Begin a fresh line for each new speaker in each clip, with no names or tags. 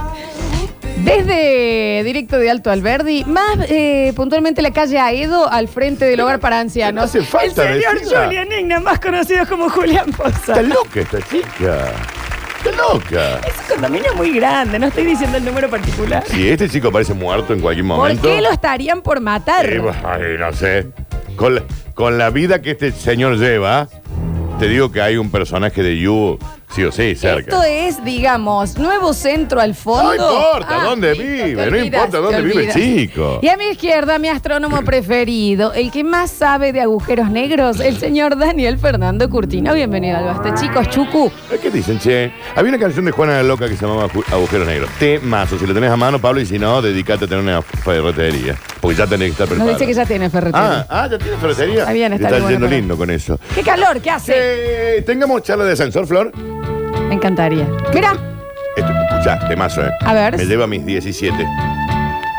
Desde directo de Alto Alberdi, más eh, puntualmente la calle Aedo, al frente del hogar para ancianos.
no hace falta
El señor
decirla.
Julián Igna, más conocido como Julián Poza.
Está loca esta chica. Está loca.
Es un condominio muy grande, no estoy diciendo el número particular.
Si este chico parece muerto en cualquier
¿Por
momento.
qué lo estarían por matar?
Eh, bueno, ay, no sé. Con la, con la vida que este señor lleva, te digo que hay un personaje de You, sí o sí, cerca.
Esto es, digamos, nuevo centro al fondo. Ah,
No importa dónde
listo, te
vive, no
olvidas,
importa
te
dónde vive el
olvidas.
chico.
Y a mi izquierda, mi astrónomo preferido, el que más sabe de agujeros negros, el señor Daniel Fernando Curtino. Bienvenido al Basta, chicos. Chucu,
Eh, ¿Qué dicen, che? Había una canción de Juana la Loca que se llamaba Ju- Agujero Negro. Temazo. Si lo tenés a mano, Pablo, y si no, dedicate a tener una ferretería. Porque ya tenés que estar
nos
preparado.
dice que ya tiene ferretería.
Ah, ah, ya tiene ferretería.
Está bien, está
Está
bien,
yendo
bueno,
lindo con eso.
¡Qué calor! ¿Qué hace?
Eh, tengamos charla de ascensor, Flor.
Me encantaría. Mira,
Esto, escuchá, temazo, ¿eh?
A ver.
Me lleva a mis 17.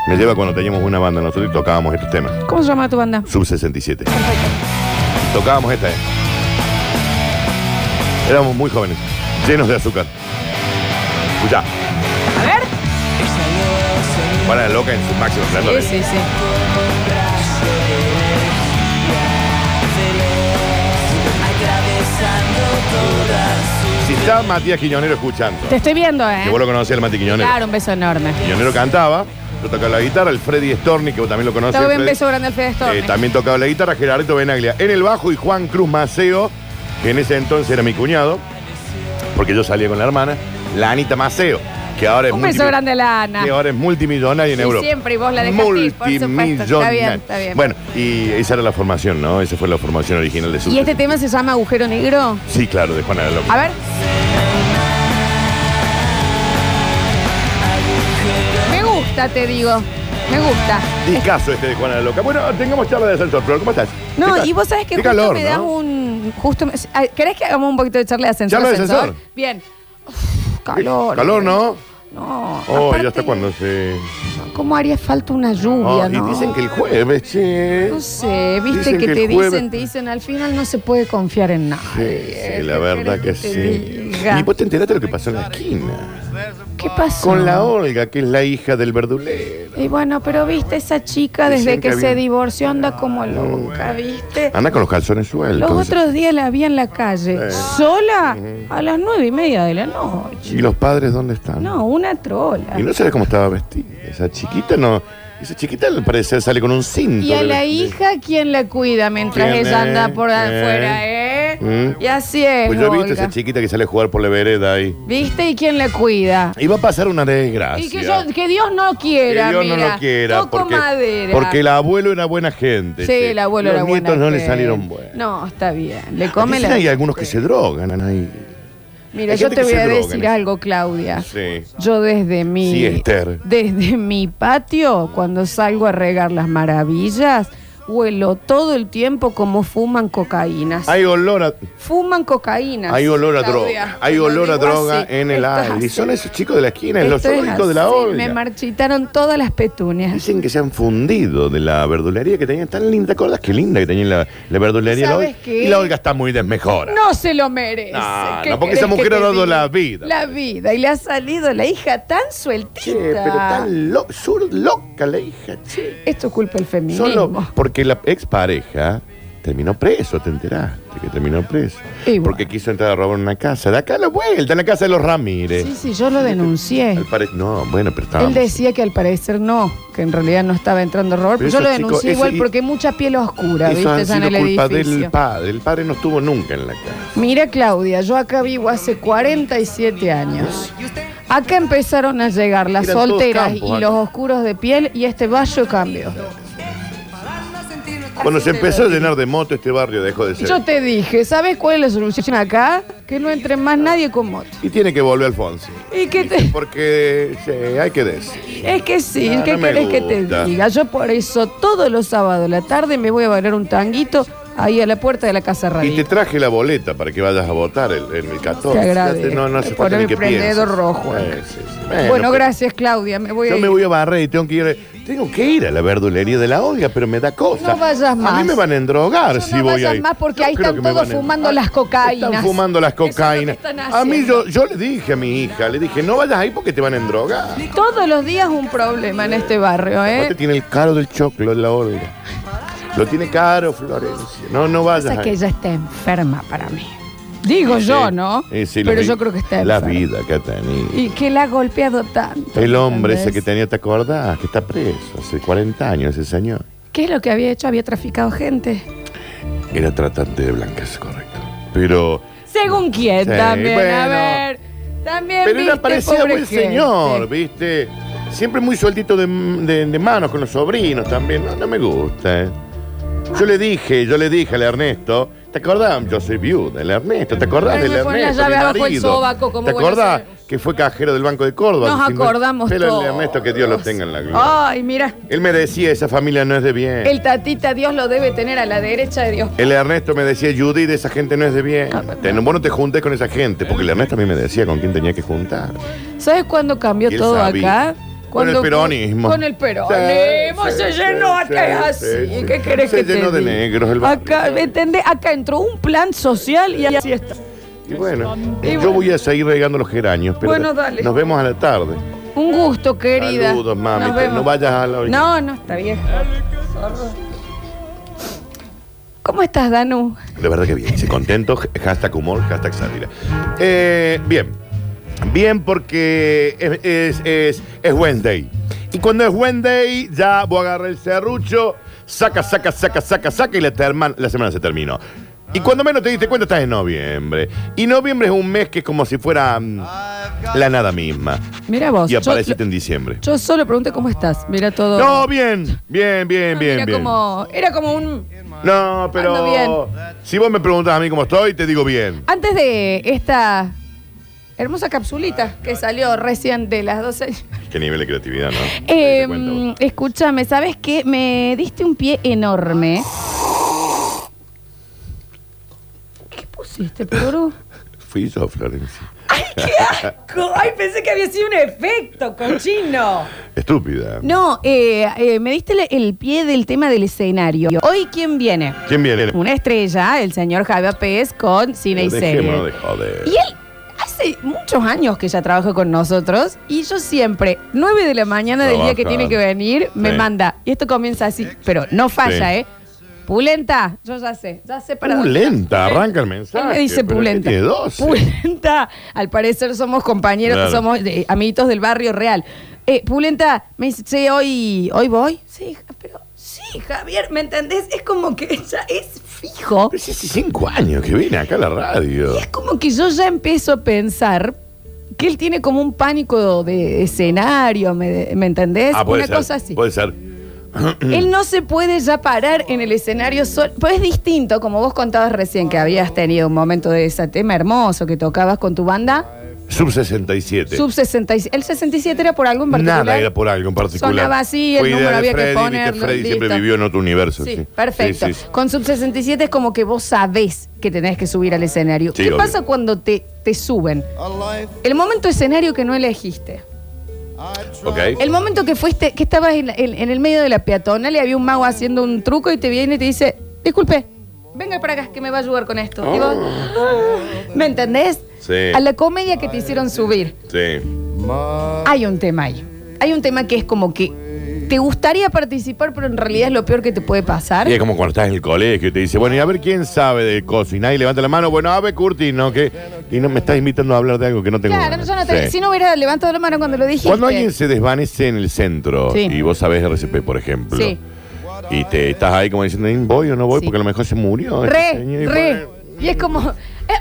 Me lleva cuando teníamos una banda nosotros y tocábamos estos temas.
¿cómo se llama tu banda?
Sub 67. Tocábamos esta, ¿eh? Éramos muy jóvenes, llenos de azúcar. Escuchá,
A ver.
Juana la Loca en su máximo esplendor. ¿eh?
Sí, sí, sí.
Si está Matías Quiñonero escuchando,
Te estoy viendo, ¿eh?
que vos lo conocés, el Mati Quiñonero.
Claro, un beso enorme.
Quiñonero cantaba, yo tocaba la guitarra, el Freddy Storni, que vos también lo conocés.
Todo bien,
Freddy.
beso grande al Fede Storni.
Eh, también tocaba la guitarra Gerardo Benaglia en el bajo y Juan Cruz Maceo, que en ese entonces era mi cuñado, porque yo salía con la hermana, la Anita Maceo, que ahora es,
Un beso
multimi-
grande a la Ana.
que ahora es multimillonaria en
Y
Europa.
siempre, y vos la dejaste ir, por supuesto.
Multimillonaria.
Está bien, está bien.
Bueno, y esa era la formación, ¿no? Esa fue la formación original de su.
¿Y este tema se llama Agujero Negro?
Sí, claro, de Juana la Loca.
A ver. Me gusta, te digo. Me gusta.
Discaso este de Juana la Loca. Bueno, tengamos charla de ascensor, Flor. ¿Cómo estás? ¿Qué
No,
tal?
y vos sabés que
Qué
justo
calor,
me das
¿no?
un. Justo me- Ay, ¿Querés que hagamos un poquito de charla de ascensor?
Charla de ascensor.
Bien. Uf, calor.
Calor, ¿no?
No.
Oh,
aparte,
ya hasta cuando se.
¿Cómo haría falta una
Oh,
lluvia,
y
no?
dicen que el jueves, che.
No sé, viste
Dicen
que,
que el
te
jueves-
dicen, te dicen, al final no se puede confiar en nada.
Sí, sí, la verdad que sí. Y
¿Y
vos te enteraste de lo que pasó en la esquina.
¿Qué pasó?
Con la Olga, que es la hija del verdulero.
Y bueno, pero viste, esa chica desde
Dicen que
que se
había- Ah,
divorció anda como loca, ¿viste?
Anda con los calzones sueltos.
Los otros días la vi en la calle,
Eh.
sola, a las nueve y media de la noche.
¿Y los padres dónde están?
No, una trola.
Y no sabes cómo estaba vestida. Esa chiquita no. Esa chiquita al parecer sale con un cinto.
Ah. Y a
de
la
vestir.
hija, ¿quién la cuida mientras
¿Quién,
ella
eh?
anda por
Eh.
afuera, eh?
Mm.
Y así es,
Pues yo he visto
Olga.
esa chiquita que sale a jugar por la vereda ahí.
¿Viste? ¿Y quién la cuida?
Y va a pasar una desgracia.
Y que, yo- que Dios no quiera,
ah. Que Dios
mira.
no lo quiera.
Toco
porque,
madera.
porque el abuelo era buena gente.
Sí,
che.
el abuelo
los
era buena
nietos no le
gente.
salieron buenos.
No, está bien. Le come
Dicen
la...
hay algunos que se drogan ahí.
Mira,
hay
yo
gente
te voy
que se
a
droga en
decir
eso.
algo, Claudia.
Sí.
Yo desde mi...
Sí, Esther.
Desde mi patio, cuando salgo a regar las maravillas, huelo todo el tiempo como fuman cocaínas.
Hay olor a,
Fuman cocaínas.
hay olor a
Claudia.
droga. Hay
Te lo
olor a
digo
droga
así.
en el
Esto es
aire. Y
así.
son esos chicos de la esquina, los
Esto es
zoológicos de la
así.
Olga.
Me marchitaron todas las petunias.
Dicen que se han fundido de la verdulería que tenían. Tan linda, ¿te acordás qué linda que tenían la, la verdulería? la
¿Sabes
Olga?
qué?
Y la Olga está muy desmejora.
No se lo merece.
No,
¿Qué
no, porque
querés
esa mujer
que
ha
te
dado
diga?
la vida. pues.
La vida. Y le ha salido la hija tan sueltita.
Che, pero tan lo- sur loca la hija, che.
Esto es culpa del feminismo.
Solo porque la expareja terminó preso, te enteraste que terminó preso.
Y bueno.
Porque quiso entrar a robar una casa. De acá a la vuelta, en la casa de los Ramírez.
Sí, sí, yo lo denuncié.
Al pare- Ah, No, bueno, pero estábamos.
Él decía que al parecer no, que en realidad no estaba entrando error.
Pero
Pero yo lo
esos chicos,
denuncié
ese-
igual porque hay mucha piel oscura,
Eso
¿viste?
han
Ya en
sido
el
culpa
edificio.
del padre. El padre no estuvo nunca en la casa.
Mira, Claudia, yo acá vivo hace 47 años. Acá empezaron a llegar las
Eran todos
solteras
campos
y
acá.
los oscuros de piel y este vallo cambió.
Cuando se empezó a llenar de moto, este barrio dejó de ser.
Yo te dije, ¿sabes cuál es la solución acá? Que no entre más nadie con moto.
Y tiene que volver Alfonso.
Y que te-
Porque sí, hay que decir.
es que sí,
Ah,
¿qué
no me
querés que te
gusta.
diga? Yo por eso todos los sábados a la tarde me voy a bailar un tanguito ahí a la puerta de la casa
Y te
radical.
traje la boleta para que vayas a votar el, en el 14.
Te agradezco.
No, no hace
Por
falta ni
el
que
prendedor
pienses.
rojo.
Eh, sí, sí.
Bueno,
pero-
gracias Claudia, me voy a
Yo
ir.
me voy a barrer y tengo que ir. Tengo que ir a la verdulería de la Olga, pero me da cosa.
No vayas
A
más.
mí me van a endrogar
No
si voy
vayas
ahí.
más porque
Yo
ahí
creo
están
que me
todos
van a-
fumando
Ah,
las cocaínas.
Están fumando las
Eso es lo que
cocaínas.
están
a mí
haciendo.
yo, yo le dije a mi hija, le dije, no vayas ahí porque te van a endrogar.
Todos los días un problema en este barrio,
Aparte
¿eh?
tiene el caro del choclo la Olga. Lo tiene caro, Florencia. No, no vayas
Pasa que
ahí.
ella está enferma para mí. Digo yo,
Sí.
¿no?
Sí, sí, lo
Pero
vi.
yo creo que está
La
enferma.
vida que ha tenido.
Y que la ha golpeado tanto.
El hombre ese que
¿entendés?
tenía, ¿te acordás? Que está preso hace 40 años ese señor.
¿Qué es lo que había hecho? Había traficado gente.
Era tratante de blancas, correcto. Pero...
Según quién
Sí,
también, a
bueno.
ver. También
Pero
viste,
era parecido a
pobre
buen
gente.
señor, ¿viste? Siempre muy sueltito de, de- de manos con los sobrinos también. No, no me gusta, ¿eh? Yo le dije, yo le dije al Ernesto, ¿te acordás? Yo soy viuda, el Ernesto, ¿te acordás
Ay,
del
me pone la
Ernesto?
llave
mi
abajo el
marido?
sobaco, como
¿Te
Buenos
acordás
Aires?
que fue cajero del Banco de Córdoba?
Nos
Diciendo,
acordamos
Pero
todos.
el Ernesto, que Dios lo tenga en la gloria.
Ay, mira.
Él me decía, esa familia no es de bien.
El tatita Dios lo debe tener a la derecha de Dios.
El Ernesto me decía, Judith, esa gente no es de bien.
Ah, pero-
Te- vos no te juntes con esa gente, porque el Ernesto a mí me decía con quién tenía que juntar.
¿Sabes cuándo cambió
Y él
todo
sabía.
acá?
Con
Cuando-
el peronismo.
Con el peronismo.
Sí,
se
sí,
llenó
sí,
acá, es
sí,
así.
sí,
¿Qué
sí.
querés
Se
que te
llenó de
diga?
negros el barrio.
Acá, ¿me entendés? Acá entró un plan social y así está.
Y bueno,
Y bueno.
yo voy a seguir regando los geranios, pero
Bueno, dale.
nos vemos a la tarde.
Un gusto, querida.
Saludos, mami.
Nos
Te-
vemos.
No vayas a la orilla.
No, no, está bien. ¿Cómo estás, Danu?
La verdad que bien. Se contento, hashtag humor, hashtag sátira. Eh, bien. Bien porque es, es, es, es Wednesday. Y cuando es Wednesday, ya voy a agarrar el serrucho, saca, saca, saca, saca, saca y la, terma- la semana se terminó. Y cuando menos te diste cuenta, estás en noviembre. Y noviembre es un mes que es como si fuera mm, la nada misma.
Mira vos.
Y
yo-
apareciste en diciembre.
Yo solo pregunté cómo estás. Mira todo.
No, bien, bien, bien,
Ah,
bien,
mira
bien.
Como, era como un.
No,
Ando
pero
bien.
si vos me preguntas a mí cómo estoy, te digo bien.
Antes de esta Hermosa capsulita que salió recién de las 12.
Qué nivel de creatividad, ¿no? Te
Eh,
das cuenta vos.
escúchame, ¿sabes qué? Me diste un pie enorme. ¿Qué pusiste, Pururu?
Fui yo, Florencia.
¡Ay, qué asco! ¡Ay, pensé que había sido un efecto, cochino!
Estúpida.
No, eh, eh, me diste le- el pie del tema del escenario. Hoy, ¿quién viene?
¿Quién viene?
Una estrella, el señor Javier Pérez con cine y
Dejémonos de
serie.
joder.
Y él hace muchos años que ya trabaja con nosotros y yo siempre, 9 de la mañana del día que
Trabajan.
tiene que venir, me
Sí.
manda. Y esto comienza así, pero no falla,
Sí.
¿eh? Pulenta, yo ya sé, ya sé para dónde-
Pulenta, arranca el
Él
mensaje.
me dice
pero
pulenta.
tiene 12.
Pulenta. Al parecer somos compañeros,
Claro.
somos eh, amiguitos del barrio real. Eh, pulenta, me dice, sí, hoy, hoy voy. Sí, ja- pero sí, Javier, ¿me entendés? Es como que ya es fijo.
Pero si hace cinco años que viene acá a la radio.
Y es como que yo ya empiezo a pensar que él tiene como un pánico de escenario, ¿me, me entendés?
Ah, puede
Una
ser.
cosa así.
Puede ser.
Él no se puede ya parar en el escenario solo. Pues es distinto, como vos contabas recién que habías tenido un momento de ese tema hermoso que tocabas con tu banda.
Sub 67.
Sub 67. El 67 era por algo en particular.
Nada era por algo en particular.
Sonaba así, el
Fue idea
número
de
había que
Freddy, viste,
ponerlo,
Freddy siempre
listo.
vivió en otro universo.
Sí, perfecto.
Sí, sí, sí.
Con Sub 67 es como que vos sabés que tenés que subir al escenario.
Sí,
¿Qué
obvio.
pasa cuando te, te suben? El momento escenario que no elegiste.
Ok.
El momento que fuiste, que estabas en, en- en el medio de la peatonal y había un mago haciendo un truco y te viene y te dice, disculpe, venga para acá que me va a ayudar con esto. Y vos, ¿Me entendés?
Ah. Sí.
A la comedia que te hicieron subir.
Sí.
Hay un tema ahí. Hay un tema que es como que te gustaría participar, pero en realidad es lo peor que te puede pasar.
Y es como cuando estás en el colegio y te dice, bueno, y a ver quién sabe de cosas. Y nadie levanta la mano. Bueno, a ver, Curti, no, que. Y no me estás invitando a hablar de algo que no tengo.
Claro,
ganas.
yo no te-
Sí.
si no hubiera levantado la mano cuando lo dijiste.
Cuando alguien se desvanece en el centro
Sí.
y vos sabés RCP, por ejemplo,
Sí.
y te estás ahí como diciendo, "Mm, voy o no voy,
Sí.
porque a lo mejor se murió. este señor",
Re,
y
re.
bueno,
Y es como... eh,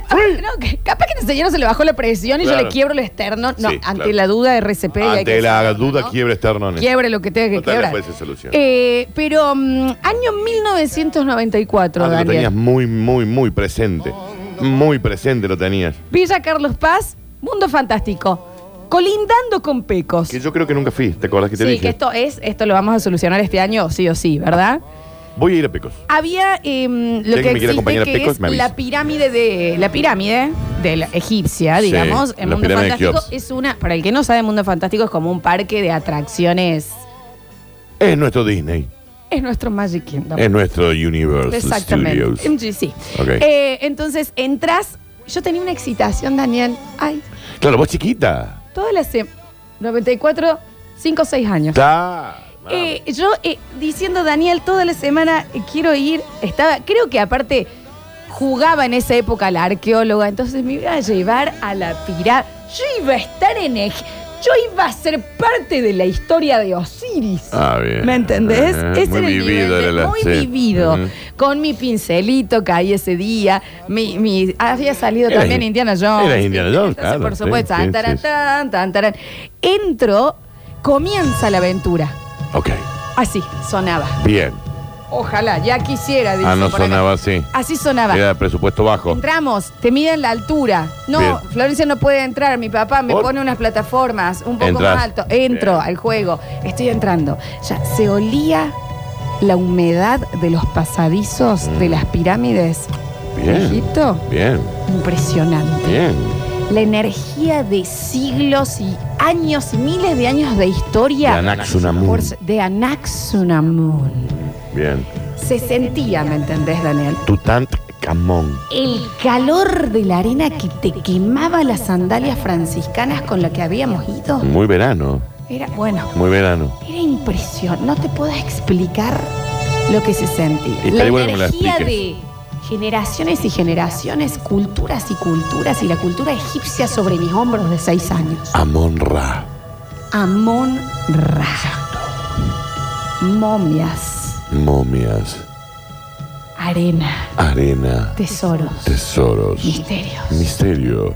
aparte, no, que- capaz que este señor se le bajó la presión y yo
Claro.
le quiebro el externo. No,
Sí,
ante
claro.
la duda de RCP. y hay
Ante
que
la
hacerlo,
duda,
¿no?
quiebre esternones.
Quiebre lo que tenga que
Total,
quebrar.
después se soluciona.
Eh, pero mm, año 1994,
Ah, tú lo
Daniel.
tenías muy, muy, muy presente. Muy presente lo tenías.
Villa Carlos Paz, Mundo Fantástico. Colindando con Pecos.
Que yo creo que nunca fui, ¿te acordás que te
sí,
dije?
que esto es, esto lo vamos a solucionar este año, sí o sí, ¿verdad?
Voy a ir a Pecos.
Había em, lo
alguien
que
me quiere
existe
acompañar a
que
Pecos,
es
me avisa.
la pirámide de la pirámide de la egipcia,
Sí,
digamos,
la
en Mundo
pirámide de
Fantástico
Keops.
es una, para el que no sabe, Mundo Fantástico es como un parque de atracciones.
Es nuestro Disney.
Es nuestro Magic Kingdom.
Es nuestro Universal
Exactamente. Em,
Studios.
MGC.
Ok.
Eh, entonces, entras. Yo tenía una excitación, Daniel. Ay,
Claro, vos chiquita.
toda la semana. 94, 5, 6 años.
Está.
Eh, yo eh, diciendo, Daniel, toda la semana eh, quiero ir. Estaba, creo que aparte jugaba en esa época la arqueóloga, entonces me iba a llevar a la pirámide. Yo iba a estar en Eg- Yo iba a ser parte de la historia de Osiris.
Ah, bien.
¿Me entendés?
Ajá,
Ese
muy
era el
vivido
nivel de-
era la-
muy
sí.
vivido.
Ujú.
Con mi pincelito caí ese día. Mi, mi- había salido
Era
también
in-
Indiana Jones.
era Indiana Jones,
Entonces,
claro,
Por
sí,
supuesto,
sí, sí,
tan,
sí.
tan, tan, tarán. Entro, comienza la aventura.
Ok,
Así sonaba.
bien.
Ojalá, ya quisiera. dice
Ah, no
por acá.
sonaba así.
Así sonaba.
Era de presupuesto bajo.
Entramos, te miden la altura. No,
Bien.
Florencia no puede entrar. Mi papá me
¿Por?
pone unas plataformas un poco
Entrás.
más alto. Entro
Bien.
al juego. Estoy entrando. Ya se olía la humedad de los pasadizos
Mm.
de las pirámides de
Bien.
Egipto.
Bien,
Impresionante.
bien.
La energía de siglos y años y miles de años de
De
historia
Anaxunamun.
por- de Anaxunamun.
Bien.
Se sentía, ¿me entendés, Daniel?
Tutankamón.
El calor de la arena que te quemaba las sandalias franciscanas con las que habíamos ido.
Muy verano.
Era, bueno,
Muy verano.
era impresión. No te puedo explicar lo que se sentía.
Y
la
estaría bueno que me la
energía de
expliques.
generaciones y generaciones, culturas y culturas y la cultura egipcia sobre mis hombros de seis años.
Amon Ra.
Amón Ra. Momias.
Momias.
Arena.
Arena.
Tesoros.
Tesoros.
Misterios.
Misterio.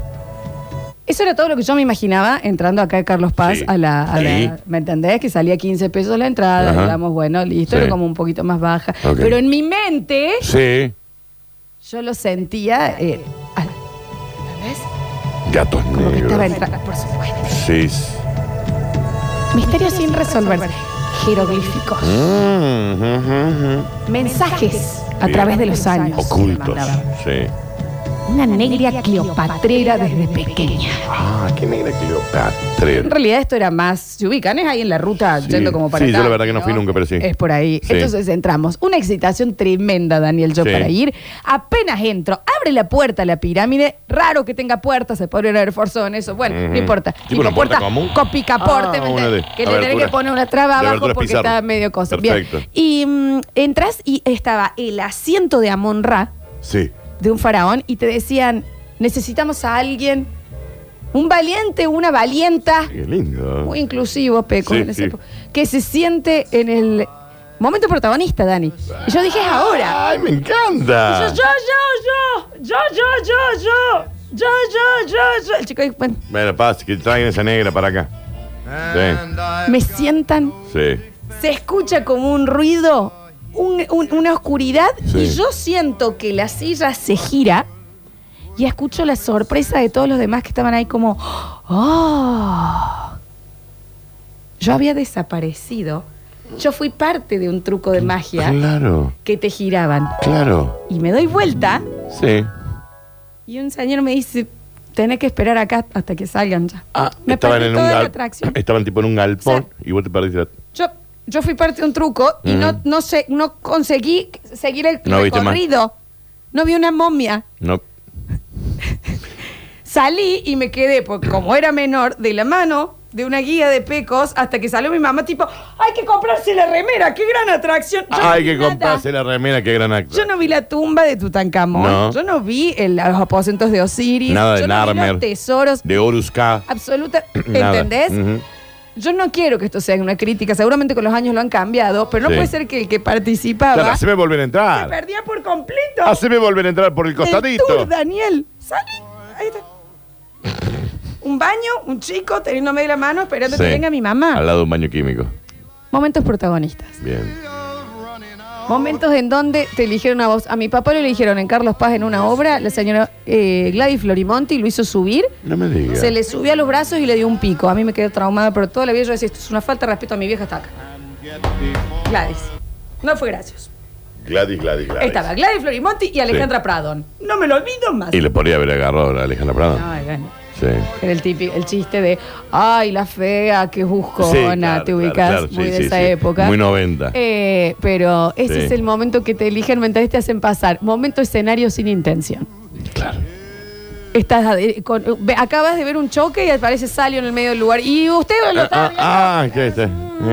Eso era todo lo que yo me imaginaba entrando acá de Carlos Paz
Sí.
a, la, a la-
Sí.
¿Me entendés? Que salía 15 pesos la entrada,
Ajá.
digamos, bueno, listo,
Sí.
era como un poquito más baja.
Ok.
Pero en mi mente,
Sí.
yo lo sentía. eh, ah, ¿Entendés?
Gatos
Como que estaba
negros.
entrando, por supuesto.
Cis.
Misterios sin resolver. Jeroglíficos.
Mm, ujú, ujú.
Mensajes a
Bien.
través de los años.
Ocultos. Sí.
Una negra cleopatrera desde pequeña.
Ah, qué negra
En
Cleopatra.
realidad esto era más, se ubican, es ahí en la ruta
Sí.
yendo como para
Sí, yo la
acá,
verdad que no fui nunca, pero sí.
Es por ahí.
Sí.
Entonces entramos. Una excitación tremenda, Daniel, yo
Sí.
para ir. Apenas entro, abre la puerta a la pirámide. Raro que tenga puerta, se podrían haber forzado en eso. Bueno, no
Ujú. pues,
importa.
Tipo
Tipo
una puerta común.
Con picaporte,
Ah,
¿me
una de-
entendés? Que le
abertura.
tenés que poner una traba
De
abajo
abertura
porque
pizarra.
estaba medio cosa. Bien.
Perfecto.
Y mm, entras y estaba el asiento de Amon Ra
Sí.
de un faraón y te decían, necesitamos a alguien, un valiente, una valienta,
Qué lindo.
muy inclusivo, Peco,
Sí,
en esa
sí.
época, que se siente en el momento protagonista, Dani. Y yo dije, es ahora.
Ay, me
Y yo,
encanta.
yo, yo, yo, yo, yo, yo, yo, yo, yo, yo, yo. El chico, dijo, bueno,
Bueno, paz, que traigan esa negra para acá.
me sientan,
Sí.
se escucha como un ruido, un- un- una oscuridad,
Sí.
y yo siento que la silla se gira. Y escucho la sorpresa de todos los demás que estaban ahí como, ¡oh! Yo había desaparecido. Yo fui parte de un truco de magia
Claro,
que te giraban.
claro.
Y me doy vuelta
Sí.
y un señor me dice, tenés que esperar acá hasta que salgan ya.
Ah,
me
estaban
perdí
en un
toda la
gal-
atracción.
Estaban tipo en un galpón
Sí.
y vos te perdiste. la-
Yo, yo fui parte de un truco y no, no, sé, no conseguí seguir el
No viste más.
recorrido. No vi una momia.
No.
Salí y me quedé, porque como era menor, de la mano de una guía de pecos hasta que salió mi mamá tipo, hay que comprarse la remera, qué gran atracción. Yo no
Hay
vi
que
nada.
comprarse la remera, qué gran acto.
Yo no vi la tumba de Tutankamón.
No.
Yo no vi el- los aposentos de Osiris.
Nada de
yo no vi
Narmer.
los tesoros.
De Horus K.
Absoluta.
Nada.
¿Entendés?
Ujú.
Yo no quiero que esto sea una crítica. Seguramente con los años lo han cambiado, pero no
Sí.
puede ser que el que participaba
Claro, haceme volver a
se
entrar.
perdía por completo.
Haceme volver a entrar por el
El
costadito.
tour, Daniel. Salí. Ahí está. Un baño, un chico teniéndome de la mano esperando que
Sí.
venga mi mamá.
Al lado de un baño químico.
Momentos protagonistas.
Bien.
Momentos en donde te eligieron a vos. A mi papá lo eligieron en Carlos Paz en una obra. La señora eh, Gladys Florimonti lo hizo subir.
No me digas.
Se le subió a los brazos y le dio un pico. A mí me quedó traumada, pero toda la vida yo decía, esto es una falta de respeto a mi vieja hasta acá. Gladys. No fue gracioso.
Gladys, Gladys, Gladys.
Estaba Gladys Florimonti y Alejandra Pradón. No me lo olvido más.
Y Ah. le podría haber agarrado a Alejandra Prado.
Ay, bueno.
Sí.
Era el, típico, el chiste de, ay, la fea, qué buscona,
Sí, claro,
te
claro,
ubicas,
claro,
muy
sí,
de
sí,
esa
sí.
época.
Muy 90.
Eh, pero ese
Sí.
es el momento que te eligen mentales, te hacen pasar. Momento escenario sin intención.
Claro.
Estás ade- con- ve- acabas de ver un choque y aparece Salio en el medio del lugar. Y usted lo
Ah,
está
ah, ah, ¿qué es? Eh,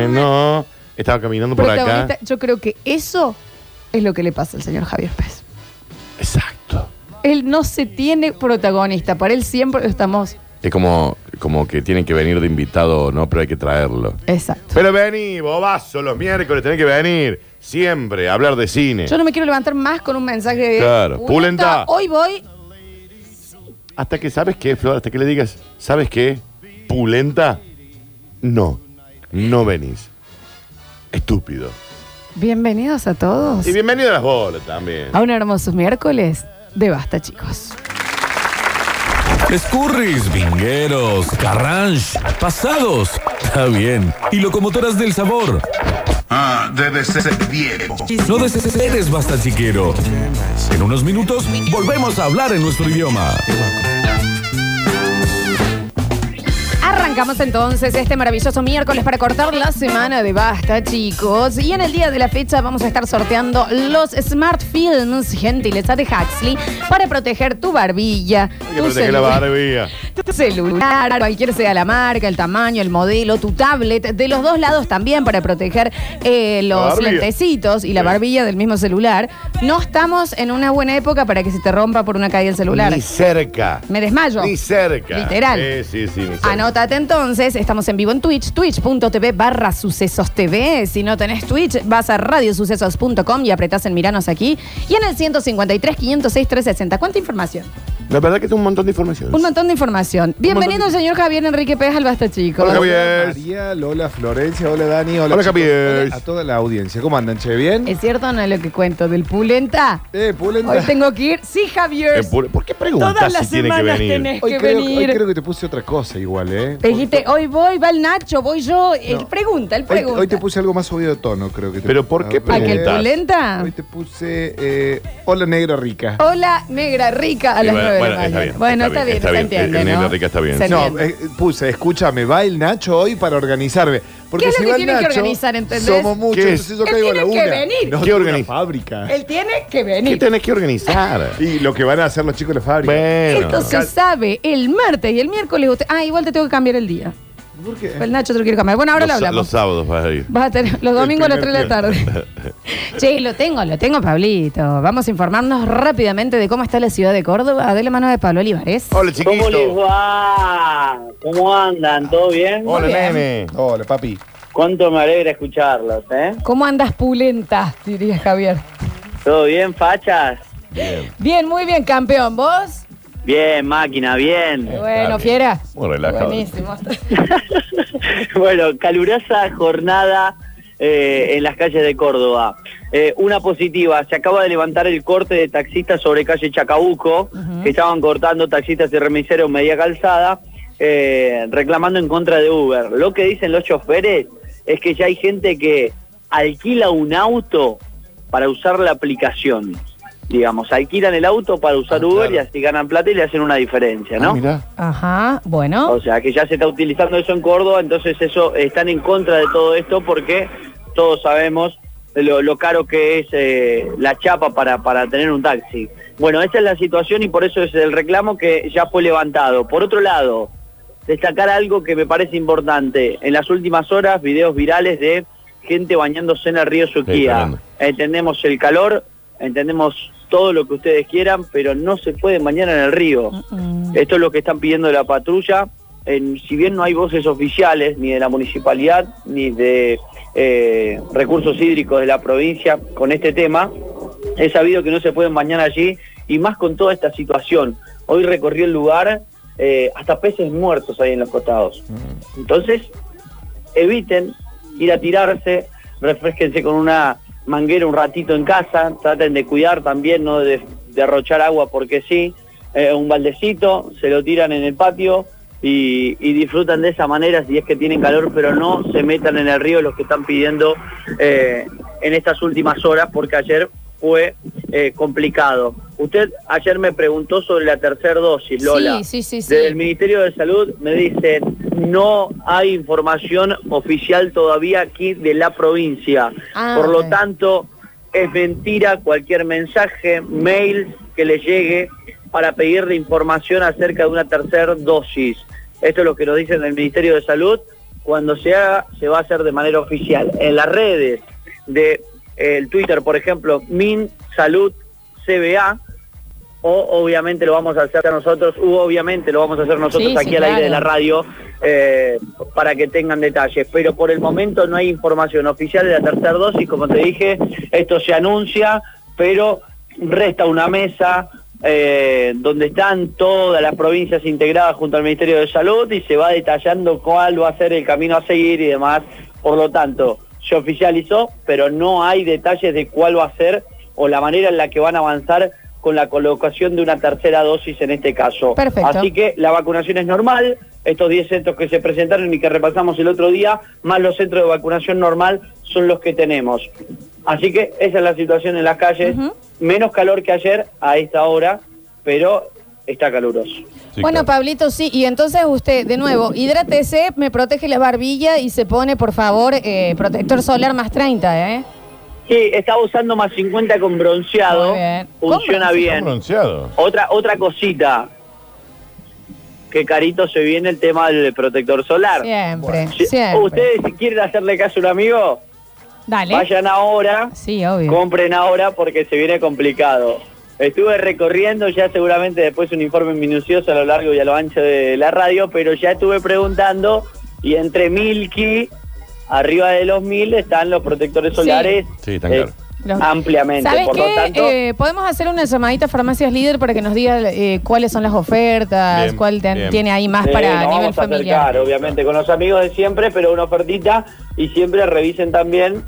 no. Estaba caminando por
protagonista.
acá.
Yo creo que eso es lo que le pasa al señor Javier Pérez.
Exacto.
Él no se tiene protagonista. Para él siempre lo estamos.
Es como, como que tienen que venir de invitado, ¿no? Pero hay que traerlo.
Exacto.
Pero vení, bobazo, los miércoles tenés que venir. Siempre, a hablar de cine.
Yo no me quiero levantar más con un mensaje de.
Claro, pulenta.
Hoy voy.
Hasta que, ¿sabes qué, Flor? Hasta que le digas, ¿sabes qué? Pulenta. No, no venís. Estúpido.
Bienvenidos a todos
Y bienvenido a las bolas también.
a un hermoso miércoles de Basta, chicos.
Escurris, vingueros, carranche, pasados. Está bien. Y locomotoras del sabor.
Ah, debe ser viejo.
No desesperes, basta chiquero. En unos minutos volvemos a hablar en nuestro idioma.
Arrancamos entonces este maravilloso miércoles para cortar la semana de basta, chicos. Y en el día de la fecha vamos a estar sorteando los Smart Films gentileza de Huxley para proteger tu barbilla,
Hay que
tu,
proteger la
celu-
barbilla.
tu celular, cualquier sea la marca, el tamaño, el modelo, tu tablet, de los dos lados también para proteger eh, los
barbilla.
lentecitos y la
Sí.
barbilla del mismo celular. No estamos en una buena época para que se te rompa por una caída el celular.
Ni cerca.
Me desmayo.
Ni cerca.
Literal. Ah,
Sí, sí, sí. ni cerca.
Anótate entonces, estamos en vivo en Twitch, twitch.tv barra sucesos TV. Si no tenés Twitch, vas a radiosucesos.com y apretás en Miranos aquí. Y en el 153, 506, 360. ¿Cuánta información?
La verdad que es un montón de información.
Un montón de información. Bienvenido,
Pues, montón de-
señor Javier Enrique Pérez al Basta, chicos.
Hola, Javier.
María, Lola, Florencia, hola Dani, hola,
Hola,
chicos,
Javier.
hola A toda la audiencia, ¿cómo andan? Che, bien.
¿Es cierto o no es lo que cuento del Pulenta?
eh,
Hoy
Pulenta.
tengo que ir. Sí,
Eh,
Javier.
¿Por por qué
Todas
preguntas si
las
tiene que
semanas
venir?
tenés
Hoy
que
creo, hoy
venir.
creo que te puse otra cosa igual, ¿eh?
Me Dijiste, hoy voy, va el Nacho, voy yo. Él
No.
pregunta, él
Hoy- hoy,
pregunta.
te puse algo más subido de tono, creo que te
Pero ¿por qué
Ah,
¿A que el
preguntas?
Pulenta?
Hoy te puse eh, Hola Negra Rica.
Hola, negra rica a
Sí,
las
bueno,
nueve de la
bueno, está
mañana.
bien,
Bueno,
está
está bien,
bien,
se
está bien.
entiende,
El negra
¿no?
rica está bien.
Se
No,
entiende.
eh, puse, escúchame, va el Nacho hoy para organizarme. Porque
¿Qué es lo
si
que
va el
tienen que
Nacho,
organizar, entendés?
Somos muchos,
¿Qué es?
entonces yo
Él
caigo a la
tiene
una.
que venir.
No,
¿Qué
tengo una
organiza?
fábrica.
Él tiene que
eh, ¿Qué
venir.
tenés que organizar?
Y lo que van a hacer los chicos de la fábrica.
Bueno.
Esto se sabe el martes y el miércoles. usted- Ah, igual te tengo que cambiar el día.
¿Por qué?
El Nacho te lo quiero cambiar. Bueno, ahora
los,
lo
los
hablamos.
sábados vas a ir.
Vas a tener los domingos a las 3 de
primer
la tarde. che, lo tengo, lo tengo, Pablito. Vamos a informarnos rápidamente de cómo está la ciudad de Córdoba de la mano de Pablo Olivares.
Hola,
¿Cómo les
chiquito.
va? ¿Cómo andan? ¿Todo bien?
Hola,
Muy bien.
nene.
Hola, papi.
¿Cuánto me alegra escucharlos, eh?
¿Cómo andas pulenta? Diría Javier.
¿Todo bien, fachas?
Bien, muy bien, campeón. ¿Vos?
Bien, máquina, bien.
Bueno,
bien.
fiera.
Muy relajado.
Buenísimo.
bueno, calurosa jornada eh, en las calles de Córdoba. Eh, una positiva, se acaba de levantar el corte de taxistas sobre calle Chacabuco, que estaban cortando taxistas y remiseros media calzada, eh, reclamando en contra de Uber. Lo que dicen los choferes es que ya hay gente que alquila un auto para usar la aplicación. Digamos, alquilan el auto para usar
Ah,
Uber
claro.
y así ganan plata y le hacen una diferencia, ¿no?
Ah, mirá.
Ajá, bueno.
O sea, que ya se está utilizando eso en Córdoba, entonces eso están en contra de todo esto porque todos sabemos lo, lo caro que es eh, la chapa para, para tener un taxi. Bueno, esa es la situación y por eso es el reclamo que ya fue levantado. Por otro lado, destacar algo que me parece importante. En las últimas horas, videos virales de gente bañándose en el río Suquía.
tremendo.
entendemos el calor, entendemos todo lo que ustedes quieran, pero no se pueden bañar en el río. Esto es lo que están pidiendo de la patrulla. En- si bien no hay voces oficiales ni de la municipalidad ni de eh, recursos hídricos de la provincia con este tema, he sabido que no se pueden bañar allí y más con toda esta situación. Hoy recorrí el lugar, eh, hasta peces muertos ahí en los costados. Entonces, eviten ir a tirarse, refresquense con una manguera un ratito en casa, traten de cuidar también, no de derrochar agua porque sí, eh, un baldecito, se lo tiran en el patio y, y disfrutan de esa manera si es que tienen calor, pero no se metan en el río los que están pidiendo eh, en estas últimas horas porque ayer fue eh, complicado. Usted ayer me preguntó sobre la tercera dosis, Lola.
Sí, sí, sí, sí.
Desde el Ministerio de Salud me dicen, no hay información oficial todavía aquí de la provincia.
Ah,
Por
ok.
lo tanto, es mentira cualquier mensaje, mail que le llegue para pedirle información acerca de una tercera dosis. Esto es lo que nos dicen el Ministerio de Salud. Cuando se haga, se va a hacer de manera oficial. En las redes de eh, el Twitter, por ejemplo, Min Salud CBA, o obviamente lo vamos a hacer nosotros, u obviamente lo vamos a hacer nosotros
Sí,
aquí
sí,
al aire de
claro.
la radio eh, para que tengan detalles. Pero por el momento no hay información oficial de la tercera dosis, como te dije, esto se anuncia, pero resta una mesa eh, donde están todas las provincias integradas junto al Ministerio de Salud y se va detallando cuál va a ser el camino a seguir y demás. Por lo tanto, se oficializó, pero no hay detalles de cuál va a ser o la manera en la que van a avanzar con la colocación de una tercera dosis en este caso.
Perfecto.
Así que la vacunación es normal, estos 10 centros que se presentaron y que repasamos el otro día, más los centros de vacunación normal son los que tenemos. Así que esa es la situación en las calles, menos calor que ayer a esta hora, pero está caluroso.
Sí,
bueno,
claro.
Pablito, sí. Y entonces usted, de nuevo, hidrátese, me protege la barbilla y se pone, por favor, eh, protector solar más 30, ¿eh?
Sí, estaba usando más 50 con bronceado,
Muy bien.
funciona
Con bronceado.
Está
bien.
bronceado.
Otra, otra cosita, que carito se viene el tema del protector solar.
Siempre,
Si-
siempre.
Ustedes si quieren hacerle caso a un amigo,
Dale.
vayan ahora,
Sí, obvio.
compren ahora porque se viene complicado. Estuve recorriendo ya seguramente después un informe minucioso a lo largo y a lo ancho de la radio, pero ya estuve preguntando y entre Milky, arriba de los mil, están los protectores
Sí.
solares eh,
Sí, están caros.
Los-
ampliamente.
¿Sabes
Por
qué?
lo tanto,
Eh, Podemos hacer una llamadita a Farmacias Líder para que nos diga eh, cuáles son las ofertas,
Bien,
cuál te-
bien.
tiene ahí más
eh,
para
nos
nivel
vamos a
familiar.
acercar, obviamente, con los amigos de siempre, pero una ofertita y siempre revisen también.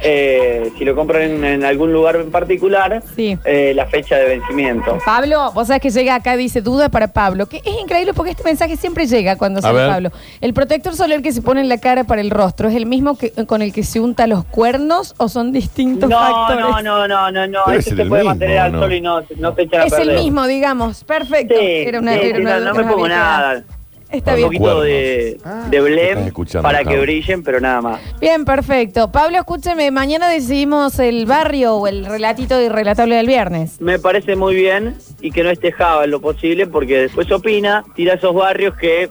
eh, si lo compran en, en algún lugar en particular,
Sí.
eh, la fecha de vencimiento.
Pablo, vos sabés que llega acá, dice duda para Pablo, que es increíble porque este mensaje siempre llega cuando sale
ver.
Pablo. El protector solar que se pone en la cara para el rostro, ¿es el mismo que, con el que se unta los cuernos o son distintos
No,
factores?
no, no, no, no, no.
Debe
Ese
ser
se
el
puede
mismo,
mantener al
¿no?
sol y no, no te echan a
Es el
perder.
mismo, digamos. Perfecto.
Sí, sí, sí, no, no me
nos
pongo
había quedado.
nada.
Está
un
bien.
poquito de, de
Ah, estás
blem
escuchando,
para que
Cabo.
brillen, pero nada más.
Bien, perfecto. Pablo, escúcheme, mañana decidimos el barrio o el relatito irrelatable del viernes.
Me parece muy bien y que no esté Java en lo posible porque después opina, tira esos barrios que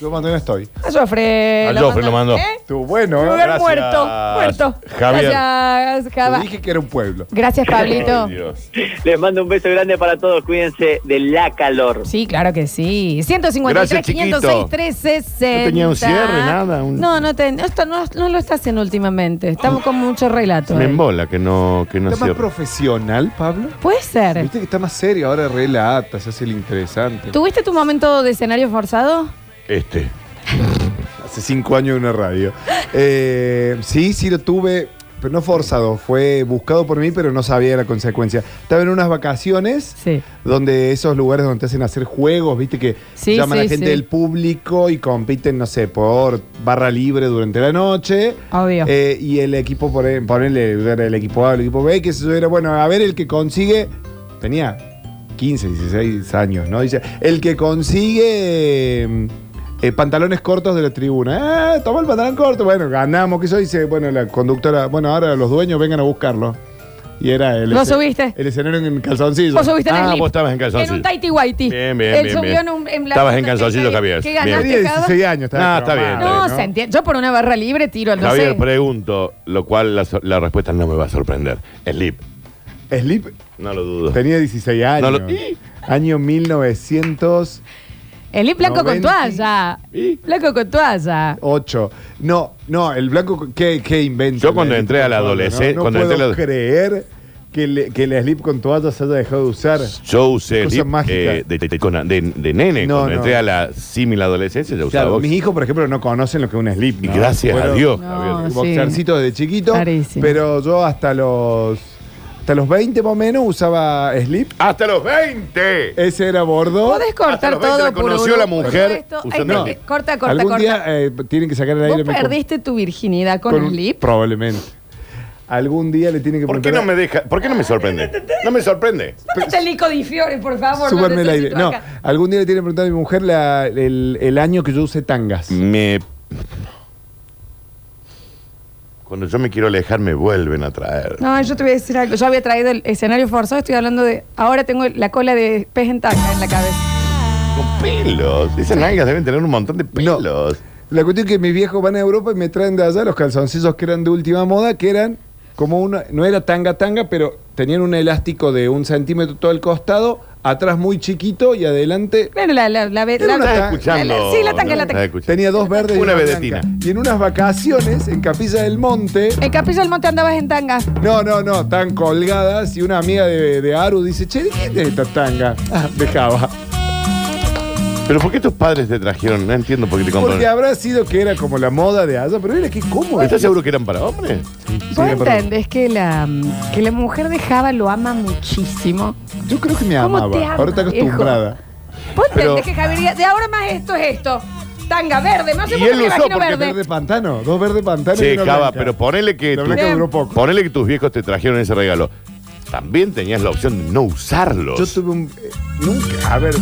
Yo cuando no estoy.
A Joffre
A Joffre Ah, lo mandó.
¿Eh?
Tú, bueno,
Me
¿eh?
hubiera
gracias,
muerto, muerto.
Javier.
Gracias, Java.
Te dije que era un pueblo.
Gracias, Pablito.
Ay, Dios.
les mando un beso grande para todos, cuídense de la calor.
Sí, claro que sí. 153,
Gracias, chiquito.
506, 360.
No tenía un cierre, nada, un-
No, no, ten- no está- no- no lo está haciendo últimamente. Estamos con mucho relato.
Me
ahí.
embola que no, que no
¿Está más
cierre.
profesional, Pablo?
Puede ser.
Viste que está más serio, ahora relata, se hace el interesante.
¿Tuviste tu momento de escenario forzado?
Este.
Hace cinco años en una radio. Eh, sí, sí lo tuve, pero no forzado. Fue buscado por mí, pero no sabía la consecuencia. Estaba en unas vacaciones.
Sí.
Donde esos lugares donde te hacen hacer juegos, viste que
Sí,
llaman
sí,
a gente
sí.
del público y compiten, no sé, por barra libre durante la noche.
Obvio.
Eh, y el equipo, pone- ponele, era el equipo A, el equipo B, que se era, bueno, a ver el que consigue, tenía 15, 16 años, ¿no? Dice, el que consigue eh, eh, pantalones cortos de la tribuna. Ah, toma el pantalón corto, bueno, ganamos, que eso dice, bueno, la conductora, bueno, ahora los dueños vengan a buscarlo. Y era el...
Lo
escen-
subiste.
El escenario en calzoncillo.
Vos subiste en
Ah,
slip.
vos estabas en
En
calzoncillo.
un Taiti Waiti.
Bien, bien,
Él
bien,
subió en
bien.
un- en la-
Estabas en calzoncillo, Javier.
¿Qué
Bien.
ganaste,
Tenía
Java?
16 años. estaba
Ah, está bien,
traumado,
No,
¿no?
se entiende. Yo por una barra libre tiro al no
Javier,
sé.
pregunto, lo cual la, so- la respuesta no me va a sorprender. Slip.
Sleep
No lo dudo.
tenía 16 años.
No lo- ¡Ih!
Año 1900.
El blanco con
90.
toalla.
¿Y?
Blanco con toalla.
8. No, no, el blanco, ¿qué, qué invento?
Yo cuando
El
entré
slip
a la
con toalla,
adolescencia-
No, No
cuando
puedo
entré a la-
creer que, le- que el slip con toalla se haya dejado de usar.
Yo usé
Cosa
slip
mágica.
eh, de, de- con- de- de nene.
No,
cuando
no.
entré a la símil adolescencia, ya usaba
Claro,
boxer.
mis hijos, por ejemplo, no conocen lo que es un slip.
Y
¿no?
gracias a
Fueron
Dios,
No.
Javier.
sí.
Boxercitos desde chiquito.
Clarísimo.
Pero yo hasta los, hasta los 20 más o menos usaba slip.
¡Hasta los 20!
Ese era bordo.
Podés
Hasta
cortar
los 20
todo.
la conoció
Pururú,
la
por
mujer
supuesto. Ay,
usando
que-
slip.
Corta, corta,
Algún
corta.
día eh, tienen que sacar el aire.
Vos
mi com-
perdiste tu virginidad con,
un-
slip.
Probablemente. Algún día le tienen que
¿Por qué
preguntar
no me deja? ¿Por qué no me sorprende? No me sorprende.
¿Dónde está el Nico Di Fiore, por favor?
Súbame el
Lo
aire.
necesito
No,
acá.
algún día le tiene que preguntar a mi mujer la- el, el año que yo usé tangas.
Me. Cuando yo me quiero alejar, me vuelven a traer.
No, yo te voy a decir algo. Yo había traído el escenario forzado. Estoy hablando de. Ahora tengo la cola de pez en tanga en la cabeza.
Con pelos. Esas nalgas deben tener un montón de pelos.
La cuestión es que mis viejos van a Europa y me traen de allá los calzoncillos que eran de última moda, que eran como una, no era tanga tanga, pero tenían un elástico de un centímetro todo el costado, atrás muy chiquito y adelante
Claro, la. la, la, la,
Era una
¿Estás
tanga.
escuchando?
Sí, la tanga, la
¿Estás
tanga.
escuchando?
tenía dos verdes
Una
y una
vedetina.
blanca. Y en unas vacaciones en Capilla del Monte,
En Capilla del Monte andabas en tanga.
no, no, no, tan colgadas y una amiga de, de Aru dice, che, ¿de quién es esta tanga? Ah, dejaba.
Pero ¿por qué tus padres te trajeron? No entiendo por qué te
Porque
compraron.
habrá sido que era como la moda de allá, pero era que cómodo.
¿Estás seguro que eran para hombres?
¿Vos
Sí, perdón.
entendés que la, que la mujer de Java lo ama muchísimo?
Yo creo que me
¿Cómo
amaba.
te ama,
Ahora está
viejo?
acostumbrada.
¿Vos
Pero-
entendés que Javier diga, de ahora más esto es esto? Tanga verde, no sé
Y
por qué
él
me
usó
imagino
porque
verde.
Verde pantano, dos verdes pantano. y
Sí,
una
Java,
blanca.
pero ponele que,
La
tu-
blanca
Bien.
duró poco.
ponele que tus viejos te trajeron ese regalo. También tenías la opción de no usarlos.
Yo tuve un. eh, nunca. A ver,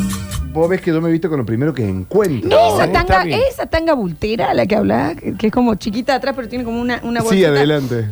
vos ves que yo me he visto con lo primero que encuentro.
No,
esa,
está
tanga,
bien.
esa tanga bultera, la que hablaba, que que es como chiquita atrás, pero tiene como una, una
sí,
bolsita.
adelante.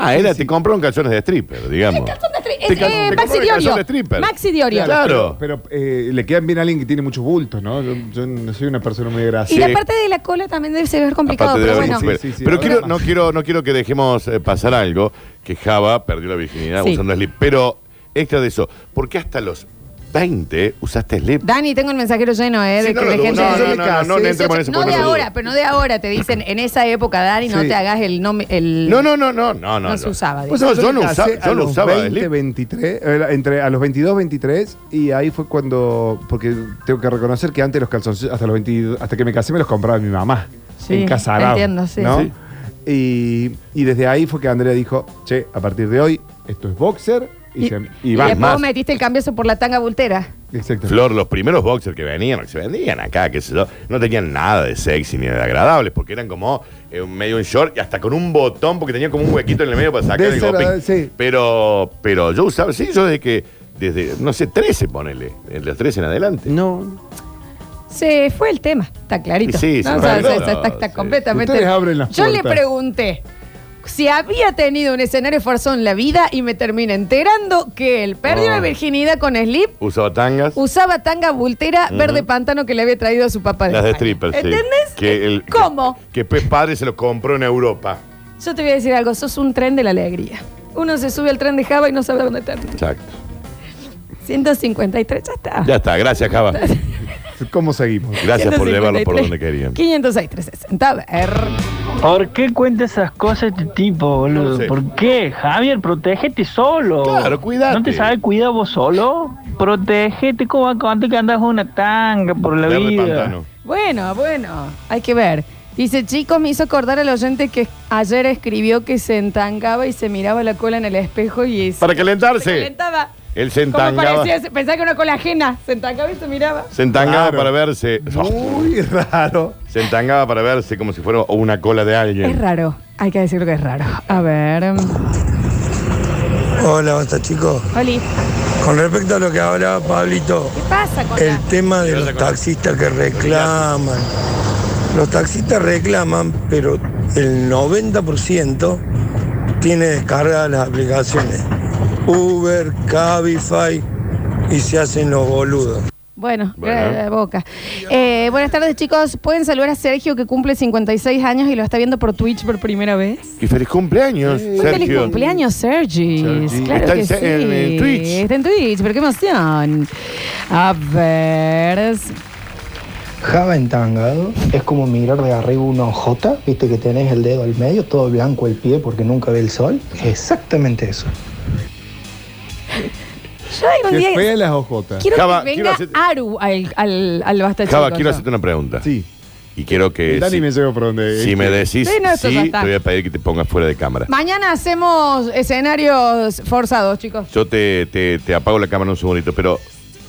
Ah, era, te compraron calzones de stripper, digamos.
Calzón de stri-
Te
es,
cal-
eh, Maxi
te compraron
Diorio.
calzón de stripper.
Maxi Diorio.
Claro.
Pero, pero, eh, le quedan bien a alguien que tiene muchos bultos, ¿no? Yo, yo no soy una persona muy
Y
graciosa.
la parte de la cola también debe ser complicado,
Aparte de
pero
la
bueno.
virgen,
Sí, sí, sí,
pero
ahora
quiero,
pasa.
no, quiero, no quiero que dejemos eh, pasar algo, que Java perdió la virginidad
Sí.
usando slip. Pero extra de eso, ¿por qué hasta los 20 usaste slip.
Dani, tengo el mensajero lleno, ¿eh?
Sí,
De,
no,
que-
lo
de
dudo.
gente.
No, no,
de-
no, no, no, no entremos en ese
No
punto,
de
no lo
ahora,
dudo.
pero no de ahora. Te dicen, en esa época, Dani, no
Sí.
te hagas el. nom- el...
No, no, no, no, no, no.
No se usaba,
Pues
Yo,
no, yo no
casé
usaba, yo
a
no
los
usaba
20,
slip.
23, eh, entre, a los 22, 23, y ahí fue cuando, porque tengo que reconocer que antes los calzoncillos, hasta los 22, hasta que me casé me los compraba mi mamá,
Sí,
en Casarau,
entiendo, sí.
¿no?
Sí.
Y, y desde ahí fue que Andrea dijo, che, a partir de hoy, esto es boxer, y,
Y,
se-
y
y va
después
más.
metiste el cambiazo por la tanga voltera.
Exacto.
Flor, los primeros boxers que venían, que se vendían acá, qué sé yo, no tenían nada de sexy ni de agradables, porque eran como eh, medio un short y hasta con un botón, porque tenían como un huequito en el medio para sacar el
Desagradable,
goping.
sí.
Pero, pero yo usaba, sí, yo desde que, desde, no sé, 13, ponele, de los 13 en adelante.
No,
Se fue el tema, está clarito.
Sí, sí,
No,
sí,
o sea,
perdón.
o sea, está, está
Sí.
completamente.
Ustedes abren las
Yo le
puertas.
pregunté si había tenido un escenario forzón en la vida y me terminé enterando que él perdió
Ah.
la virginidad con Slip,
Usaba tangas.
usaba tanga voltera verde pantano que le había traído a su papá.
Las de
España.
stripper, sí.
¿Entendés?
Que el-
¿Cómo?
Que, que Pez Padre se los compró en Europa.
Yo te voy a decir algo, sos un tren de la alegría. Uno se sube al tren de Java y no sabe dónde termina.
Exacto.
153, ya está.
Ah. Ya está, gracias, Java.
¿cómo seguimos?
Gracias por llevarlo por donde querían.
506, 360. A ver.
¿Por qué cuenta esas cosas este tipo, boludo?
No sé.
¿Por qué? Javier, protégete solo.
Claro, cuidate.
¿No te sabes cuidar vos solo? Protégete como antes que andas una tanga por la
Verde
vida.
Pantano.
Bueno, bueno, hay que ver. Dice, chicos, me hizo acordar al oyente que ayer escribió que se entangaba y se miraba la cola en el espejo y se,
Para
se
calentarse.
calentaba.
Él se
Como
entangaba.
parecía, se- pensaba que era una cola ajena. Se entangaba y se miraba.
Se entangaba
Claro.
para verse.
Muy raro.
Se entangaba para verse como si fuera una cola de
Es
alguien.
raro, hay que decirlo que es raro. A ver. mm,
Hola, basta chicos.
Oli,
Con respecto a lo que hablaba Pablito,
¿qué pasa con
el
la-
tema de los taxistas que reclaman. Los taxistas reclaman, pero el 90% tiene descargadas las aplicaciones. Uber, Cabify y se hacen los boludos.
Bueno,
Bueno.
gra- eh, boca. Eh, buenas tardes, chicos. ¿Pueden saludar a Sergio que cumple 56 años y lo está viendo por Twitch por primera vez?
Y feliz cumpleaños,
Muy
Sergio.
Feliz cumpleaños, Sergi.
Sergi.
Claro
Está
que
en-
sí.
en- en Twitch.
Está en Twitch, pero qué emoción. A ver.
Java entangado es como mirar de arriba una J, viste que tenés el dedo al medio, todo blanco el pie porque nunca ve el sol. Exactamente eso.
Yo algún
Que
día
fea las ojotas.
quiero
Java,
que venga
quiero hacerte-
Aru al, al, al Basta
Java,
Chico, yo.
quiero hacerte una pregunta.
Sí.
Y quiero que.
Dani
si,
me llevo por donde.
si me decís
Sí,
sí,
no, esto ya
te
está.
voy a pedir que te pongas fuera de cámara.
Mañana hacemos escenarios forzados, chicos.
Yo te, te- te apago la cámara un segundito, pero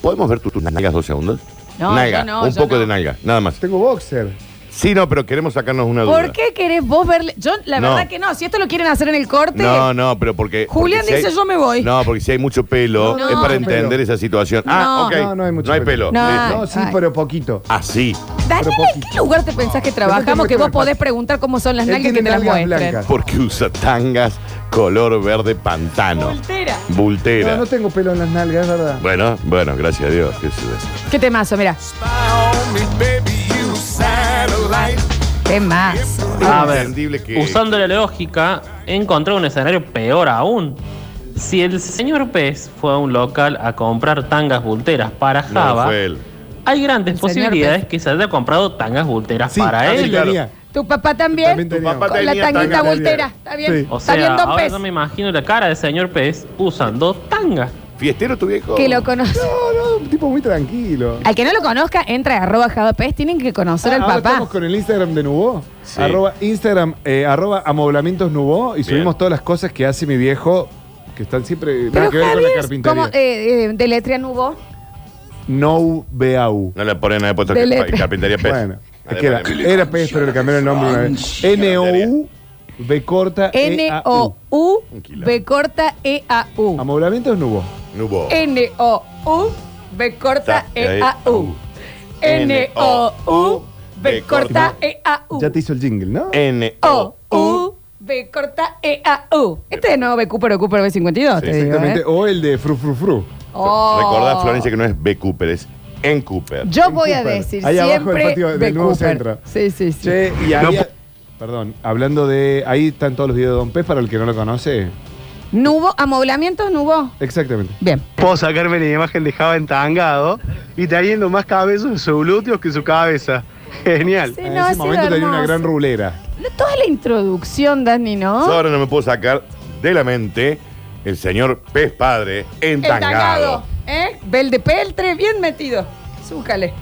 ¿podemos ver tu- tus nalgas dos segundos?
No,
nalga,
yo no,
un
yo
poco
no.
de nalga, nada más.
Tengo boxer.
Sí, no, pero queremos sacarnos una duda.
¿Por qué querés vos verle? Yo, la
No.
verdad que no. Si esto lo quieren hacer en el corte.
No, no, pero porque.
Julián
porque si
dice,
hay-
"Yo me voy".
No, porque si hay mucho pelo,
No,
es
no,
para
no.
entender esa situación.
No.
Ah, ok.
No, no hay mucho
pelo.
No.
Listo.
No, sí,
ay.
pero poquito.
Así.
Daniel, ¿en qué
propósito.
lugar te pensás que trabajamos que vos podés preguntar cómo son las
Él
nalgas que
tiene
te las
nalgas
muestren?
blancas.
Porque usa tangas color verde pantano.
Voltera.
Bultera.
No, no tengo pelo en las nalgas, es verdad.
Bueno, bueno, gracias a Dios. qué sé yo.
Qué temazo, mira. Temazo.
Ah,
Es entendible que-
Usando la lógica, he encontrado un escenario peor aún. Si el señor Pez fue a un local a comprar tangas bulteras para
No,
Java,
fue él.
hay grandes
señor
posibilidades que se haya comprado tangas bulteras
Sí,
para
también
él.
tenía.
¿Tu papá también?
También tenía.
papá
Con la
tenía
tanguita
tanga.
voltera. ¿Está bien?
Sí.
O
¿Está bien,
sea,
Don
ahora
Pez?
yo me imagino la cara del señor Pez usando tanga.
¿Fiestero tu viejo?
Que lo conoce.
No, no, un tipo muy tranquilo.
Al que no lo conozca, entra a arroba javapes. Tienen que conocer al
Ah, Ahora
papá.
Estamos con el Instagram de Nubó.
Sí.
Arroba Instagram, eh, arroba amoblamientos Nubó y subimos
Bien.
todas las cosas que hace mi viejo que están siempre nada
Pero
que ver con la
Javier,
carpintería.
como eh, eh, deletrea nubo.
No Beau.
No le ponen nada de puesto
De
que
letra.
carpintería pez. Ah,
Bueno,
Ahí
es que era,
ponen-
era pez, pero le cambiaron el nombre una vez. N-O-U, B corta, E E-A-U.
N-O-U,
Un quilombo.
B corta E E-A-U.
Amoblamientos Nubó.
No hubo.
N-O-U, B corta E
Ta-
E-A-U. N-O-U, B corta E-A-U.
Ya te hizo el jingle, ¿no?
Eh.
O,
N-O-U.
U, B corta, E, A, U. Este es nuevo B, Cooper o Cooper B52, te digo.
Exactamente.
¿eh?
O el de Fru Fru Fru.
Oh.
Recordá, Florencia, que no es B. Cooper, es N. Cooper.
Yo
En
voy a
Cooper.
decir
Ahí abajo del
siempre
patio del
B,
nuevo
Cooper.
centro.
Sí, sí, sí.
Che, y había-
No.
Perdón, hablando de. Ahí están todos los videos de Don Pez para el que no lo conoce.
Nubo, amoblamientos, nubo.
Exactamente.
Bien.
Puedo sacarme la imagen de Java entangado y teniendo más cabezos en sus glúteos que en su cabeza. Genial.
Sí, no, En ese ha sido momento tenía una hermoso. gran
rulera.
No, Toda la introducción, Dani, ¿no?
Yo ahora no me puedo sacar de la mente el señor Pez Padre entangado.
Entangado. ¿Eh? Bel de peltre, bien metido. Súcale.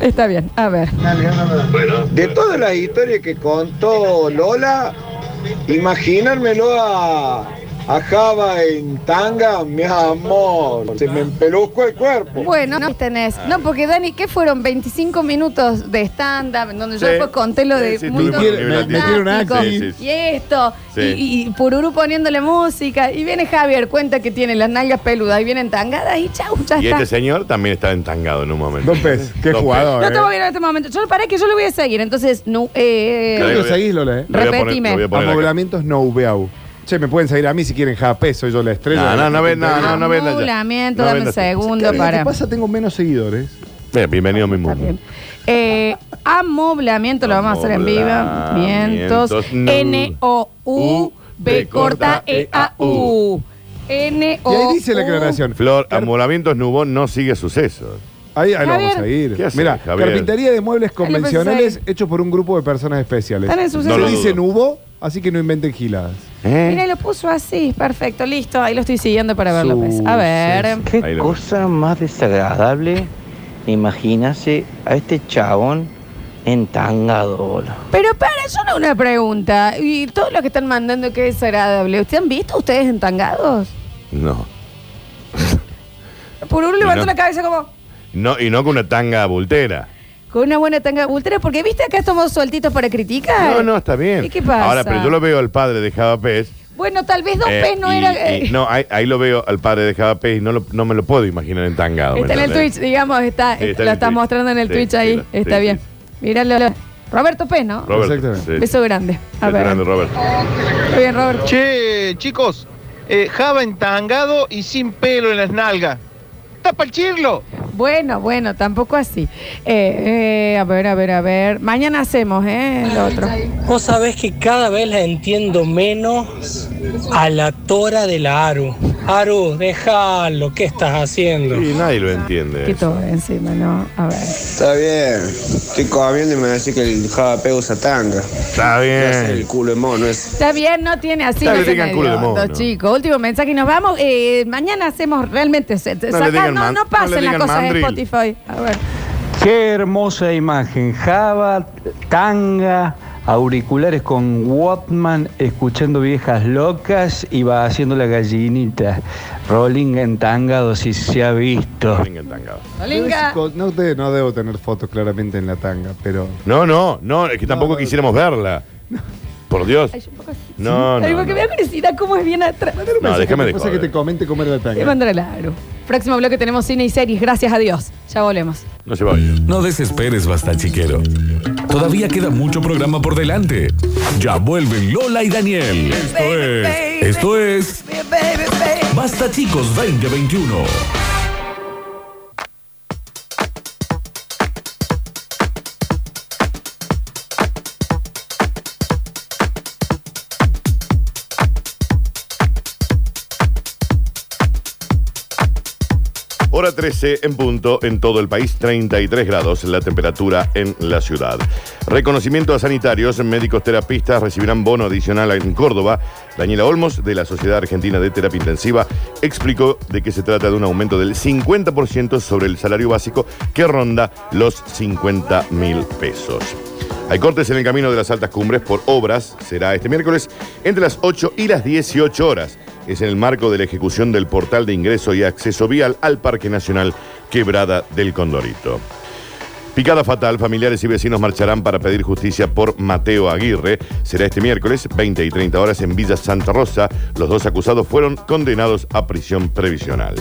Está bien, a ver.
De todas las historias que contó Lola, imaginármelo a, a Java en tanga, mi amor, se me empeluzco el cuerpo.
Bueno, no tenés. No, porque Dani, ¿qué fueron? 25 minutos de stand-up, en donde yo
Sí.
después conté lo
Sí,
de
sí,
mundo
tuvimos un nivel
fantástico,
latino. Metieron acting. Sí, sí, sí.
y esto,
Sí.
y, y Pururú poniéndole música, y viene Javier, cuenta que tiene las nalgas peludas, y vienen tangadas, y chau, ya
Y
está.
este señor también está entangado en un momento.
Don Pez, qué ¿eh?
No estamos bien en este momento. Yo paré que yo lo voy a seguir, entonces, no, eh,
Creo que lo seguís, Lola, ¿eh?
Lo voy a poner- Repetime. lo voy a poner acá.
Amoblamientos no ubeau. Che, me pueden seguir a mí si quieren JP, soy yo la estrella.
No, no, no ven- no, no, no ven-
Amoblamiento,
No
dame un
vendas-
segundo
¿Qué
para.
pasa? Tengo menos seguidores.
Bien, bienvenido a mi mundo.
Eh, amoblamiento, lo vamos a hacer en vivo. Vientos.
Amoblamientos.
N-O-U, B corta E
E
E-A-U. N-O.
Y ahí dice
oh.
la aclaración.
Flor, Amolamientos Nubón no sigue sucesos.
Ahí, ahí lo
Javier.
vamos a ir.
¿Qué haces,
Mira,
Javier?
carpintería de muebles
Ah, pensé
convencionales hechos por un grupo de personas especiales.
Están en su
No
No
Se
lo ¿Eh?
dice nubo, así que no inventen giladas.
Mira, lo puso así. Perfecto, listo. Ahí lo estoy siguiendo para verlo. pues. A ver.
¿Qué cosa más desagradable imaginarse a este chabón entangado, boludo?
Pero para, yo no una pregunta. Y todos los que están mandando que es agradable. ¿Ustedes han visto ustedes entangados?
No.
Por uno
Y
levantó
no.
la cabeza como.
no. Y no con una tanga voltera.
Con una buena tanga ultra, porque viste acá estamos sueltitos para criticar.
No, no, está bien.
¿Y qué pasa?
Ahora, pero yo lo veo al padre de Java Pez.
Bueno, tal vez Don
eh,
Pez no
y-
era.
y- no, ahí, ahí lo veo al padre de Java Pez y no, lo- no me lo puedo imaginar entangado. ¿me
Está en el
entendés?
Twitch, digamos, está,
eh, Sí, está en
lo
el
está
Twitch.
mostrando en el
Sí,
Twitch
sí,
ahí.
lo-
está
sí,
bien. Míralo. lo- Roberto Pez, ¿no?
Roberto, Exactamente. sí.
Beso grande. A
Está
ver.
grande, Robert.
Está bien, Robert.
Che, chicos, eh, Java entangado y sin pelo en las nalgas. ¡Tapa el chirlo!
Bueno, bueno, tampoco así. Eh, eh, a ver, a ver, a ver. Mañana hacemos, ¿eh? Lo otro.
Vos sabés que cada vez la entiendo menos a la tora de la Aru. Aru, déjalo, ¿qué estás haciendo?
Y nadie lo entiende.
Que todo encima, ¿no? A ver.
Está bien, estoy comiendo y me decís que el JP usa tanga.
Está bien.
el culo de mono ese.
Está bien, no tiene así.
No
no
le
se
digan
me
culo de
dio,
mono.
dos chicos. Último mensaje y nos vamos. Eh, mañana hacemos realmente. se-
le
saca-
digan
no,
man-
no
no le
pasen las
digan
cosas
mandril.
de Spotify. A ver.
Qué hermosa imagen. Java, tanga, auriculares con Watman, escuchando viejas locas y va haciendo la gallinita. Rolling en tanga, si se ha visto.
Rolling en tanga.
Linga.
Yo No, te- no debo tener fotos claramente en la tanga, pero.
No, no, no, es que tampoco quisiéramos verla. Por Oh, Dios. No,
Ay,
no.
porque me da curiosidad cómo es bien atrás.
No, déjame de
Cosa que
joder.
te comente cómo era la
Te
tanga.
mandaré la Aru. Próximo bloque tenemos cine y series. Gracias a Dios. Ya volvemos.
No se vaya.
No desesperes, basta chiquero. Todavía queda mucho programa por delante. Ya vuelven Lola y Daniel. Esto es. Esto es. Basta chicos 2021.
Hora 13 en punto en todo el país, 33 grados la temperatura en la ciudad. Reconocimiento a sanitarios, médicos terapistas recibirán bono adicional en Córdoba. Daniela Olmos, de la Sociedad Argentina de Terapia Intensiva, explicó de que se trata de un aumento del 50% sobre el salario básico que ronda los 50 mil pesos. Hay cortes en el camino de las altas cumbres por obras. Será este miércoles entre las 8 y las 18 horas. Es en el marco de la ejecución del portal de ingreso y acceso vial al Parque Nacional Quebrada del Condorito. Picada fatal, familiares y vecinos marcharán para pedir justicia por Mateo Aguirre. Será este miércoles, 20 y 30 horas, en Villa Santa Rosa. Los dos acusados fueron condenados a prisión previsional.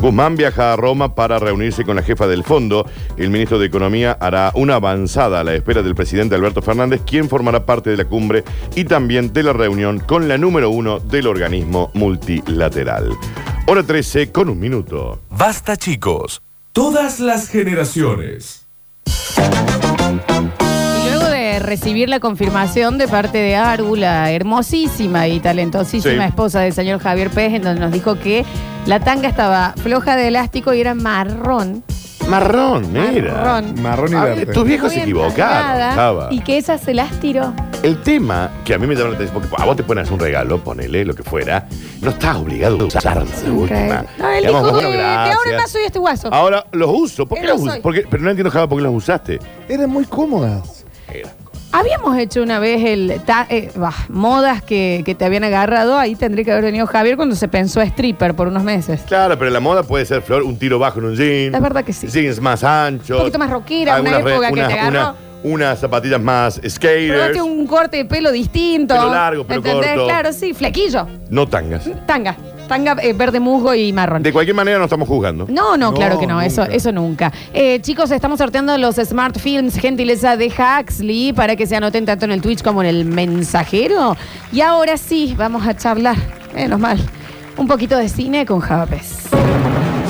Guzmán viaja a Roma para reunirse con la jefa del fondo. El ministro de Economía hará una avanzada a la espera del presidente Alberto Fernández, quien formará parte de la cumbre y también de la reunión con la número uno del organismo multilateral. Hora 13 con un minuto.
Basta chicos. Todas las generaciones.
Y luego de eh, recibir la confirmación de parte de Aru, la hermosísima y talentosísima
Sí.
esposa del señor Javier Pérez, en donde nos dijo que la tanga estaba floja de elástico y era marrón.
Marrón, mira.
Marrón.
Marrón y
Ah,
verde.
Tus viejos se
Muy
equivocaron.
entalada,
Java.
Y que esa se las tiró.
El tema que a mí me llama la atención, porque a vos te pones un regalo, ponele lo que fuera, no estás obligado a usarlo de última.
No, él
Digamos,
dijo
bueno,
que, que ahora
gracias.
más soy este guaso.
Ahora los uso. ¿Por qué
Él
los
lo
uso?
soy.
Porque- pero no entiendo, Java, por qué los usaste.
Eran muy cómodas.
Habíamos hecho una vez el ta- eh, bah, modas que, que te habían agarrado. Ahí tendría que haber venido Javier cuando se pensó a stripper por unos meses.
Claro, pero la moda puede ser, Flor, un tiro bajo en un jean.
Es verdad que sí.
Jeans más anchos.
Un poquito más rockera, una
algunas re-
época que
unas-
te agarró.
una- unas zapatillas más
Pero
skaters.
date un corte de pelo distinto.
Pelo largo, pelo corto.
Claro, sí, flequillo.
No tangas.
Tanga. Tanga eh, verde musgo y marrón.
De cualquier manera no estamos juzgando.
No, no, claro que no, eso eso nunca. Eh, chicos, estamos sorteando los Smart Films, gentileza de Huxley, para que se anoten tanto en el Twitch como en el mensajero. Y ahora sí, vamos a charlar, menos mal, un poquito de cine con Javapes.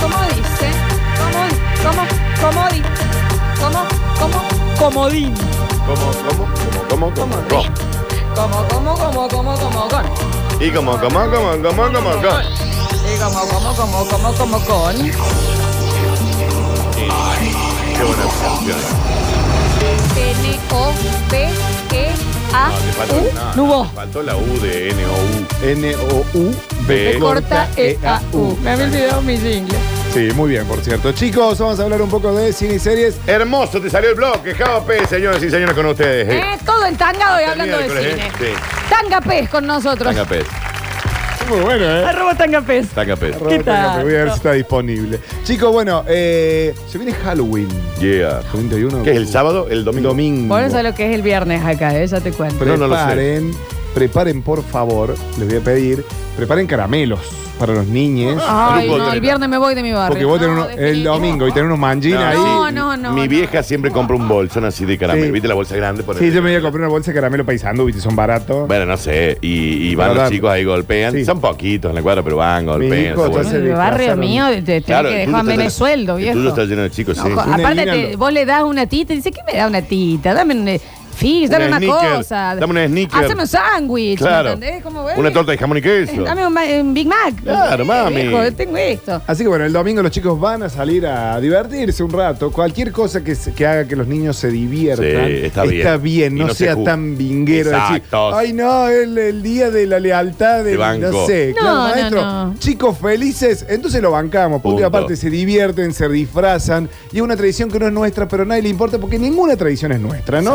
¿Cómo dice? ¿Cómo? ¿Cómo? ¿Cómo? di- ¿Cómo? ¿Cómo? Comodín.
¿Cómo, cómo, cómo, cómo, cómo, cómo?
¿Cómo, cómo, cómo, cómo, cómo, con?
Y como, como, como, como, como, como.
Y como, como, como, como, como, con.
Qué buena canción.
N, O, P, E, A.
No, te faltó,
U.
no,
¿eh? No hubo.
te faltó la U de N-O-U.
N-O-U.
B.
Corta E, A, U. Me había olvidado mi jingle.
Sí, muy bien, por cierto. Chicos, vamos a hablar un poco de cine y series.
Hermoso, te salió el bloque. Java P, señoras y señores, con ustedes. eh.
Eh, todo entangado y
Hasta el
hablando de
miércoles,
cine.
eh.
Tanga Pez con
Sí.
nosotros.
Tanga P.
Muy bueno, ¿eh?
Arroba Tanga Pez.
Tanga P.
¿Qué tal?
Voy a ver si está disponible. Chicos, bueno, eh, se viene Halloween.
Yeah.
31.
¿Qué es el sábado? ¿El domingo?
Domingo.
Bueno, eso es lo que es el viernes acá, eh, ya te cuento.
No, no lo sé.
Preparen, preparen, por favor, les voy a pedir, preparen caramelos para los niños.
Ay, no, el viernes me voy de mi barrio.
Porque vos tenés
No,
uno- el domingo y tenés unos manginas ahí.
No, no, no,
Mi
no.
vieja siempre compra un bolsón así de caramelo. ¿Viste la bolsa grande? Por
Sí, yo me voy a comprar una bolsa de caramelo paisandú, viste, son baratos.
Bueno, no sé. Y, y van
Para
los
dar.
chicos ahí golpean.
Sí.
Son poquitos en la cuadra, pero van, golpean.
hijo
está bueno.
entonces
El barrio
disfrazaron.
mío, te- te
Claro,
tenés que
el tuyo
dejar
está
menos
lleno-
sueldo,
El tuyo
viejo.
está lleno de chicos, sí.
Co- Aparte, te- vos le das una tita y dice, ¿qué me da una tita? Dame un eh, fish, dame
Una
una,
Snicker,
cosa.
dame un Snicker.
Haceme un sándwich,
Claro.
¿me entendés? Como, eh,
Una torta de jamón y queso.
Dame un, ma- un Big Mac.
Claro,
Eh,
mami.
viejo, tengo esto.
Así que bueno, el domingo los chicos van a salir a divertirse un rato. Cualquier cosa que, se- que haga que los niños se diviertan
Sí, está bien. Y
no,
no se
sea
ju-
tan vinguero. de Decir,
Exacto.
Ay, no, el, el día de la lealtad
De
del
banco.
no sé.
No,
claro,
no,
maestro.
no.
Chicos felices, entonces lo bancamos. Porque
Punto.
aparte se divierten, se disfrazan. Y es una tradición que no es nuestra, pero a nadie le importa porque ninguna tradición es nuestra, ¿no?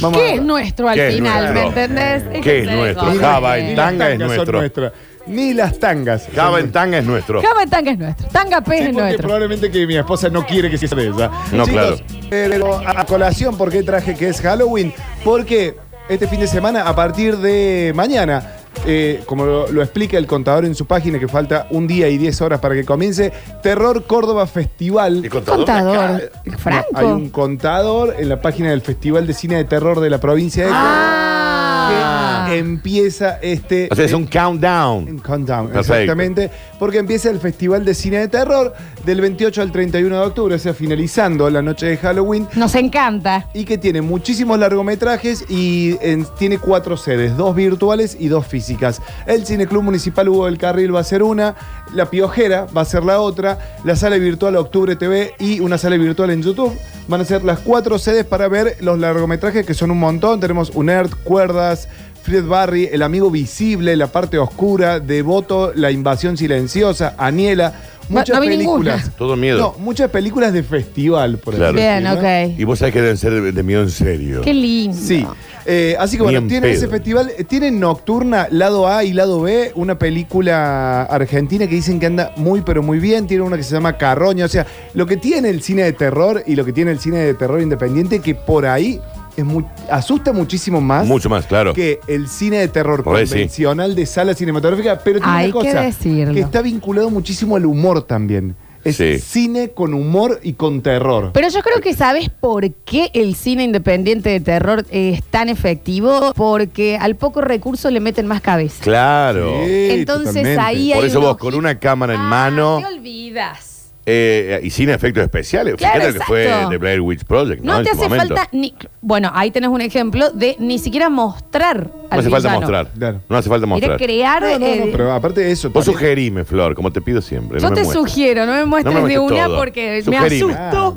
Vamos
¿Qué
a-
es nuestro al
¿Qué es
final?
nuestro?
¿Me entendés?
¿Qué
que
es
se
nuestro?
dejo.
Java en
Ni las
tanga es
tangas son
nuestro.
nuestras. Ni las tangas.
Java en tanga es nuestro.
Java en tanga es nuestro. Tanga P
Sí,
es
porque
nuestro.
probablemente que mi esposa no quiere que se de ella.
No, claro.
pero eh, a a colación, ¿por qué traje que es Halloween? Porque este fin de semana, a partir de mañana, eh, como lo, lo explica el contador en su página, que falta un día y 10 horas para que comience, Terror Córdoba Festival. ¿El
Contador.
Ah,
Franco.
hay un contador en la página del Festival de Cine de Terror de la provincia de
Ah.
Córdoba que empieza este
O sea, es un countdown.
en Countdown,
Perfecto.
exactamente. Porque empieza el Festival de Cine de Terror del 28 al 31 de octubre, o sea, finalizando la noche de Halloween.
Nos encanta.
Y que tiene muchísimos largometrajes y en- tiene cuatro sedes, dos virtuales y dos físicas. El Cineclub Municipal Hugo del Carril va a ser una, La Piojera va a ser la otra, la sala virtual Octubre TV y una sala virtual en YouTube. Van a ser las cuatro sedes para ver los largometrajes que son un montón. Tenemos Unert, Cuerdas, Fred Barry, El Amigo Visible, La Parte Oscura, Devoto, La Invasión Silenciosa, Aniela.
No-
Muchas
no vi
películas.
ninguna.
Todo miedo.
No, muchas películas de festival, por
Claro.
ejemplo.
Bien, ok.
Y vos sabés que deben ser de, de miedo en serio.
Qué lindo.
Sí. Eh, así que
Ni
bueno,
en
tienen
pedo.
ese festival, eh, tienen Nocturna, lado A y lado B, una película argentina que dicen que anda muy pero muy bien, tiene una que se llama Carroña, o sea, lo que tiene el cine de terror y lo que tiene el cine de terror independiente, que por ahí es mu- asusta muchísimo más.
Mucho más, claro.
Que el cine de terror
Re, sí.
convencional de sala cinematográfica, pero tiene
Hay
una
que
cosa
decirlo.
que está vinculado muchísimo al humor también. Es
Sí.
cine con humor y con terror.
Pero yo creo que sabes por qué el cine independiente de terror es tan efectivo, porque al poco recurso le meten más cabeza.
Claro.
Sí, Entonces, totalmente. ahí
Por
hay Ah,
eso
un
vos con una cámara en mano
Te olvidas.
eh, y sin efectos especiales.
Claro,
Fíjate lo que fue
exacto.
The Blair Witch Project, ¿no?
No,
En
te
su
hace
momento.
falta ni. Bueno, ahí tenés un ejemplo de ni siquiera mostrar al
No hace falta
villano.
mostrar. No hace falta
Mira,
mostrar.
crear. eh,
pero aparte de eso.
Vos sugerime, Flor, como te pido siempre.
yo
no me
te
muestres.
sugiero, no me muestres
No me
de
muestres
una
todo.
porque
Sugerime.
me asusto.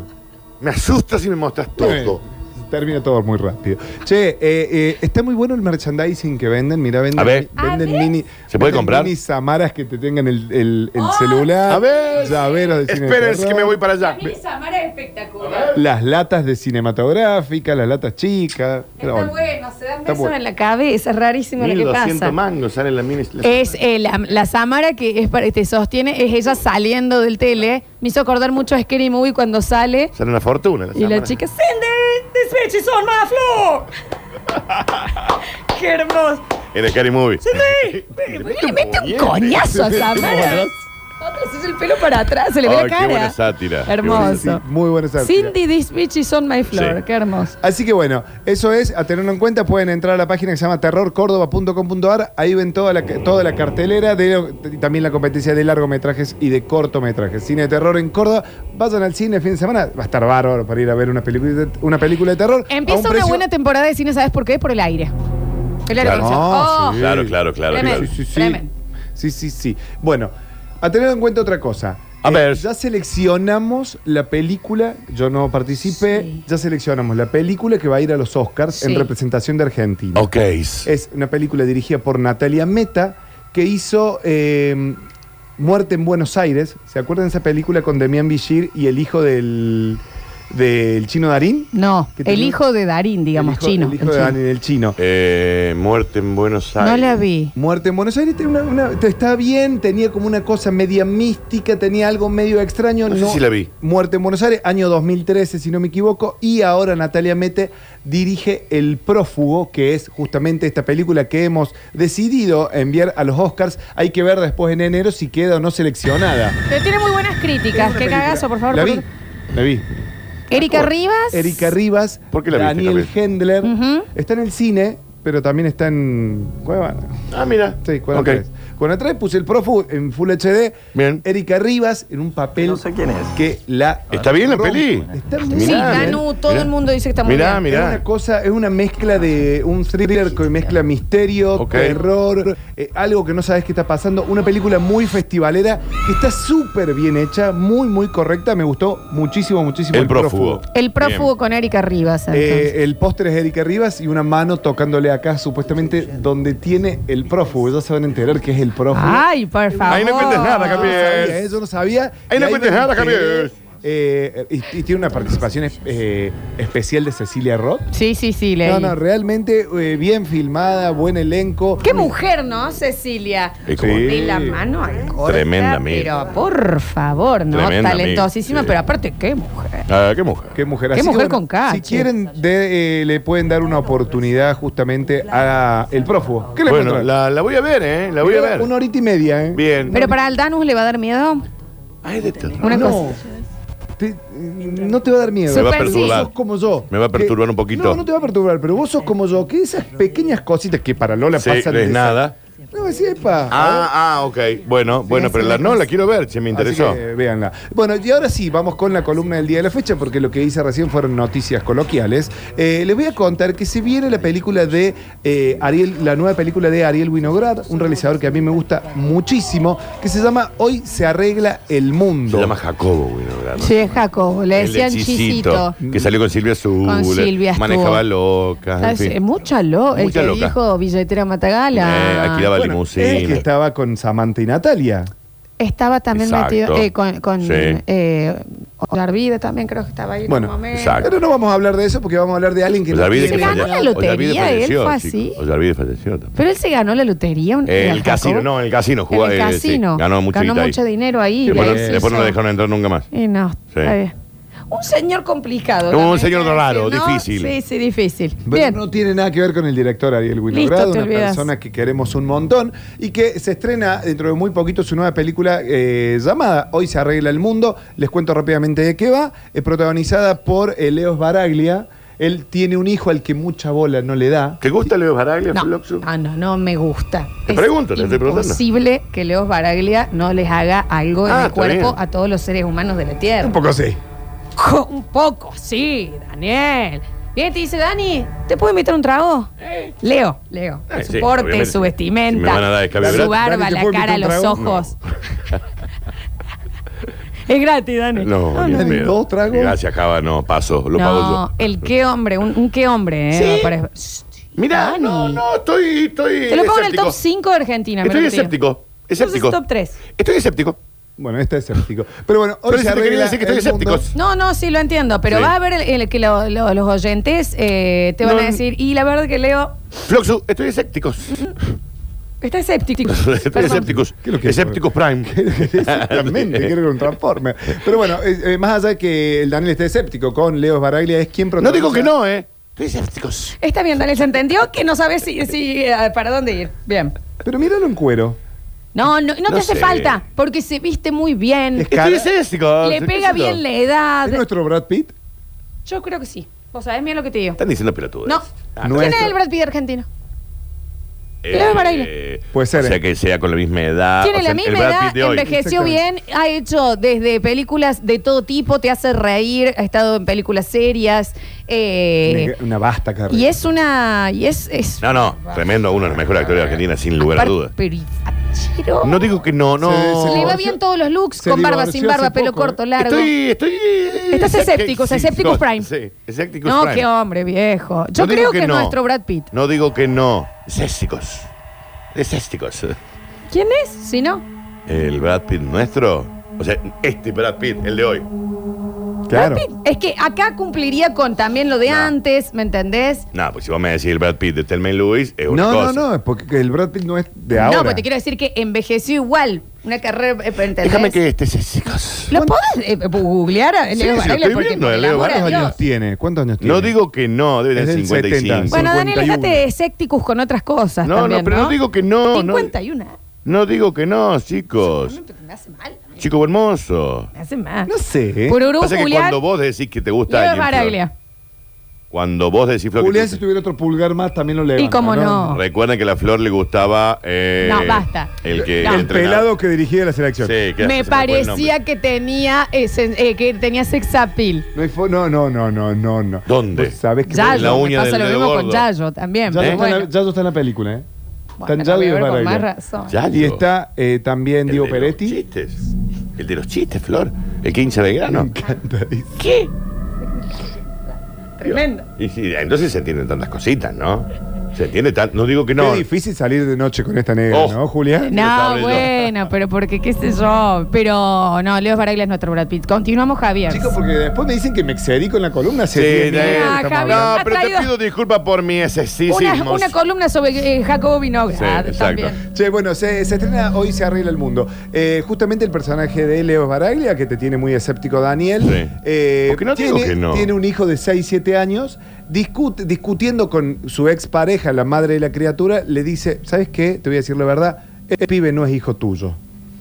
Me asusta si me mostras todo.
Termina todo muy rápido. Che, eh, eh, está muy bueno el merchandising que venden. Mira, venden,
A ver.
venden mini.
¿Se puede
venden
comprar?
Mini samaras que te tengan el, el-
Oh.
el celular.
A ver.
Llaveros de cine de
Espérense que
terror,
me voy para allá.
Samara es espectacular.
Las latas de cinematográfica, las latas chicas.
Está bueno, se dan
Está
besos
bueno.
en la cabeza, es rarísimo lo que pasa.
mangos sale la mini.
Es eh, la, la Samara que es para que te sostiene, es ella saliendo del tele. Me hizo acordar mucho a Scary Movie cuando sale
Sale una fortuna.
y la
cámara.
chica ¡Sende! ¡This bitch is on my floor! ¡Qué hermoso!
En el Scary Movie.
¡Sende! Le mete un
puñete.
coñazo a Samara. Otra es el pelo para atrás, se le ve la
Ay, qué buena
cara.
sátira.
Hermoso.
Muy buena sátira.
Cindy, this bitch is on my floor. Qué hermoso.
Así que bueno, eso es, a tenerlo en cuenta, pueden entrar a la página que se llama terrorcordoba.com.ar, ahí ven toda la, toda la cartelera, de, lo- y también la competencia de largometrajes y de cortometrajes. Cine de terror en Córdoba, vayan al cine el fin de semana, va a estar bárbaro para ir a ver una película de, una película de terror. a
Empieza
un
una
precio-
buena temporada de cine, ¿sabes por qué? Por el aire. El aire
Claro, Ah,
acondicionado.
sí.
Oh,
Claro, claro, claro,
Tremendo,
claro.
Sí, sí, sí.
tremendo.
Sí, sí, sí. Bueno, a tener en cuenta otra cosa. Eh,
A ver.
Ya seleccionamos la película, yo no participé, ya seleccionamos la película que va a ir a los Oscars
Sí.
en representación de Argentina.
Ok.
Es una película dirigida por Natalia Meta que hizo eh, Muerte en Buenos Aires. ¿Se acuerdan de esa película con Demián Bichir y el hijo del, del chino Darín?
No,
¿Qué
el
tenía?
hijo de Darín, digamos,
hijo-
chino.
el hijo
el
de
chino.
Darín, el chino.
Eh, muerte en Buenos Aires.
No la vi.
Muerte en Buenos Aires tenía una- una- te- está bien, tenía como una cosa media mística, tenía algo medio extraño.
No sé si la vi.
Muerte en Buenos Aires, año 2013, si no me equivoco. Y ahora Natalia Mete dirige El Prófugo, que es justamente esta película que hemos decidido enviar a los Oscars. Hay que ver después en enero si queda o no seleccionada.
Pero tiene muy buenas críticas. Qué cagazo, por favor.
La
por
vi,
favor.
la vi.
Erika Rivas.
Erika Rivas,
la viste,
Daniel
Gabriel?
Hendler. Está en el cine, pero también está en Cuevana.
Ah, mira.
Sí, Cuevana
Ok.
3. Cuevana 3 puse el profu en Full HD.
Bien.
Erika Rivas en un papel que la.
¿Está bien la
rompe.
peli?
Está muy
Sí,
Mirá,
Danu,
mirá.
todo el mundo dice que está muy
Mirá,
bien.
mirá.
Es una cosa, es una mezcla de un thriller que mezcla misterio,
Ok.
terror, eh, algo que no sabes qué está pasando. Una película muy festivalera que está súper bien hecha, muy, muy correcta. Me gustó muchísimo, muchísimo.
El prófugo.
El prófugo con Erika Rivas. entonces.
Eh, el póster es Erika Rivas y una mano tocándole acá, supuestamente, donde tiene el prófugo. Ya se van a enterar que es el prófugo.
Ay, por favor.
Ahí no
cuentes nada,
Yo no
Gabriel.
sabía, eh, yo no sabía.
Ahí no
Y
cuentes
me
nada,
enteré,
Gabriel.
eh, y, y tiene una participación es- eh, especial de Cecilia Roth.
Sí, sí, sí, leí.
No, no, realmente eh, bien filmada, buen elenco.
Qué mujer, ¿no, Cecilia?
Eh,
Sí.
como-
De la mano al corte,
Tremenda amiga.
Pero por favor, ¿no?
Tremenda
Talentosísima,
amiga, sí.
pero aparte, qué mujer.
Ah, qué mujer.
Qué mujer,
Qué
Así que,
mujer con cacho.
Si quieren, de- eh, le pueden dar una oportunidad justamente a El Prófugo. ¿Qué le
Bueno,
encontraron?
la, la voy a ver, ¿eh? La voy a
Mirá,
ver.
Una horita y media, ¿eh?
Bien.
Pero para el Danus le va a dar miedo.
Ay, de terror.
Una
No.
cosa.
Te- no te va a dar miedo.
Me va a
Super, sí.
Vos
perturbar.
sos como yo.
Me va a perturbar un poquito.
No, no te va a perturbar, pero vos sos como yo, que esas pequeñas cositas que para Lola
Sí,
pasan
no es
de-
nada.
No, sí, epa.
Ah, ah, ok. Bueno, bueno, pero la, no, la quiero ver, che, me
Así
interesó.
que, véanla. Bueno, y ahora sí, vamos con la columna del día de la fecha, porque lo que hice recién fueron noticias coloquiales. Eh, les voy a contar que se viene la película de eh, Ariel, la nueva película de Ariel Winograd, un realizador que a mí me gusta muchísimo, que se llama Hoy se arregla el mundo.
Se llama Jacobo, güey, no, ¿verdad?
Sí, es Jacobo, le
El de
decían chisito.
Que salió con Silvia Azul.
Con Silvia Ah, estuvo.
Manejaba locas. en
¿Sabes?
fin.
Mucha lo, el
Mucha
que
loca.
dijo billetera Matagala.
Eh, alquilaba limusina.
Es el que estaba con Samantha y Natalia.
Estaba también
Exacto.
metido eh, con, con
Sí.
eh, Ollarvide también creo que estaba ahí en un
Bueno,
momento.
pero no vamos a hablar de eso porque vamos a hablar de alguien que no
Ollarvide
tiene-
ganó la
Ollarvide
lotería, él
falleció,
fue
chicos.
así.
Ollarvide falleció también.
Pero él se ganó la lotería. un-
Eh,
era
el casino,
Jacobo.
no, en el casino
En
jugaba.
el
eh, sí,
casino.
ganó mucho,
mucho dinero ahí.
Después, no,
les
después no
hizo-
lo dejaron entrar nunca más.
Y no,
Sí.
está bien. Un señor complicado.
Un
también,
señor
¿no?
raro,
Sí, ¿no?
difícil.
Sí, sí, difícil.
Pero
Bien.
no tiene nada que ver con el director Ariel
Listo,
Winograd,
te
una
olvidas.
persona que queremos un montón y que se estrena dentro de muy poquito su nueva película eh, llamada Hoy se arregla el mundo. Les cuento rápidamente de qué va. Es protagonizada por eh, Leo Baraglia. Él tiene un hijo al que mucha bola no le da.
¿Te gusta Leo Baraglia,
No, no, no, no me gusta.
Te pregunto, te estoy
Es
preguntando.
posible que Leos Baraglia no les haga algo en
Ah,
el
está
cuerpo
bien.
a todos los seres humanos de la Tierra.
Un poco sí.
Jo, Un poco, sí, Daniel. Viene y te dice, Dani, ¿te puedo invitar un trago? Leo, Leo.
Eh,
su
sí,
porte,
obviamente.
su
Si me van a dar
vestimenta,
escabio
su
gratis.
barba,
Dani, ¿te
la
puedo
cara,
invitar
los
un trago?
ojos. es gratis, Dani.
No,
Ah,
ni en
no.
pedo. Gracias, Java, no, paso, lo pago
No,
yo.
el qué hombre, un, un qué hombre, ¿eh?
Sí.
Para-
Mirá, no, no, estoy, estoy
Te lo pongo en el
escéptico.
top 5 de Argentina.
Estoy
mira, te digo.
escéptico, escéptico.
Entonces, top 3.
Estoy escéptico.
Bueno, este es escéptico. Pero bueno, hoy
Pero
se
eso te quería
arregla
decir que estoy
el mundo.
escéptico.
No, no, sí, lo entiendo, pero
Sí.
va a haber el, el que lo- lo- los oyentes eh, te van
No,
a decir, y la verdad que Leo
Floxu, estoy escéptico.
está escéptico.
estoy
Perdón.
escéptico. Escépticos Prime.
Exactamente, quiero que un transforme. Pero bueno, eh, eh, más allá de que el Daniel esté escéptico con Leo Baraglia, es quien
No digo que no, ¿eh?
Está bien, Daniel, se entendió que no sabes si, si, eh, para dónde ir. Bien.
Pero míralo en cuero.
No, no, no,
No
te hace
sé.
falta, porque se viste muy bien.
cara-
Le pega bien la edad.
¿Es nuestro Brad Pitt?
Yo creo que sí. Vos sabés bien lo que te digo.
Están diciendo pelotudas.
No. ¿Quién es el Brad Pitt argentino? Leo Baraglia.
Puede ser. Eh, O
¿eh?
sea, que sea con la misma edad.
Tiene
Ah, o sea,
la
el
misma
Brad
edad,
Pitt de hoy.
envejeció bien, ha hecho desde películas de todo tipo, te hace reír, ha estado en películas serias. eh,
Una vasta
y
carrera.
es una. Y es. es
No, no, tremendo, uno de los mejores actores de Argentina, sin lugar a dudas.
perifachero.
No digo que no, no.
Le va bien todos los looks,
se
con barba,
divorció
sin barba,
hace
pelo
poco,
corto,
¿eh?
largo.
Estoy- estoy.
Estás
Exacto,
escéptico,
sí,
escéptico
no,
Prime.
Sí, escépticos
No,
Prime.
qué hombre, viejo. Yo
No digo
creo que,
que no.
nuestro Brad Pitt.
No digo que no. Escépticos. Escépticos.
¿Quién es? Si no.
El Brad Pitt nuestro. O sea, este Brad Pitt, el de hoy.
Claro.
Es que acá cumpliría con también lo de antes, ¿me entendés?
No, pues si vos me decís el Brad Pitt de Telma y Luis, es una
No,
cosa.
no, no, es porque el Brad Pitt no es de
No, pues,
ahora.
pero te quiero decir que envejeció igual. Una carrera, eh, ¿entendés?
Déjame que este estés escépticos.
¿Lo podés eh, googlear? a
Sí,
Leo
sí,
Baraglia?
estoy
Porque,
viendo
por
a
el
Leo
amor a
Baraglia.
Dios.
¿Cuántos tiene? ¿Cuántos años tiene?
No digo que no, debe
Es
tener
del
55.
70.
Bueno, Daniel,
51.
dejate escépticos con otras cosas
No,
también,
no, pero no digo que no, no.
51.
No digo que no, chicos.
Me hace mal,
Chico hermoso.
me hace mal.
No sé.
Por Urú,
Pasa que
Julián.
cuando vos decís que te gusta
Leo
alguien,
Baraglia.
Flor, cuando vos decís Flor, que
Julián,
te
si tuviera otro pulgar más, también lo levanta.
Y cómo no.
gusta- recuerda que a la Flor le gustaba eh,
No, basta.
el que
No.
el
El pelado que dirigía la selección.
Sí, que
Me
se fue el nombre.
parecía que tenía, ese- eh, que tenía sex appeal.
No, hay fo- no, no, no, no, no, no.
¿Dónde?
Vos sabés que
Yayo,
La uña
me pasa
del
lo
dedo
mismo con
gordo.
Yayo también.
Yayo
pero
está, en
bueno,
la- Yayo está en la película, ¿eh?
Bueno,
Están
la voy
Yayo
a ver
y
con
Baraglia.
más razón.
Yayo.
Y está eh, también Diego
de los
Peretti.
chistes. El de los chistes, Flor. El 15 de grano. ¿Qué?
tremendo.
Y sí, entonces se entienden tantas cositas, ¿no? Se entiende tan, no digo que no.
Qué difícil salir de noche con esta negra,
Oh.
¿no, Julián?
No, bueno, pero porque qué sé yo. Pero no, Leo Baraglia es nuestro Brad Pitt. Continuamos, Javier.
Chicos, porque después me dicen que me excedí con la columna. hace
Sí, Daniel,
10 minutos que
Ah,
estamos
Javi,
hablando.
ha
pero te
traído
pido disculpas por mi
una,
excesismo.
una columna sobre eh, Jacobo Vinograd
Sí, exacto.
también.
Che, bueno, se, se estrena Hoy se arregla el mundo. Eh, justamente el personaje de Leo Baraglia, que te tiene muy escéptico Daniel,
Sí.
eh,
Porque no
tiene,
digo que no.
tiene un hijo de 6, 7 años, discute- discutiendo con su expareja, la madre de la criatura, le dice, ¿sabes qué? Te voy a decir la verdad, el pibe no es hijo tuyo.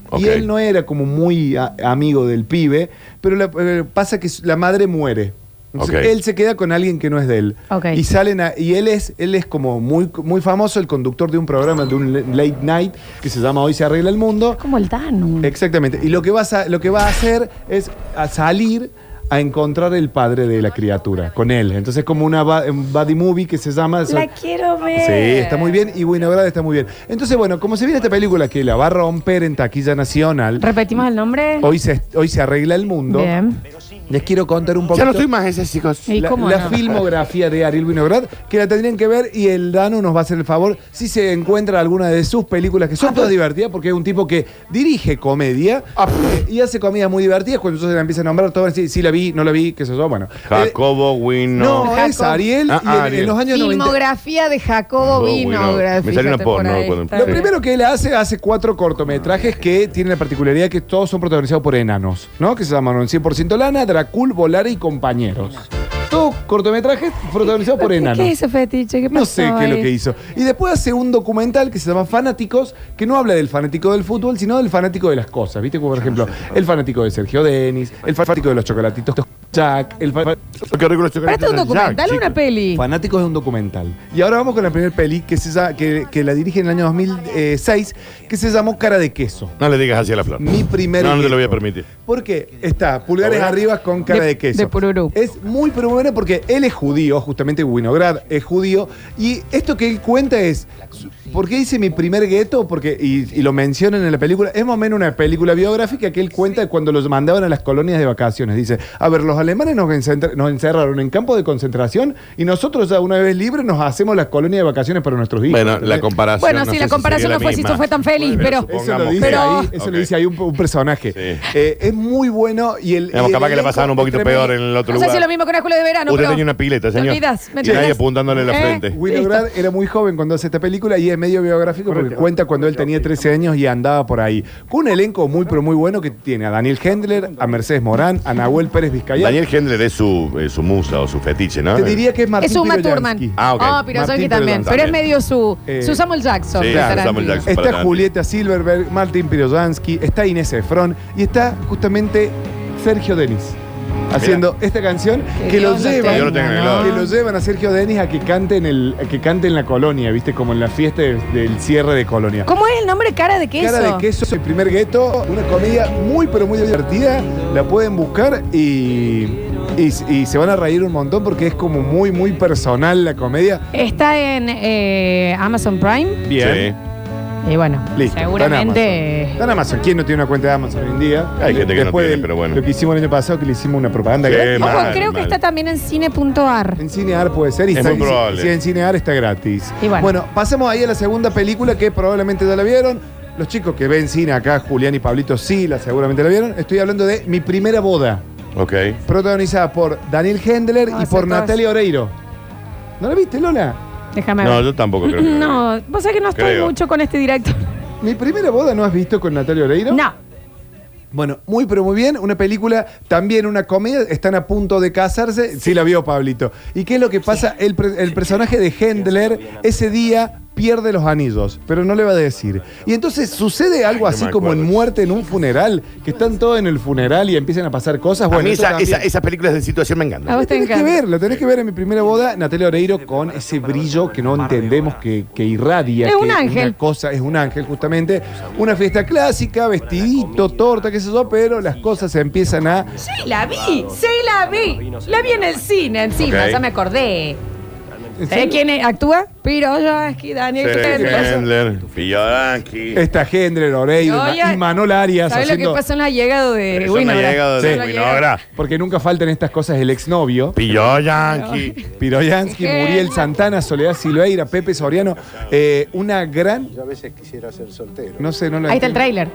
Ok.
Y él no era como muy a- amigo del pibe, pero la- eh, pasa que su- la madre muere. Entonces,
Ok.
Él se queda con alguien que no es de él.
Ok.
Y salen a- y él es, él es como muy, muy famoso, el conductor de un programa, de un le- late night, que se llama Hoy se arregla el mundo.
Como el Danu.
Exactamente. Y lo que, vas a- lo que va a hacer es a salir a encontrar el padre de la criatura con él. Entonces es como una ba- un buddy movie que se llama...
La quiero ver.
Sí, está muy bien y Winograd está muy bien. Entonces, bueno, como se viene esta película que la va a romper en taquilla nacional,
¿Repetimos el nombre?
hoy se, hoy se arregla el mundo.
Bien.
Les quiero contar un poquito.
Ya no estoy más ese, chicos.
¿Y
La,
cómo
la
no?
filmografía de Ariel Winograd, que la tendrían que ver y el Dano nos va a hacer el favor si se encuentra alguna de sus películas, que
Ah,
son todas divertidas, porque es un tipo que dirige comedia eh, y hace comedias muy divertidas. Cuando yo se la empieza a nombrar, todos van a decir, sí la vi, no la vi, qué sé yo, bueno. Eh,
Jacobo Wino.
no, es Ariel,
Ah,
y en- en,
Ariel.
los años 90.
Filmografía de Jacobo
Oh,
Vinograd.
Winograd. Me salió una
fíjate por
porno
ahí,
cuando-
está
Lo
bien.
primero que él hace, hace cuatro cortometrajes que tienen la particularidad que todos son protagonizados por enanos, ¿no? Que se llaman 100% lana, Caracul, Volare y compañeros. Todos cortometrajes protagonizados por enanos.
¿Qué hizo Fetiche? ¿Qué
No
pasó
sé qué es lo
ahí?
que hizo. Y después hace un documental que se llama Fanáticos, que no habla del fanático del fútbol, sino del fanático de las cosas. ¿Viste? Como por ejemplo, el fanático de Sergio Denis, el fanático de los chocolatitos Jack, el fanático de los
¿Pero esto es un documental o una peli?
Fanáticos es un documental. Y ahora vamos con la primera peli que, se llama- que, que la dirige en el año 2006, que se llamó Cara de Queso.
No le digas así a la flor.
Mi primer
No, no te
gueto.
lo voy a permitir.
Porque está pulgares
Ahora-
arriba con cara de,
De-
queso.
de
Es muy pero muy bueno porque él es judío, justamente Winograd es judío. Y esto que él cuenta es. su- ¿Por qué dice mi primer gueto? Porque, y, y lo mencionan en la película. Es más o menos una película biográfica que él cuenta de cuando los mandaban a las colonias de vacaciones. Dice: A ver, los alemanes nos, encentra- nos encerraron en campos de concentración y nosotros, ya una vez libres, nos hacemos las colonias de vacaciones para nuestros hijos.
Bueno,
¿Entendés?
la comparación.
Bueno, sí,
sé
la
si
comparación
sería
no
la
fue si
misma.
esto fue tan feliz, pero.
Eso lo dice
pero-
ahí, eso lo dice ahí un, un personaje. Eh, es muy bueno y el.
Digamos,
y el
capaz que le
elenco
pasaban un
es
poquito
tremendo.
peor en el otro
No sé si es
lugar.
lo mismo que una escuela de verano,
Usted
pero.
tenía una pileta,
Te
señor.
olvidas, me
y nadie
entendés.
apuntándole en la
Eh,
frente.
Winograd era muy joven cuando hace esta película y es medio biográfico porque cuenta cuando él tenía 13 años y andaba por ahí. Con un elenco muy, pero muy bueno que tiene a Daniel Hendler, a Mercedes Morán, a Nahuel Pérez Vizcayán.
Daniel Hendler es su, eh, su musa o su fetiche, ¿no?
Te diría que es Martín
Es Uma
Piroyansky.
Thurman.
Ah, ok.
Ah, Piroyansky
Martín
también.
Piroyansky.
Pero es medio su.
Eh,
Su Samuel Jackson.
sí,
de
Samuel
Tarantino.
Jackson. para
Está
adelante.
Julieta Silverberg, Martín Piroyansky, está Inés Efron y está justamente Sergio Denis. Haciendo esta canción
Que
que lo,
Dios lo
llevan,
tenga, Yo lo tengo en el lado.
que lo llevan a Sergio Denis a que cante en el, a que cante en la colonia, viste, como en la fiesta de- del cierre de colonia.
¿Cómo es el nombre? Cara de queso.
Cara de queso, el primer gueto, una comedia muy pero muy divertida, la pueden buscar y, y, y se van a reír un montón porque es como muy muy personal la comedia.
Está en eh, Amazon Prime.
Bien.
Y bueno,
Listo.
seguramente.
Está en Amazon. ¿Quién no tiene una cuenta de Amazon hoy en día?
Hay gente que no
Después
tiene,
del-
pero bueno.
Lo que hicimos el año pasado, que le hicimos una propaganda
Sí,
gratis.
mal,
Ojo, creo que está también en cine.ar.
En Cinear puede ser. Y
Es
está-
muy probable.
Si en Cinear está gratis.
Y bueno.
pasemos ahí a la segunda película que probablemente ya la vieron. Los chicos que ven cine acá, Julián y Pablito, sí, la seguramente la vieron. Estoy hablando de Mi Primera Boda,
Ok.
protagonizada por Daniel Hendler
No,
y
hace
por
todas.
Natalia Oreiro. ¿No la viste, Lola?
Déjame
No,
ver.
yo tampoco creo. que-
No, vos sabés que no estoy
Creo.
mucho con este director.
¿Mi Primera Boda no has visto con Natalia Oreiro?
No.
Bueno, muy pero muy bien. Una película, también una comedia. Están a punto de casarse. Sí, la vio Pablito. ¿Y qué es lo que pasa? El, pre- el personaje de Hendler ese día pierde los anillos, pero no le va a decir. Y entonces sucede algo así
me
como en muerte en un funeral, que están todos en el funeral y empiezan a pasar cosas.
a
Bueno,
mí
eso
esa,
también.
esa- esas películas de situación me encantan.
A vos te
Tenés que
encanta.
ver, lo tenés que ver en mi primera boda, Natalia Oreiro con ese brillo que no entendemos que, que irradia.
Es un
que
ángel.
Una cosa, es un ángel, justamente. Una fiesta clásica, vestidito, torta, qué sé yo, pero las cosas se empiezan a.
Sí, la vi. Sí, la vi. La vi en el cine encima,
Ok.
ya me acordé.
¿En
¿Sabés
serio?
quién es- actúa? Piroyaski, Daniel Hendler.
Hendler, Fioranqui.
Está Hendler, Oreiro
Oye,
Na- y Manol Arias.
¿Sabés lo que
haciendo-
pasa Eh, en la llegada de
Eso en la
Winograd?
llegada de
Eso en la llegada.
Winograd. Porque nunca faltan estas cosas el exnovio.
Piroyansky.
Piroyansky, Muriel Santana, Soledad Silveira, Pepe Soriano. Eh, una gran.
Yo a veces quisiera ser soltero.
No sé, no la
Ahí está el tráiler.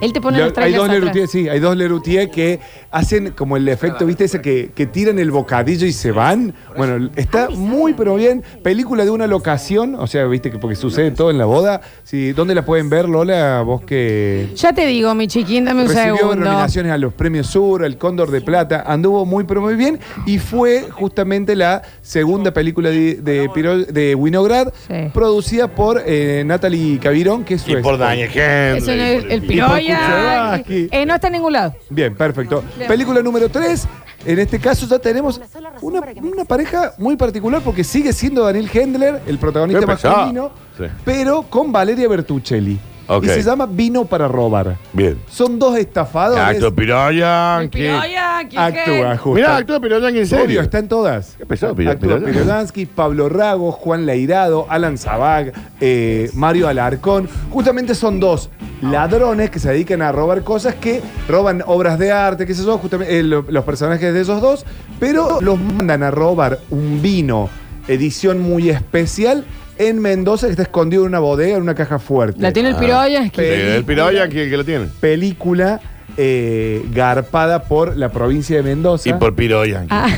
Él te pone
Lo-
los
hay
trailers
dos
atrás.
Lerutier, sí, hay dos Lerutier que hacen como el efecto, ¿viste? Ese que, que tiran el bocadillo y se van. Bueno, está muy, pero bien. Película de una locación, o sea, ¿viste? que Porque sucede todo en la boda. Sí, ¿Dónde la pueden ver, Lola? Vos que.
Ya te digo, mi chiquín, dame un
Recibió
segundo.
nominaciones a los premios Sur, el Cóndor de Plata, anduvo muy pero muy bien y fue justamente la segunda película de, de, Piro- de Winograd, producida por eh, Natalie Cavirón, que es su
Y por
esposa.
Daniel Hendler.
Eso no es el
Y por
Piroyansky.
Kuchevaski.
Eh, no está en ningún lado.
Bien, perfecto. Película número 3. En este caso ya tenemos una, una pareja muy particular porque sigue siendo Daniel Hendler, el protagonista
Qué pesado.
masculino,
Sí.
pero con Valeria Bertuccelli.
Ok.
Y se llama Vino para robar.
Bien. Ah,
Son dos estafadores.
Acto Piroyansky.
Piroyansky,
Actúa,
Hendler.
justo.
Mirá, actúa Piroyansky en serio.
Obvio, está en todas.
Qué pesado, Piro-
Actúa
Piroyansky.
Piroyansky, Pablo Rago, Juan Leirado, Alan Zabag, eh, Mario Alarcón. Justamente son dos ladrones que se dedican a robar cosas que roban obras de arte, qué sé yo, justamente eh, lo- los personajes de esos dos, pero los mandan a robar un vino, edición muy especial, en Mendoza, que está escondido en una bodega, en una caja fuerte.
La tiene el Piroyansky.
Ah. Sí, el Piroyansky el que lo tiene.
Película eh, garpada por la provincia de Mendoza.
Y por Piroyansky.
Ah,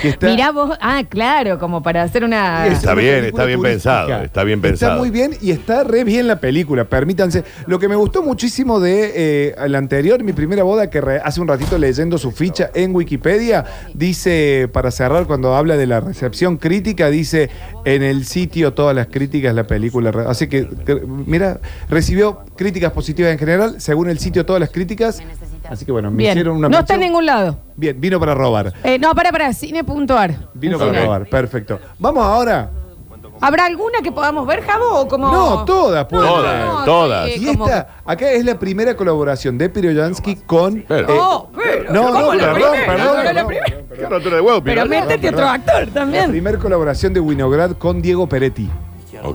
que está-
Mirá vos, ah, claro, como para hacer una...
Es
Está
una
bien,
película
está bien
turística.
pensado, está bien pensado.
Está muy bien y está re bien la película, permítanse. Lo que me gustó muchísimo de eh, la anterior, mi primera boda, que re- hace un ratito leyendo su ficha en Wikipedia, dice, para cerrar, cuando habla de la recepción crítica, dice, en el sitio todas las críticas, la película. re- Así que, que- mira, recibió críticas positivas en general, según el sitio todas las críticas. Así que bueno, me
Bien.
hicieron una...
no está en
mención.
ningún lado.
Bien, vino para robar.
Eh, no, para, para, cine.ar.
Vino para
Ok.
robar, perfecto. Vamos ahora.
¿Habrá alguna que podamos ver, Javo? O como...
No, todas pues. pueden
No,
ser.
no, Todas, sí,
Y
como-
esta, acá es la primera colaboración de Piroyansky con. eh,
Oh, pero,
no,
¿cómo
no,
la
perdón,
primera?
perdón,
Pero la
perdón,
primera.
Qué rotura de huevo,
Pero
Pirola.
métete
perdón.
otro actor
La
también.
primera colaboración de Winograd con Diego Peretti.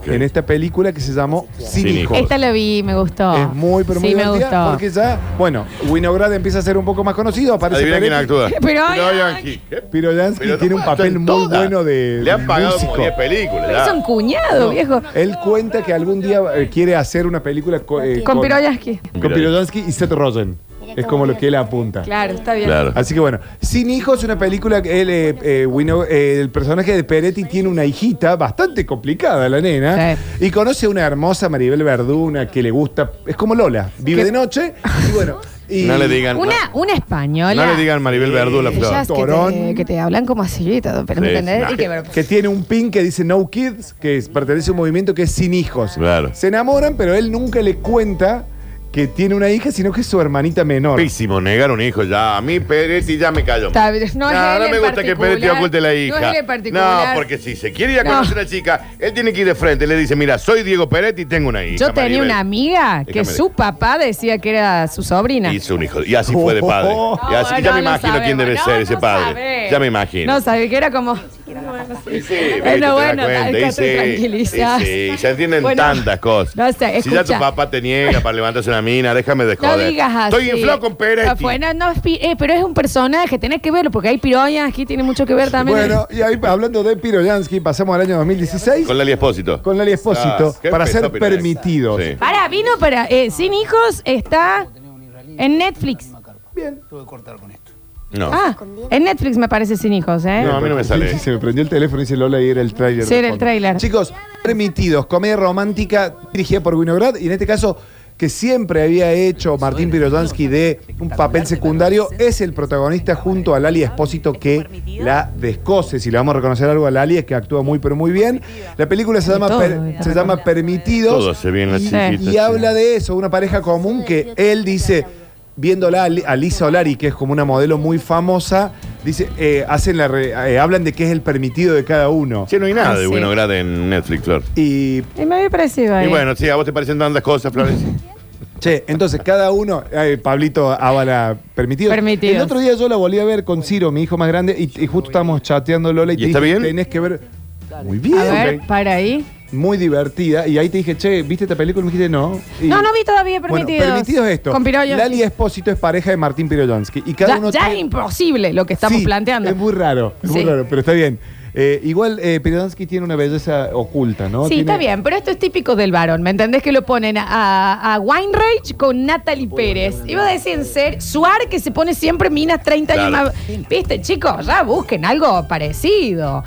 En esta película que se llamó Sin,
Sin
hijos.
Esta la vi, me gustó.
Es muy, pero muy
Sí, me
divertida
gustó.
porque ya, bueno, Winograd empieza a ser un poco más conocido. Aparece
Adivina quién
Peretti.
actúa.
Pero,
Piroyansky
Pero no
tiene un
falta
papel
en
muy
todas.
bueno de.
Le han pagado
músico.
como 10 películas. ya.
Es un cuñado,
No.
viejo.
Él cuenta que algún día eh, quiere hacer una película co- eh,
Con
con,
Piroyaski.
con Piroyansky y Seth Rogen. Es como lo que él apunta.
Claro, está bien.
Así que bueno, Sin Hijos es una película que él, eh, eh, Wino- eh, el personaje de Peretti tiene una hijita bastante complicada, la nena, y conoce a una hermosa Maribel Verduna que le gusta, es como Lola, vive de noche y bueno. y-
No le digan.
Una, una española. Eh,
No le digan Maribel Verdula,
Ellas
Flor.
que, te, que te hablan como así, y todo, pero
Sí,
¿entendés?
sí.
Y que-
que tiene un pin que dice No Kids, que es- pertenece a un movimiento que es sin hijos.
Claro.
Se enamoran, pero él nunca le cuenta que tiene una hija, sino que es su hermanita menor.
Písimo, negar un hijo ya. A mí Peretti ya me cayó.
Está bien, no es él en
me gusta que
particular.
Peretti oculte la
No
hija.
es él en particular.
No, porque si se quiere ir a
No.
conocer a la chica, él tiene que ir de frente. Le dice, mira, soy Diego Peretti y tengo una hija.
yo tenía una amiga que
Déjame
su papá decía que era su sobrina.
Hizo un hijo. Y así fue de padre.
Oh.
y así,
No,
ya
no,
me
no
imagino
sabemos,
quién debe
no,
ser ese
no
padre.
sabemos.
Este, Ya me imagino.
No, sabía que era como.
Sí, sí, viste, te
bueno,
das
bueno, hay que
cuenta, y sí,
tranquilizar.
y sí, se entienden
Bueno,
tantas cosas.
no sé,
si ya tu
escucha.
papá te niega para levantarse una mina, déjame de
No
joder.
digas así.
Estoy inflado con
Ah,
Peretti.
bueno, no, es pi- eh, pero es un personaje, tenés que verlo, porque hay piroñas aquí, tiene mucho que ver también.
Bueno, y ahí hablando de Piroyansky, pasamos al año 2016
Con Lali Espósito.
con Lali Espósito
Ah, qué
para
pesado,
ser
Piroyansky.
permitido.
Sí.
Para, vino para. eh, Sin hijos está en Netflix.
No.
Ah, en Netflix me parece sin hijos, ¿eh?
No, a mí no me sale.
Se me prendió el teléfono y dice Lola y era el tráiler.
Sí, era
de
el
fondo.
tráiler.
Chicos, permitidos, comedia romántica dirigida por Winograd y en este caso que siempre había hecho Martín Piroyansky de un papel secundario, es el protagonista junto a Lali Espósito que la descoce. Si le vamos a reconocer algo a Lali es que actúa muy pero muy bien. La película se llama,
todo,
Per-
eh,
se llama Permitidos.
Todo hace bien la
y,
chiquita,
y
sí.
habla de eso, una pareja común que él dice, viéndola a Li- a Lisa Olari, que es como una modelo muy famosa, dice, eh, hacen la re- eh, hablan de qué es el permitido de cada uno.
Sí, no hay nada
Ah,
de
sí.
Winograd en Netflix, Flor.
Y,
Y me eh. había parecido ahí.
Y bueno, sí, a vos te parecen tantas cosas, Florencia.
che, entonces cada uno, eh, Pablito Ábala, permitido.
Permitidos.
El otro día yo la volví a ver con Ciro, mi hijo más grande, y, y justo estábamos chateando Lola y, te
está
dije,
bien?
tenés que ver. Muy bien.
A ver, para ahí.
Muy divertida. Y ahí te dije, che, ¿viste esta película? Y me dijiste, no. Y-
No, no vi todavía permitidos.
Bueno, permitidos esto.
Con Piroyo.
Lali Espósito es pareja de Martín Piroyansky. Y cada
ya
uno
ya
tiene-
es imposible lo que estamos
Sí,
planteando.
Es muy raro, es muy
Sí.
raro, pero está bien. Eh, igual eh, Piroyansky tiene una belleza oculta, ¿no?
sí,
Tiene-
está bien, pero esto es típico del varón, ¿me entendés? Que lo ponen a, a Wine Rage con Natalie Pérez. Iba a decir en ser Suar, que se pone siempre minas 30 años
Claro.
más. Viste, chicos, ya busquen algo parecido.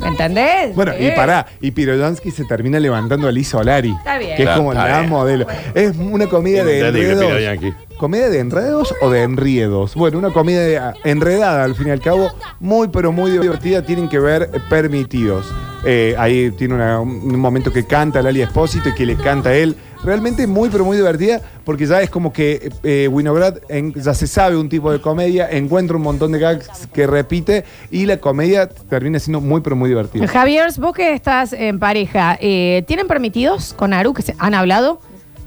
¿Me entendés?
Bueno, y
Eh,
pará, y Piroyansky se termina levantando a Lisa Olari,
Está bien.
que es
Está-
como
está
la
bien.
modelo. Es una comedia de
Entendible,
enredos.
Piroyansky.
¿Comedia de enredos o de enriedos? Bueno, una comedia de- ah, enredada al fin y al cabo, muy pero muy divertida, tienen que ver eh, permitidos. Eh, ahí tiene una- un un momento que canta Lali Espósito y que le canta a él. Realmente muy pero muy divertida porque ya es como que eh, Winograd en- ya se sabe un tipo de comedia, encuentra un montón de gags que repite y la comedia termina siendo muy pero muy divertida.
Javier, vos que estás en pareja, eh, ¿tienen permitidos con Aru que se han hablado?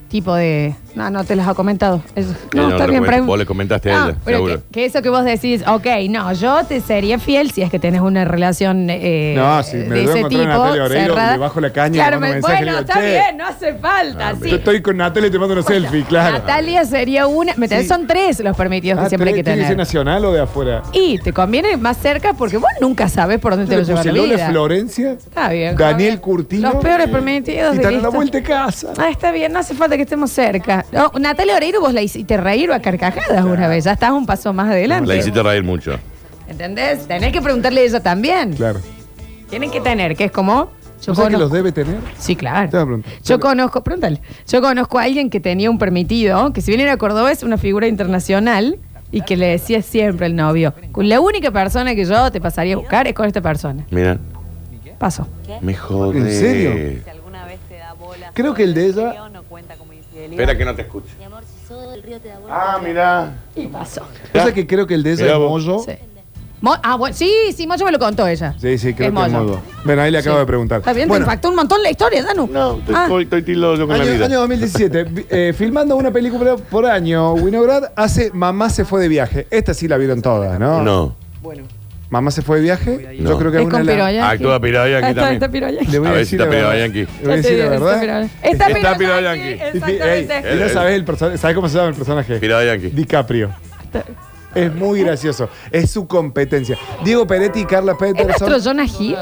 Tipo de. No, no te los ha comentado. Eso-
Ella
No,
Eh, no
está
lo
bien,
comentó.
pregun-
Vos le comentaste a
Ah,
ella,
pero
seguro.
Que, que eso que vos decís, ok, no, yo te sería fiel si es que tenés una relación eh,
No, si me
de
voy a
ese
encontrar a
tipo.
Natalia Oreiro,
cerrada.
le bajo la caña y le
Claro,
mando
me-
un mensaje y le
bueno,
digo,
está
"Che".
bien, no hace falta. sí.
Yo estoy con Natalia y te mando una selfie, claro.
Natalia sería una. ¿me entendés? Son tres los permitidos
Ah,
que siempre hay
¿tiene
que
que ser
tener.
nacional o de afuera?
Y te conviene más cerca porque vos nunca sabes por dónde te
Le
lo lleva
puse
la
Lola
vida.
Florencia,
Está bien.
Daniel
Javier.
Curtino.
Los peores permitidos.
Y
de
están a la
listo.
vuelta de casa.
Ah, está bien, no hace falta que estemos cerca. No, Natalia Oreiro, vos la hiciste reír o a carcajadas una vez, ya estás un paso más
La
adelante.
hiciste reír mucho.
¿Entendés? Tenés que preguntarle a ella también.
Claro.
Tienen que tener, que es como. Yo
¿No sabes que los
conozco,
debe tener?
Sí, claro.
Te voy a preguntar.
yo conozco, pregúntale. Yo conozco a alguien que tenía un permitido, que si bien era cordobés, una figura internacional, y que le decía siempre el novio: La única persona que yo te pasaría a buscar es con esta persona.
Mira,
Pasó.
me jode.
¿En serio? Creo que el de ella.
Espera que no te escuche. Ah, mira.
Y pasó.
Cosa que creo que el de ella
Mirá
es
vos.
Moyo.
Sí. Mo- ah, bueno, sí, sí, Moyo me lo contó ella.
Sí, sí, creo
Es
que es
Moyo.
Moyo. Bueno, ahí le acabo de preguntar.
Está bien, Ah.
Bueno,
te impactó un montón la historia, Danu. No,
Estoy, estoy, estoy tildado yo con la
Año,
vida.
año 2017, vi- eh, filmando una película por año, Winograd hace Mamá se fue de viaje. Esta sí la vieron todas, ¿no?
No.
Mamá se fue de viaje.
No.
Yo creo que
Es
una
con
de las-
Piroya.
Actúa Piroyanqui
Está- está
también.
Piroyanqui.
Le voy a
A ver si
decir
está
la verdad.
Piroyanqui.
Le voy a decir la verdad.
Está
Está
Piroyanqui,
Piroyanqui.
Exactamente.
Y no sabes el personaje. ¿Sabes cómo se llama el personaje?
Piroyanqui.
DiCaprio. Es muy gracioso. Es su competencia. Diego Peretti y Carla
¿Es
Peterson.
nuestro Jonah Hill?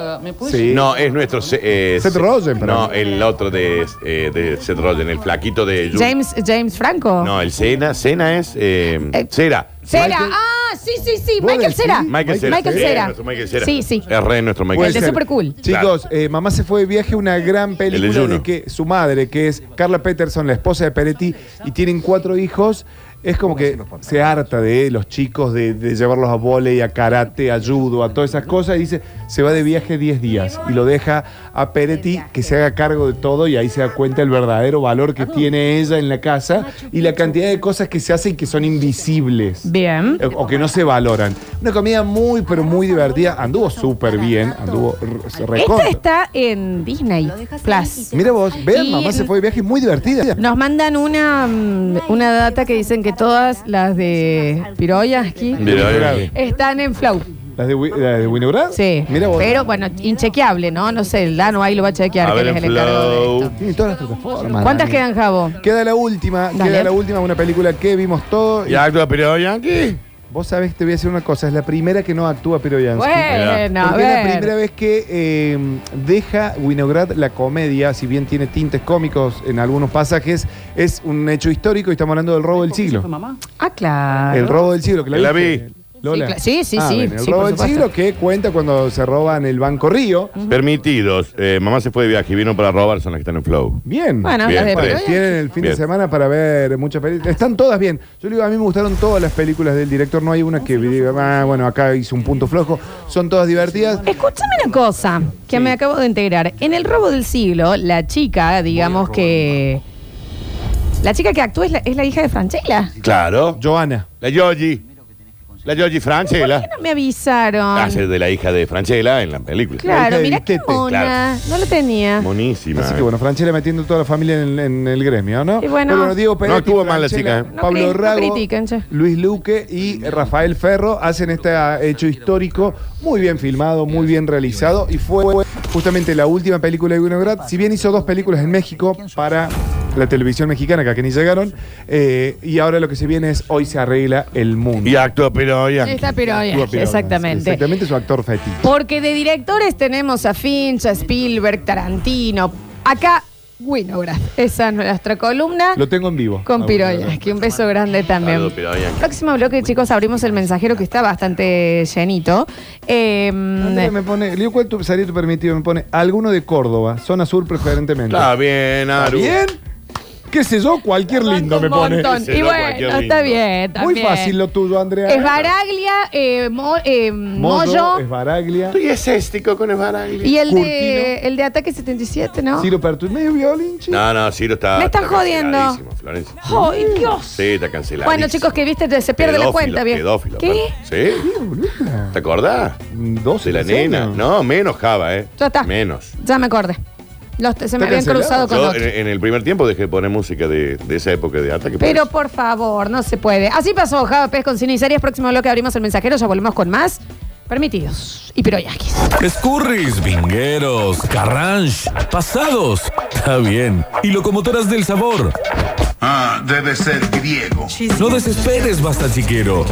Sí.
No, es nuestro. eh,
Seth Rogen, para
No, el otro de, eh, de Seth Rogen, el flaquito de. Ju-
James, James Franco.
No, el Cena. Cena es. Eh,
Eh,
Cera.
Cera,
Michael-
ah, sí, sí, sí,
¿Vos
Michael
decís?
Cera.
Michael Cera.
Michael
Sí,
Cera.
nuestro Michael Cera.
Sí, sí.
Es re nuestro Michael
Puede
El de
ser.
Super Cool.
Chicos, eh, Mamá se fue de viaje, una gran película
Juno.
de que su madre, que es Carla Peterson, la esposa de Peretti, y tienen cuatro hijos, es como que se harta de los chicos, de, de llevarlos a volei, a karate, a judo, a todas esas cosas, y dice, se va de viaje 10 días, y lo deja a Peretti que se haga cargo de todo, y ahí se da cuenta el verdadero valor que tiene ella en la casa, y la cantidad de cosas que se hacen que son invisibles
Bien.
Eh, o o que no se valoran. Una comida muy, pero muy divertida. Anduvo súper bien, anduvo r-
Esta
recontra.
está en Disney Plus.
Mira vos, vean,
Y-
mamá se fue de viaje muy divertida.
Nos mandan una, mm, una data que dicen que todas las de Piroyaski
Piroyanqui.
están en Flow.
¿Las de, Wi- las de Winograd?
Sí.
Mira vos.
Pero bueno, inchequeable, ¿no? No sé, el Dano ahí lo va a chequear.
A
que
ver,
él es
en
el encargado de
Flow.
esto.
Tiene todas las plataformas.
¿Cuántas
Dani.
quedan, Javo?
Queda la última,
Dale.
queda la última, una película que vimos todo. y-
¿Y actúa Piroyanqui?
Vos sabés que te voy a decir una cosa, es la primera que no actúa Pero
Bueno, a
Porque es la primera
ver.
vez que eh, deja Winograd la comedia, si bien tiene tintes cómicos en algunos pasajes, es un hecho histórico y estamos hablando del robo del siglo.
Ah, claro.
El robo del siglo, que la,
La
viste,
vi.
Lola.
Sí, cla- sí, sí,
Ah,
sí,
bueno, el
sí,
robo
por
del
supuesto.
siglo que cuenta cuando se roban el Banco Río.
Permitidos. Eh, mamá se fue de viaje y vino para robar, son las que están en Flow.
Bien.
Bueno,
Bien,
las de
pues,
Piroya.
Tienen el fin
Bien.
de semana para ver muchas películas. Están todas bien. Yo le digo, a mí me gustaron todas las películas del director. No hay una que diga, ah, bueno, acá hizo un punto flojo. Son todas divertidas.
Escúchame una cosa que me acabo de enterar. En el robo del siglo, la chica, digamos que. La chica que actúa es la, es la hija de Franchella.
Claro.
Joana.
La Yogi. La Yogi Franchella.
No me avisaron.
Ah,
Hace de la hija de Franchella en la película.
Claro,
La hija de
mira qué
Vitete.
mona. No lo tenía.
Monísima.
Así que bueno, Franchella metiendo toda la familia en, en el gremio, ¿no?
Y bueno.
Pero Diego Peretti,
No estuvo mal la
Franchella,
chica,
¿eh?
Pablo
No cri- no
Rago,
critiquen, che.
Luis Luque y Rafael Ferro hacen este hecho histórico muy bien filmado, muy bien realizado y fue justamente la última película de Winograd. Si bien hizo dos películas en México para la televisión mexicana, que aquí ni llegaron, eh, y ahora lo que se viene es Hoy se arregla el mundo.
Y actúa Piroyanqui.
Está Piroya.
Actúa Pirola,
Exactamente.
Exactamente su actor fetiche.
Porque de directores tenemos a Finch, a Spielberg, Tarantino. Acá, Winograd. Esa es nuestra columna
Lo tengo en vivo.
con
Ah,
Piroya. Que un beso grande también.
Saludos, Piroyanqui.
Próximo bloque, chicos, abrimos el mensajero que está bastante llenito. Eh,
Andrea me pone, Leo, ¿cuál tu, sería tu permitido? Me pone alguno de Córdoba, zona sur preferentemente.
Está bien, Aru.
¿Bien? ¿Qué sé yo? Cualquier lindo me
un
pone.
montón.
Ese
Y
no,
bueno,
cualquier
está
lindo.
bien. está
Muy
bien.
fácil lo tuyo, Andrea.
Es Baraglia, eh, Mo- eh, Moyo
Es Baraglia.
Estoy escéstico con el Baraglia.
y el de,
Curtino.
el de Ataque 77, ¿no?
Ciro Pertu. Medio violín, chico.
No, no, Ciro está.
Me están
está
jodiendo.
canceladísimo, Florencia.
¡Ay, Dios!
Sí, está cancelado.
Bueno, chicos, que viste, se pierde la cuenta, bien.
Pedófilo,
¿Qué?
aparte. Sí. ¿Te acordás?
12
De la
diseños.
nena. No, menos Java, ¿eh?
Ya está.
Menos.
Ya me acordé. Los te- se me
Está
habían cruzado
cancelado.
con
Yo en,
otro.
en el primer tiempo dejé de poner música de, de esa época de ataque.
Pero por favor, no se puede. Así pasó, Java Pez con Cine y Series. Próximo bloque abrimos el mensajero, ya volvemos con más. Permitidos y piroyaquis.
Escurris, vingueros, carranche, pasados. Está bien. Y locomotoras del sabor.
Ah, debe ser griego.
No desesperes, basta chiquero.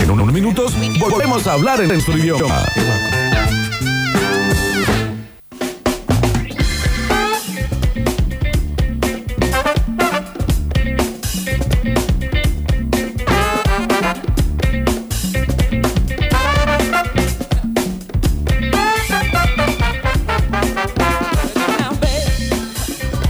En unos minutos volvemos a hablar en nuestro idioma.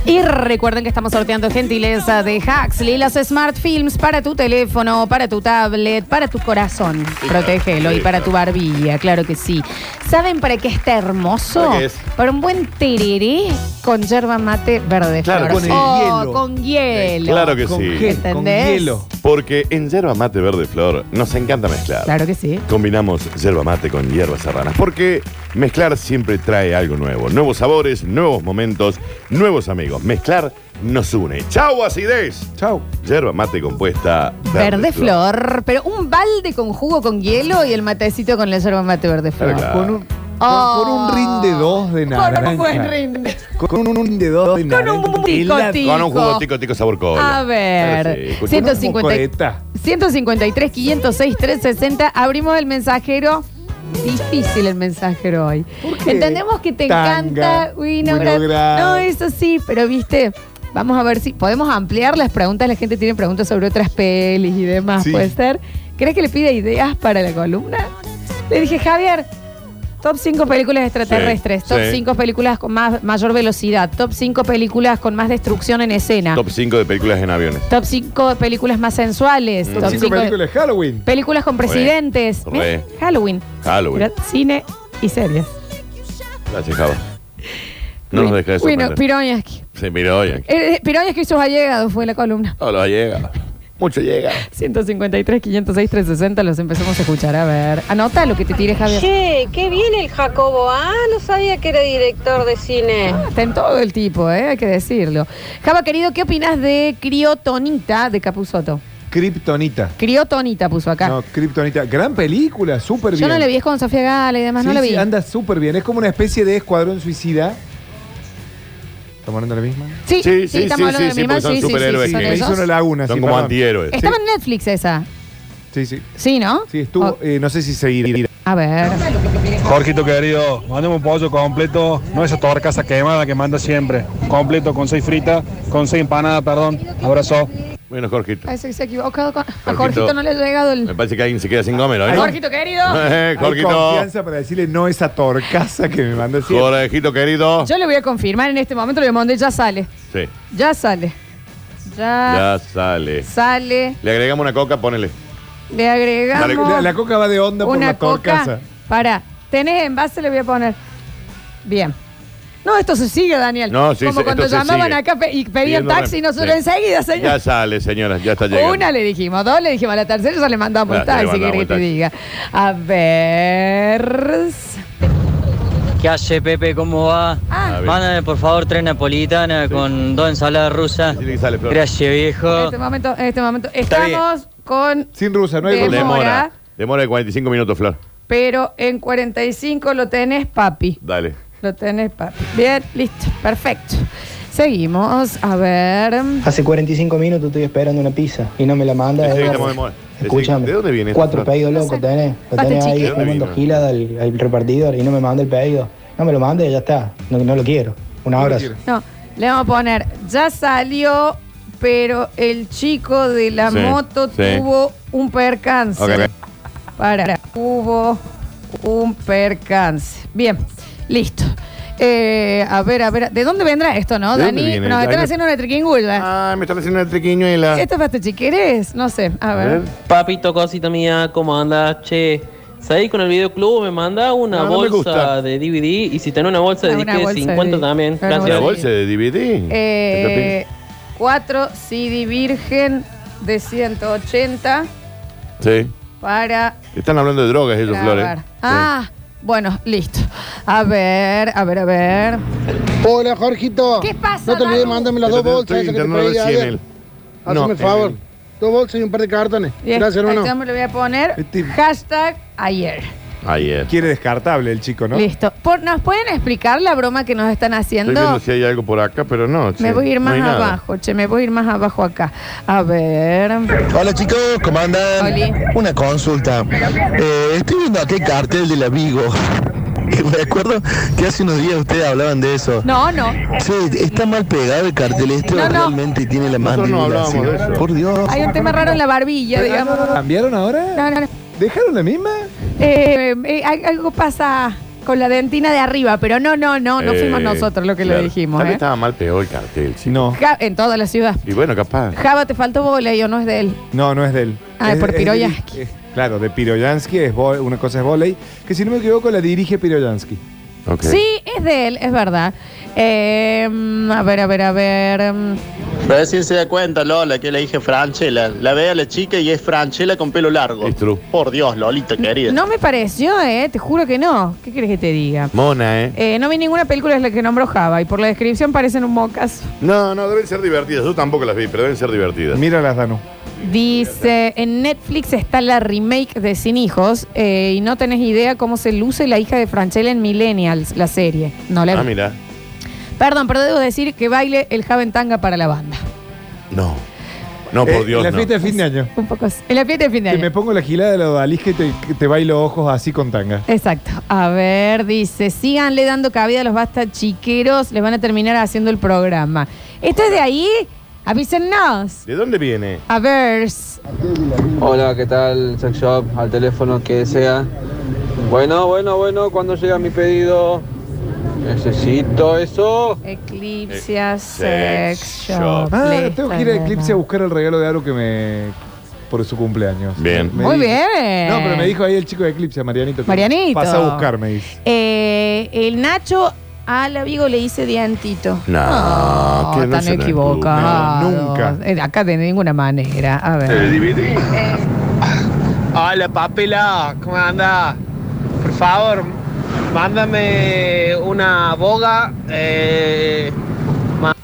Y recuerden que estamos sorteando gentileza de Huxley, los Smart Films para tu teléfono, para tu tablet, para tu corazón. Protégelo y para tu barbilla, claro que sí. ¿Saben para qué está hermoso?
¿Para qué es?
Para un buen tereré con yerba mate verde
Claro,
flor.
con el
Oh,
hielo.
con hielo.
Claro que sí.
¿Entendés?
Porque en yerba mate verde flor nos encanta mezclar.
Claro que sí.
Combinamos yerba mate con hierbas serranas porque mezclar siempre trae algo nuevo. Nuevos sabores, nuevos momentos, nuevos amigos. Mezclar nos une. ¡Chau, acidez!
¡Chau!
Yerba mate compuesta
Verde, flor. pero un balde con jugo con hielo y el matecito con la yerba mate verde flor.
Claro, Con, un,
Oh.
con un rin de dos de naranja.
Con un buen rinde.
Con un rin de dos de naranja.
tico, tico.
Con un jugo tico tico sabor cola.
A ver,
Claro que sí.
150, 153, 506, 360. Abrimos el mensajero. Difícil el mensajero hoy. Entendemos que te
Tanga,
encanta Winograd.
Winograd.
No, eso sí, pero viste, vamos a ver si podemos ampliar las preguntas. La gente tiene preguntas sobre otras pelis y demás,
Sí.
¿puede ser? ¿Crees que le pida ideas para la columna? Le dije, Javier, Top 5 películas extraterrestres,
Sí,
top
sí.
5 películas con más, mayor velocidad, top 5 películas con más destrucción en escena,
Top 5 de películas en aviones.
top 5 películas más sensuales,
Mm.
top
Top
5
cinco
películas Halloween.
Películas con
Re,
presidentes,
re.
Mirá, Halloween,
Halloween.
Mirá, cine y series.
Gracias, Java. No nos dejes de
Bueno,
sorprender.
Piroñaski.
Se miró hoy.
Eh, Piroñaski y sus allegados fue la columna.
No lo llega. Mucho llega.
153, 506, 360, los empezamos a escuchar. A ver, anota lo que te tire Javier.
Che, qué bien el Jacobo, ah, no sabía que era director de cine.
Está en todo el tipo, ¿eh? hay que decirlo. Java, querido, ¿qué opinas de Criotonita de Capuzoto?
Kryptonita.
Criotonita puso acá.
No, Kryptonita. Gran película, súper bien.
Yo no la vi, es con Sofía Gala y demás,
Sí,
no la
sí,
vi.
anda súper bien. Es como una especie de escuadrón suicida. ¿Estamos hablando de la misma?
Sí, Sí, sí, sí, estamos sí, hablando de la sí, misma, porque son sí, sí, superhéroes sí, son que-
Me hizo
ellos.
una laguna.
Son
sí,
como
perdón.
antihéroes.
Estaba en Netflix esa.
Sí, sí.
Sí, ¿no?
Sí, estuvo.
Oh.
eh, no sé si seguirá.
A ver.
Jorgito querido, mandame un pollo completo, no esa torcaza quemada que manda siempre. Completo con seis fritas, con seis empanadas, perdón. Abrazo.
Bueno, Jorgito.
Parece que se ha equivocado. Con... A Jorgito no le ha llegado el.
Me parece que alguien se queda sin comer hoy. ¿no?
Jorgito, querido.
Eh,
Hay
Jorgito.
confianza para decirle no esa torcaza que me mandó siempre.
Jorgito, querido.
Yo le voy a confirmar en este momento, le mandé, ya sale.
Sí,
Ya sale. Ya,
ya sale.
sale.
Le agregamos una coca, ponele.
Le agregamos.
La, la coca va de onda por
una
la torcaza.
coca. Para, tenés envase, le voy a poner. Bien. No, esto se sigue, Daniel.
No, sí,
Como
se-
cuando
esto se
llamaban
sigue.
acá pe- y pedían
Pidiendo
taxi,
rem-
nosotros
sí.
enseguida, señor.
Ya sale, señora, ya está llegando.
Una le dijimos, dos le dijimos, a la tercera ya le mandamos un
Ya, ya le
taxi, quiere que
mandamos un
te
taxi.
diga. A ver.
¿Qué hace Pepe? ¿Cómo va?
Ah.
Mándame por favor tres napolitanas con dos ensaladas rusas. Gracias
En
viejo.
este momento, en este momento,
Está bien.
estamos con,
Ah. Sin rusa, no hay
Demora.
rusa.
Demora. Demora de 45 minutos, Flor.
pero en 45 lo tenés, papi.
Dale.
Lo tenés, papi. Bien, listo, perfecto. Seguimos, a ver.
Hace 45 minutos estoy esperando una pizza y no me la manda.
Decí que
eh.
estamos de moda. Decí,
Escúchame.
¿de dónde viene esta
Cuatro
plata?
pedidos locos tenés. Lo
Pate
tenés
chiqui.
ahí
¿De dónde
fumando
vino?
gilada al, al repartidor y no me manda el pedido. No me lo mande, ya está. No, no lo quiero. Un abrazo.
No, le vamos a poner, ya salió, pero el chico de la
Sí,
moto
sí.
tuvo un percance.
Ok.
Para, hubo un percance. Bien, listo. Eh, a ver, a ver, ¿de dónde vendrá esto, no,
¿De dónde
Dani?
viene?
Nos
Ay,
están
me-
haciendo una triquingulla.
Ah, me están haciendo una triquiñuela.
¿Esto es para chiqueres? No sé, a ver.
Papito, cosita mía, ¿cómo andas? Che, salí con el videoclub, me manda una
No, no me
bolsa
gusta.
de DVD y si tenés una bolsa de
Ah, una
disque de
bolsa de
50
DVD.
también.
Claro,
Una
Gracias.
bolsa de DVD.
Eh, cuatro CD virgen de 180
Sí.
para
Están hablando de drogas ellos, ¿eh?
grabar.
Flores.
Ah, bueno, listo. A ver, a ver, a ver.
Hola, Jorgito.
¿Qué pasa,
No te olvides,
Manu?
mándame las
Yo
dos
te-
bolsas.
estoy
esas que te
intentando
pedí
ver si en
ayer.
el-
Hazme
No,
el favor.
en
Dos bolsas y un par de cartones.
Bien,
Gracias,
ahí
hermano.
está, me le voy a poner hashtag ayer.
Ayer.
Quiere descartable el chico, ¿no?
Listo. Por- ¿Nos pueden explicar la broma que nos están
Estoy
haciendo?
viendo si hay algo por acá, pero no.
Me
che,
voy a ir
no
más
hay nada.
abajo, che, me voy a ir más abajo acá. A ver.
Hola chicos, ¿cómo andan?
Oli.
Una consulta. Eh, estoy viendo aquel cartel de la Vigo. Me acuerdo que hace unos días ustedes hablaban de eso.
No, no.
Che, está mal pegado el cartel este o
No, no.
realmente tiene la más
Nosotros no
divulgación?
hablábamos de eso.
Por Dios.
Hay un tema raro en la barbilla, digamos.
¿Cambiaron ahora?
No, no, no.
¿Dejaron la misma?
Eh, eh, algo pasa. Con la dentina de arriba, pero no, no, no, no
Eh,
fuimos nosotros lo que
claro.
lo dijimos.
Tal vez
¿eh?
estaba mal peor el cartel, sí. No.
Ja- en toda la ciudad.
Y bueno, capaz.
Java, te faltó voleo, no es de él.
No, no es de él.
Ah,
es
por
es
Piroyansky.
de- eh, claro, de Piroyansky, es vo- una cosa es volei, que si no me equivoco la dirige Piroyansky.
Sí, es de él, es verdad. Eh, mm, a ver, a ver, a ver. mm.
Recién se da cuenta, Lola, que la dije Franchella. La ve a la chica y es Franchella con pelo largo. Por Dios, Lolita querida.
No me pareció, eh, te juro que no. ¿Qué quieres que te diga?
Mona, ¿eh?
Eh, no vi ninguna película en la que nombró Java y por la descripción parecen un mocas.
No, no, deben ser divertidas. Yo tampoco las vi, pero deben ser divertidas.
Míralas, Danu.
Dice, en Netflix está la remake de Sin Hijos eh, y no tenés idea cómo se luce la hija de Franchella en Millennials, la serie. No la
Ah,
vi.
mira.
Perdón, pero debo decir que baile el Java en tanga para la banda.
No. No, por
Eh,
Dios,
En la
no.
fiesta de fin de año.
Un poco así. Pues, En la fiesta de fin de
Que
año.
me pongo la gilada de la odalisca y te, que te bailo ojos así con tanga.
Exacto. A ver, dice, síganle dando cabida a los basta chiqueros, les van a terminar haciendo el programa. ¿Esto es de ahí? Avísennos.
¿De dónde viene?
A ver.
Hola, ¿qué tal? Sex Shop, al teléfono que sea. Bueno, bueno, bueno, ¿cuándo llega mi pedido? Necesito eso.
Eclipse
Sex
Sex
Shop.
Shop.
Ah,
Listo,
tengo que ir a Eclipse a
nena.
buscar el regalo de Aro que me. por su cumpleaños. Bien.
Muy bien.
No, pero me dijo ahí el chico de Eclipse, Marianito. que
Marianito.
Pasa a buscar, me dice.
Eh, el Nacho a la Vigo le dice diantito.
No,
que no tan se nos equivocado.
nunca.
Eh, acá de ninguna manera. A ver. Eh,
Hola, papila, ¿cómo anda? Por favor, mándame una boga. Eh, ma-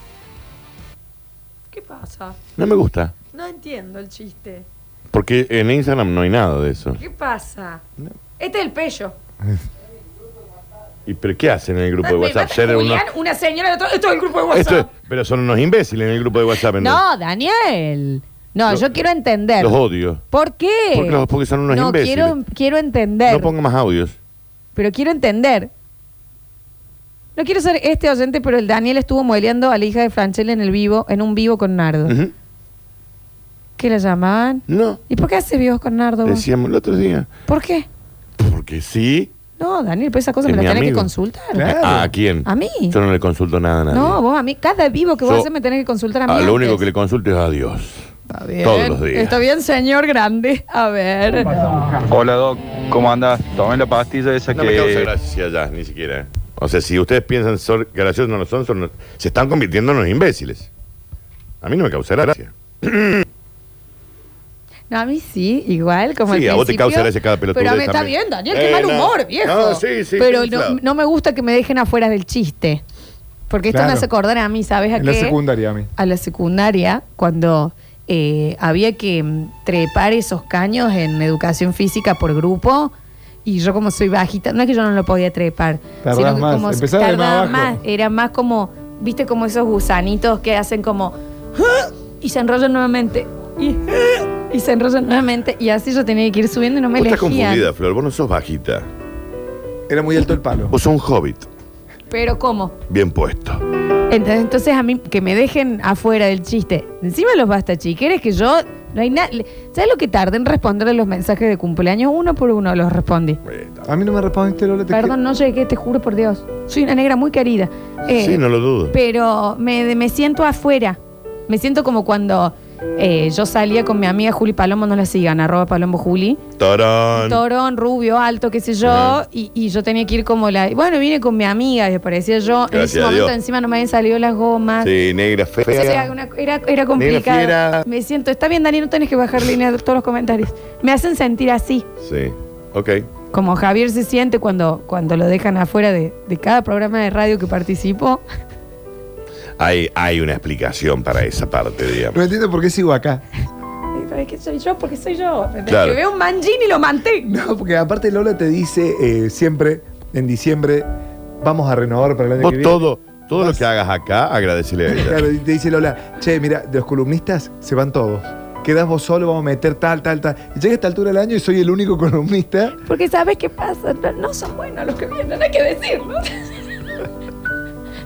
¿Qué pasa?
No me gusta.
No entiendo el chiste.
Porque en Instagram no hay nada de eso.
¿Qué pasa? Este es el pello.
¿Y pero qué hacen en el grupo de
Dame,
WhatsApp?
mata
Ser unos-
Julián, una señora de otro. Esto es el grupo de WhatsApp.
Esto es- pero son unos imbéciles en el grupo de WhatsApp. entonces.
No, Daniel. No, yo quiero entender.
Los odio.
¿Por qué?
Porque los- porque son unos
no,
imbéciles.
Quiero, quiero entender.
No pongan más audios.
Pero quiero entender. No quiero ser este oyente, pero el Daniel estuvo modeleando a la hija de Franchella en el vivo, en un vivo con Nardo. ¿Qué la llamaban?
No.
¿Y por qué hace vivos con Nardo? vos?
Decíamos el otro día.
¿Por qué?
Porque sí.
No, Daniel, pues esa cosa
Es
me la
mi
tenés que
amigo. Ah,
consultar.
¿A quién?
A mí.
Yo no le consulto nada a nadie.
No, vos a mí, cada vivo que vos
Yo-
haces me tenés que consultar a mí.
Ah, lo único
antes.
que le consulto es a Dios.
Está bien.
Todos los días.
Está bien, señor grande. A ver.
Hola Doc, ¿cómo andas? Tomé la pastilla esa
No me causa
que...
gracia ya, ni siquiera. O sea, si ustedes piensan ser graciosos, no lo son, son- se están convirtiendo en unos imbéciles. A mí no me causa gracia.
No, a mí sí, igual, como
Sí,
al
a vos te
principio,
causa gracia cada pelotudez
Pero a mí está
también.
bien, Daniel, qué
Eh,
mal
no.
humor, viejo.
No, sí, sí,
Pero
sí, claro.
no, no me gusta que me dejen afuera del chiste. Porque esto me
Claro.
hace acordar a mí, ¿sabes a
En
qué?
la secundaria, a mí.
A la secundaria, cuando eh, había que mm, trepar esos caños en educación física por grupo. Y yo como soy bajita, no es que yo no lo podía trepar.
Tardás
sino que
más,
como
empezaba de más
tardaba
abajo.
más, Era más como, viste, como esos gusanitos que hacen como... "Ah", Y se enrollan nuevamente. Y, "Ah", y se enrollan nuevamente. Y así yo tenía que ir subiendo y no me
Vos estás
elegían.
confundida, Flor. Vos no sos bajita.
Era muy alto el palo.
Vos sos un hobbit.
Pero ¿cómo?
Bien puesto.
Entonces, entonces a mí que me dejen afuera del chiste. Encima los basta chiqueres que yo no hay nada. ¿Sabes lo que tardé en responder a los mensajes de cumpleaños? Uno por uno los respondí.
A mí no me respondiste, Lola. Te
Perdón, no llegué, te juro por Dios. Soy una negra muy querida. Eh,
sí, no lo dudo.
Pero me, me siento afuera. Me siento como cuando eh, yo salía con mi amiga Juli Palomo, no la sigan, arroba Palombo Juli.
Torón.
Torón, rubio, alto, qué sé yo, y, y yo tenía que ir como la. Bueno, vine con mi amiga, y aparecía yo. en
Gracias
ese
a
momento
Dios.
encima no me habían salido las gomas.
Sí, negra
O sea,
fea.
era, una- era- era complicado.
fiera.
Me siento, está bien, Dani, no tenés que bajar línea de todos los comentarios. Me hacen sentir así,
Sí. Ok.
como Javier se siente cuando, cuando lo dejan afuera de, de cada programa de radio que participó.
Hay, hay una explicación para esa parte, digamos.
No entiendo por qué sigo acá.
Pero es que soy yo, porque soy yo. ¿entendés?
Claro.
Que veo un manjín y lo mantengo.
No, porque aparte Lola te dice eh, siempre, en diciembre, vamos a renovar para el año
Vos
que viene.
todo, todo lo que hagas acá, agradecele a ella.
Claro, y te dice Lola, che, mira, de los columnistas se van todos. Quedás vos solo, vamos a meter tal, tal, tal. Y llega a esta altura del año y soy el único columnista.
Porque sabes qué pasa, no, no son buenos los que vienen, hay que decirlo.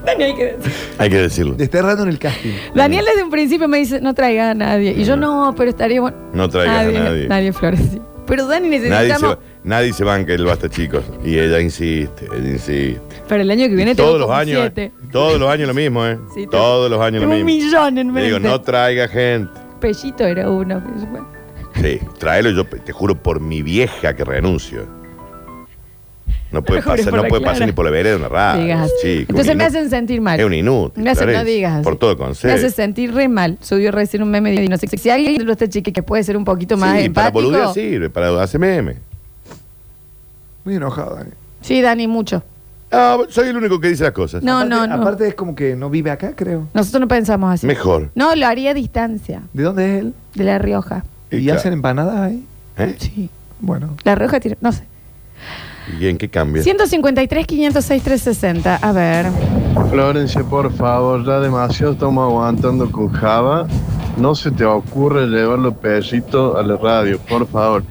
Dani, hay que decirlo.
Hay que decirlo.
Está errando en el casting.
Daniel desde un principio me dice, no traiga a nadie. Y yo, no, pero estaría bueno.
No traigas a nadie.
Nadie, Flores. sí. Pero Dani,
Nadie se,
necesitamos.
nadie se banca el basta, chicos. Y ella insiste, ella insiste.
Para el año que viene
Todos
tengo
los
como
años,
siete.
eh, todos los años lo mismo, ¿eh?
Sí, te-
todos los años lo
Un
mismo.
millón en
Le Digo,
mente.
no traiga gente.
Pellito era uno. pues,
Sí, tráelo, yo pe- te juro por mi vieja que renuncio. No puede
jures
pasar,
por
no
la
puede
Clara.
pasar ni por la vereda de una radio,
Digas.
chico,
Entonces
un
me
inu-
hacen sentir mal.
Es un inútil.
Me hacen,
Clarence,
no digas. eh,
Por todo
Me hace
consejo.
sentir re mal. Subió recién un meme de no sé Si alguien de este chique que puede ser un poquito más
Sí, para
empático.
boludear sirve, para hacer meme.
Muy enojado, Dani.
Sí, Dani, mucho.
Ah, soy el único que dice las cosas.
No, no, no.
Aparte es como que no vive acá, creo.
Nosotros no pensamos así.
Mejor.
No, lo haría a distancia,
¿De dónde es él?
de La Rioja.
¿Y, hacen empanadas ahí?
¿Eh?
Sí.
Bueno.
La Rioja tira, no sé.
¿Y en qué cambia?
153, 506, 360. A ver.
¿Eh?
Florencia, por favor, ya demasiado estamos aguantando con Java. No se te ocurre llevar los pellizcos a la radio, por favor.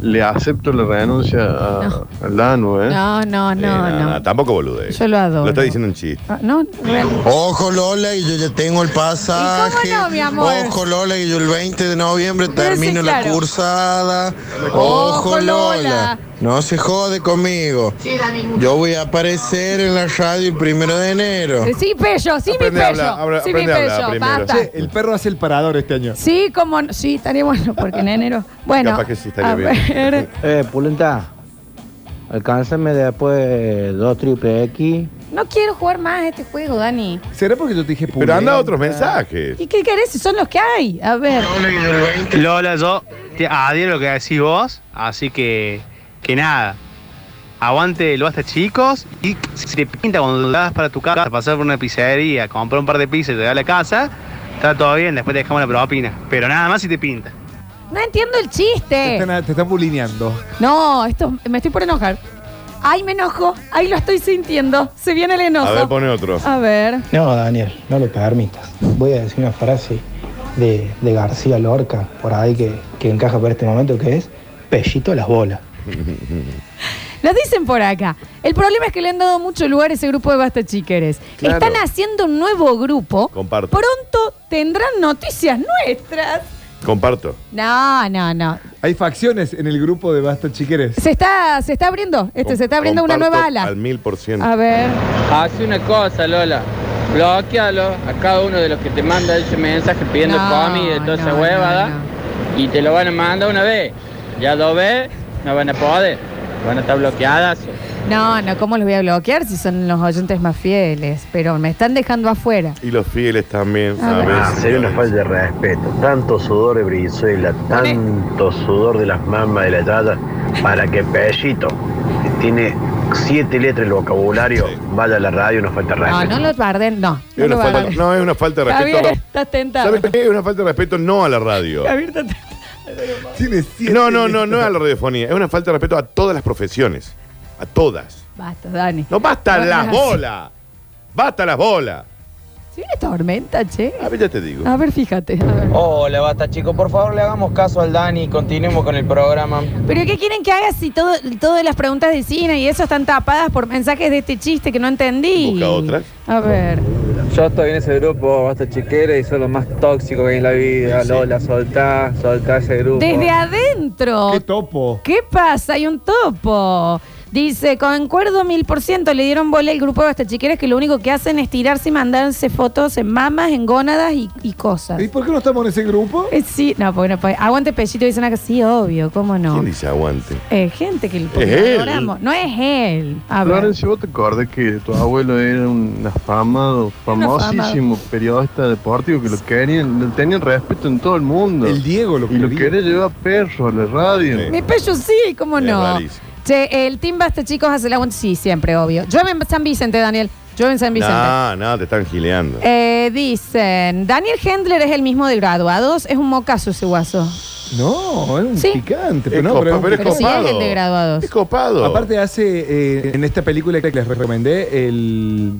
Le acepto la renuncia a, al Danu, ¿eh?
No, no, no,
Ah,
no.
tampoco bolude.
Yo lo adoro.
Lo está diciendo un chiste.
Ah, No, real.
Ojo Lola y yo ya tengo el pasaje.
¿Y cómo no, mi amor?
Ojo Lola y yo el 20 de noviembre
sí,
termino la
claro.
cursada.
Ojo,
Ojo
Lola.
Lola. No se jode conmigo. Yo voy a aparecer en la radio el primero de enero.
Sí, pello, sí, mi
Aprende a hablar,
pello.
habla-
Sí, mi
aprende a hablar
pello,
primero.
basta.
Che, el perro hace el parador este año.
Sí, como no- sí, estaría bueno, porque en enero. Bueno,
Capaz que sí
a
estaría bien.
ver.
Eh, Pulenta, alcánzame después dos triple X.
No quiero jugar más a este juego, Dani.
¿Será porque yo te dije
Pero anda otros mensajes.
¿Y qué querés? Si Son los que hay. A ver.
Lola, yo te adhiero a lo que decís vos, así que, que nada. Aguante lo hasta chicos y si te pinta cuando vas para tu casa, pasar por una pizzería, comprar un par de pizzas y te da la casa, está todo bien, después te dejamos la propina. Pero nada más si te pinta.
No entiendo el
Te
chiste.
están, te están bulineando.
No, esto me estoy por enojar. Ay, me enojo. Ay, lo estoy sintiendo. Se viene el enojo.
A ver, pone otro.
A ver.
No, Daniel, no lo permitas. Voy a decir una frase de, de García Lorca, por ahí que, que encaja para este momento, que es pellito a las bolas.
Nos dicen por acá. El problema es que le han dado mucho lugar a ese grupo de Basta Chiqueres.
Claro.
Están haciendo un nuevo grupo.
Comparto.
Pronto tendrán noticias nuestras.
Comparto.
No, no, no.
Hay facciones en el grupo de Basta Chiqueres.
Se está, se está abriendo. Este, se está abriendo una
Comparto
nueva ala.
Al mil por ciento.
A ver.
Hace una cosa, Lola. Bloquealo a cada uno de los que te manda ese mensaje pidiendo
No,
comida y toda esa huevada. Y te lo van a mandar una vez. Ya dos veces no van a poder. Van a estar bloqueadas.
No, no, ¿cómo los voy a bloquear si son los oyentes más fieles? Pero me están dejando afuera.
Y los fieles también.
A ver.
A
Ah, sería una falta de respeto. Tanto sudor de Brizuela, tanto sudor de las mamas de la yaya, para que Pellito, que tiene siete letras el vocabulario, vaya a la radio, una falta de
No,
respeto.
no los barden, no.
Es
No
una
lo
falta,
barden.
no, es una falta de respeto.
Javier, estás tentado.
¿Sabes qué? Es una falta de respeto no a la radio.
Javier, estás tentado.
No, no, no, no a la radiofonía. Es una falta de respeto a todas las profesiones. A todas.
Basta, Dani.
No basta
No,
las
no.
bolas. Basta las bolas.
Sí, una tormenta, che.
A ver, ya te digo.
A ver, fíjate. a ver.
Hola, basta chicos. Por favor, le hagamos caso al Dani y continuemos con el programa.
¿Pero qué quieren que haga si todo, todas las preguntas de cine y eso están tapadas por mensajes de este chiste que no entendí?
Busca otras.
A ver.
Yo estoy en ese grupo, basta chiquera, y son los más tóxicos que hay en la vida. Lola, soltá, soltá ese grupo.
Desde adentro.
¿Qué topo?
¿Qué pasa? Hay un topo. Dice, concuerdo mil por ciento, le dieron bola al grupo de hasta chiqueras que lo único que hacen es tirarse y mandarse fotos en mamas, en gónadas y, y cosas.
¿Y por qué no estamos en ese grupo?
Eh, sí, no, porque no puede. Aguante Pellito, dicen acá, sí, obvio, cómo no.
¿Quién dice aguante?
Eh, gente que
Es él.
adoramos. No es él. A ver.
Florencia, ¿vos te acordás que tu abuelo era un afamado,
afamado.
famosísimo periodista deportivo que lo querían, le tenían respeto en todo el mundo? El
Diego lo
Y lo quería llevar perro a la radio.
Mi pello sí, cómo
Es
no.
rarísimo.
Che, el Team Basta, chicos, hace el aguante. Sí, siempre, obvio. Llueve en San Vicente, Daniel. Llueve en San Vicente.
No, no, te están gileando.
Eh, dicen, Daniel Hendler es el mismo de graduados, es un mocazo ese guaso.
No, es un
Sí.
picante. Pero,
Es
no,
copa-
pero,
pero es Pero sí es el copado. de graduados.
Es
copado.
Aparte hace, eh, en esta película que les recomendé, el,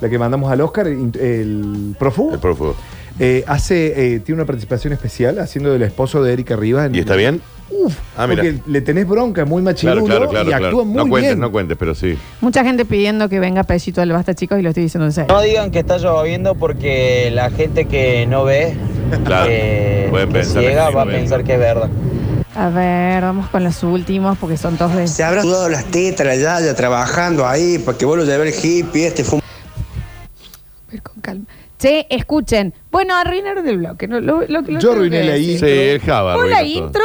la que mandamos al Oscar, el, el prófugo. El
prófugo.
hace, eh, tiene una participación especial haciendo del esposo de Erika Rivas. en-
¿Y está bien?
Uf,
Ah, mira.
porque le tenés bronca, es muy machirulo
Claro, claro, claro.
y
claro.
actúa muy
no cuentes,
bien.
no cuentes, pero sí.
Mucha gente pidiendo que venga Pellito al Basta, chicos, y lo estoy diciendo en serio.
No digan que está lloviendo porque la gente que no ve,
Claro.
que,
Pueden
que
pensar
ciega,
que sí,
va a
no ven.
pensar que es verdad.
A ver, vamos con los últimos porque son todos de.
Se habrá sudado las tetas, la yaya, trabajando ahí, para que vos lo lleves el hippie, este fue un
Calma. Che, escuchen. Bueno, arruinaron el bloque. ¿no? Lo- lo- lo
Yo
tengo
arruiné
que
la
decir.
intro.
Sí, el Java.
Vos la
arruinó todo.
intro,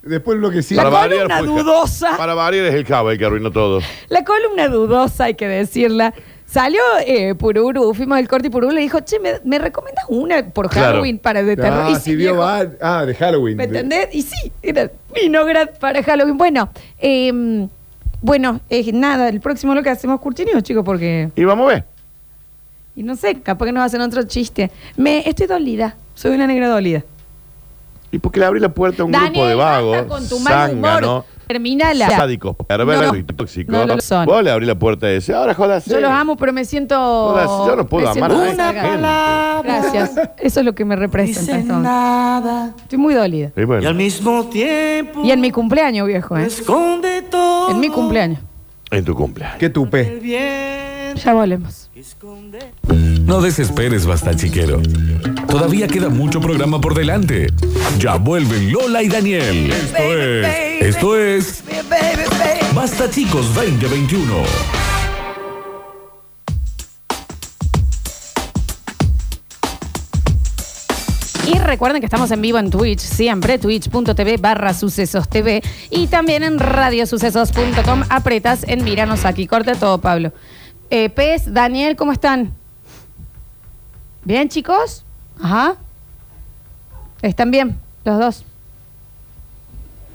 Después lo que sí.
La
variar
columna
fue el Java.
dudosa.
Para variar es el Java el que arruinó todo.
la columna dudosa, hay que decirla. Salió eh, Pururu, fuimos al corte y Pururu le dijo, che, ¿me, me recomendas una por
Claro.
Halloween para de terror?
Ah,
Y sí,
si vio
viejo.
va- Ah, de Halloween.
¿Me
De-
entendés? Y sí, era Vinograd para Halloween. Bueno, eh, bueno, es nada, el próximo lo que hacemos curtineos, chicos, porque.
Y vamos a ver.
Y no sé, capaz que nos hacen otro chiste. Me estoy dolida, soy una negra dolida.
¿Y por qué le abrí la puerta a un
Daniel,
grupo de
basta
vagos?
con tu mal humor.
Zánganos,
Terminala.
sádicos, perversos
No,
y tóxicos.
no lo son.
Vos le abrí la puerta a ese. Ahora jodas.
Yo los amo, pero me siento.
Jodas, yo no puedo
me
amar
siento
a esta
cargada.
gente.
Gracias. Eso es lo que me representa. entonces. Estoy muy dolida.
Y bueno,
mismo tiempo. Y en mi cumpleaños, viejo. ¿eh? Esconde todo. En mi cumpleaños.
en tu cumpleaños.
Qué tupe.
Ya volvemos.
No desesperes, basta chiquero. Todavía queda mucho programa por delante. Ya vuelven Lola y Daniel. Esto es. Esto es. Basta chicos 2021.
Y recuerden que estamos en vivo en Twitch, siempre, twitch.tv barra sucesos TV y también en radiosucesos.com. Apretas en Miranos aquí. Corta todo, Pablo. Eh, Pez, Daniel, ¿cómo están? ¿Bien, chicos? Ajá. ¿Están bien los dos?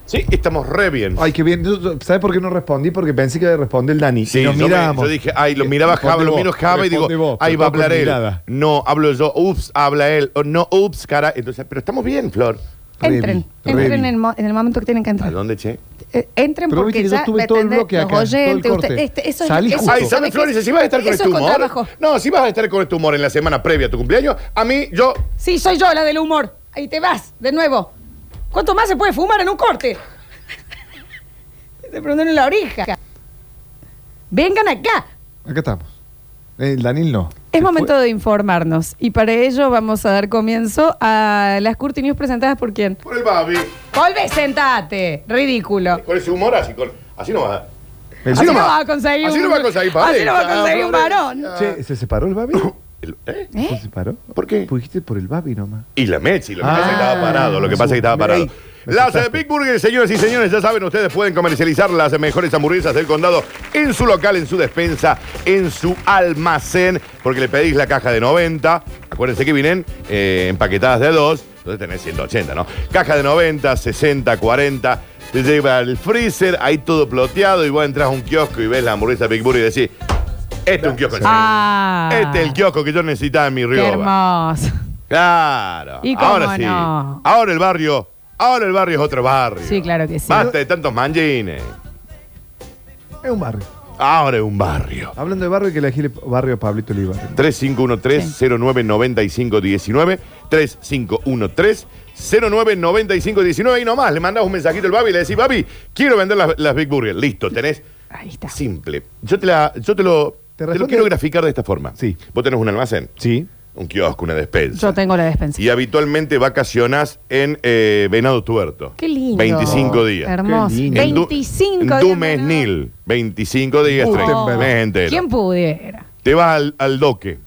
Sí, estamos re bien.
Ay, qué bien. Yo- yo- ¿Sabes por qué no respondí? Porque pensé que responde el Dani.
Sí,
Y nos
yo, me-
miramos.
yo dije, ay, lo miraba
Responde
Java, lo
vos,
miro Java y digo,
responde vos,
ahí
pero
va a
está por
hablar él.
mirada.
No, hablo yo, ups, habla él. O no, ups, cara. Entonces, pero estamos bien, Flor.
Entren. Entren en el, mo- en el momento que tienen que
¿A
entrar.
dónde, che?
Eh, entren
Pero
porque
viste que yo
ya
tuve
me
todo el
atendés,
bloque
los
acá, todo el
oyentes,
corte.
usted- este- eso es-
Salí
eso-
justo.
Ay,
¿sabe
¿sabes,
qué?
Flor? Dice, si vas a estar con
Eso
este
es
humor.
trabajo.
No, si vas a estar con este humor en la semana previa a tu cumpleaños, a mí, yo.
Sí, soy yo la del humor. Ahí te vas, de nuevo. ¿Cuánto más se puede fumar en un corte? Se prenden en la oreja. Vengan acá.
Acá estamos. Eh, El Daniel no.
Es momento de informarnos y para ello vamos a dar comienzo a las Curti News presentadas por quién.
Por el Babi.
Volve, sentate. Ridículo.
Con ese humor así, con, así no va.
Así no va a conseguir
así
un-
no va a conseguir, Ah,
así no va a conseguir un varón.
Che, ¿se separó el Babi?
¿Eh?
¿Se separó?
¿Por qué?
Pusiste por el Babi nomás.
Y la Mechi, lo que
Ah.
pasa es que estaba parado, lo que pasa es que estaba parado. Las eh, Big Burger, señoras y señores, ya saben, ustedes pueden comercializar las mejores hamburguesas del condado en su local, en su despensa, en su almacén, porque le pedís la caja de 90. Acuérdense que vienen eh, empaquetadas de dos, entonces tenés 180, ¿no? Caja de 90, 60, 40. Te lleva al freezer, ahí todo ploteado, y vos entras a un kiosco y ves la hamburguesa Big Burger y decís, este es un kiosco. en serio.
Ah,
Este es el kiosco que yo necesitaba en mi
qué
río.
hermoso.
Claro.
¿Y cómo
ahora sí.
no?
Ahora el barrio. Ahora el barrio es otro barrio.
Sí, claro que sí.
Basta de tantos manjines.
Es un barrio.
Ahora es un barrio.
Hablando de barrio, que elegí el barrio Pablito Oliva.
3513-099519. 3513-099519. Y nomás le mandas un mensajito al Babi y le decís, Babi, quiero vender las, las Big Burger. Listo, tenés.
Ahí está.
Simple. Yo te, la, yo te lo, te lo
responde-
quiero graficar de esta forma. Sí. Vos tenés un almacén.
Sí.
Un kiosco, una despensa.
Yo tengo la despensa.
Y habitualmente vacacionás en eh, Venado Tuerto.
Qué lindo.
25 días.
Hermoso.
En Du-
25 días.
En Dumesnil. 25 días,
Oh.
30. Mes entero.
¿Quién pudiera?
Te vas al, al Doque,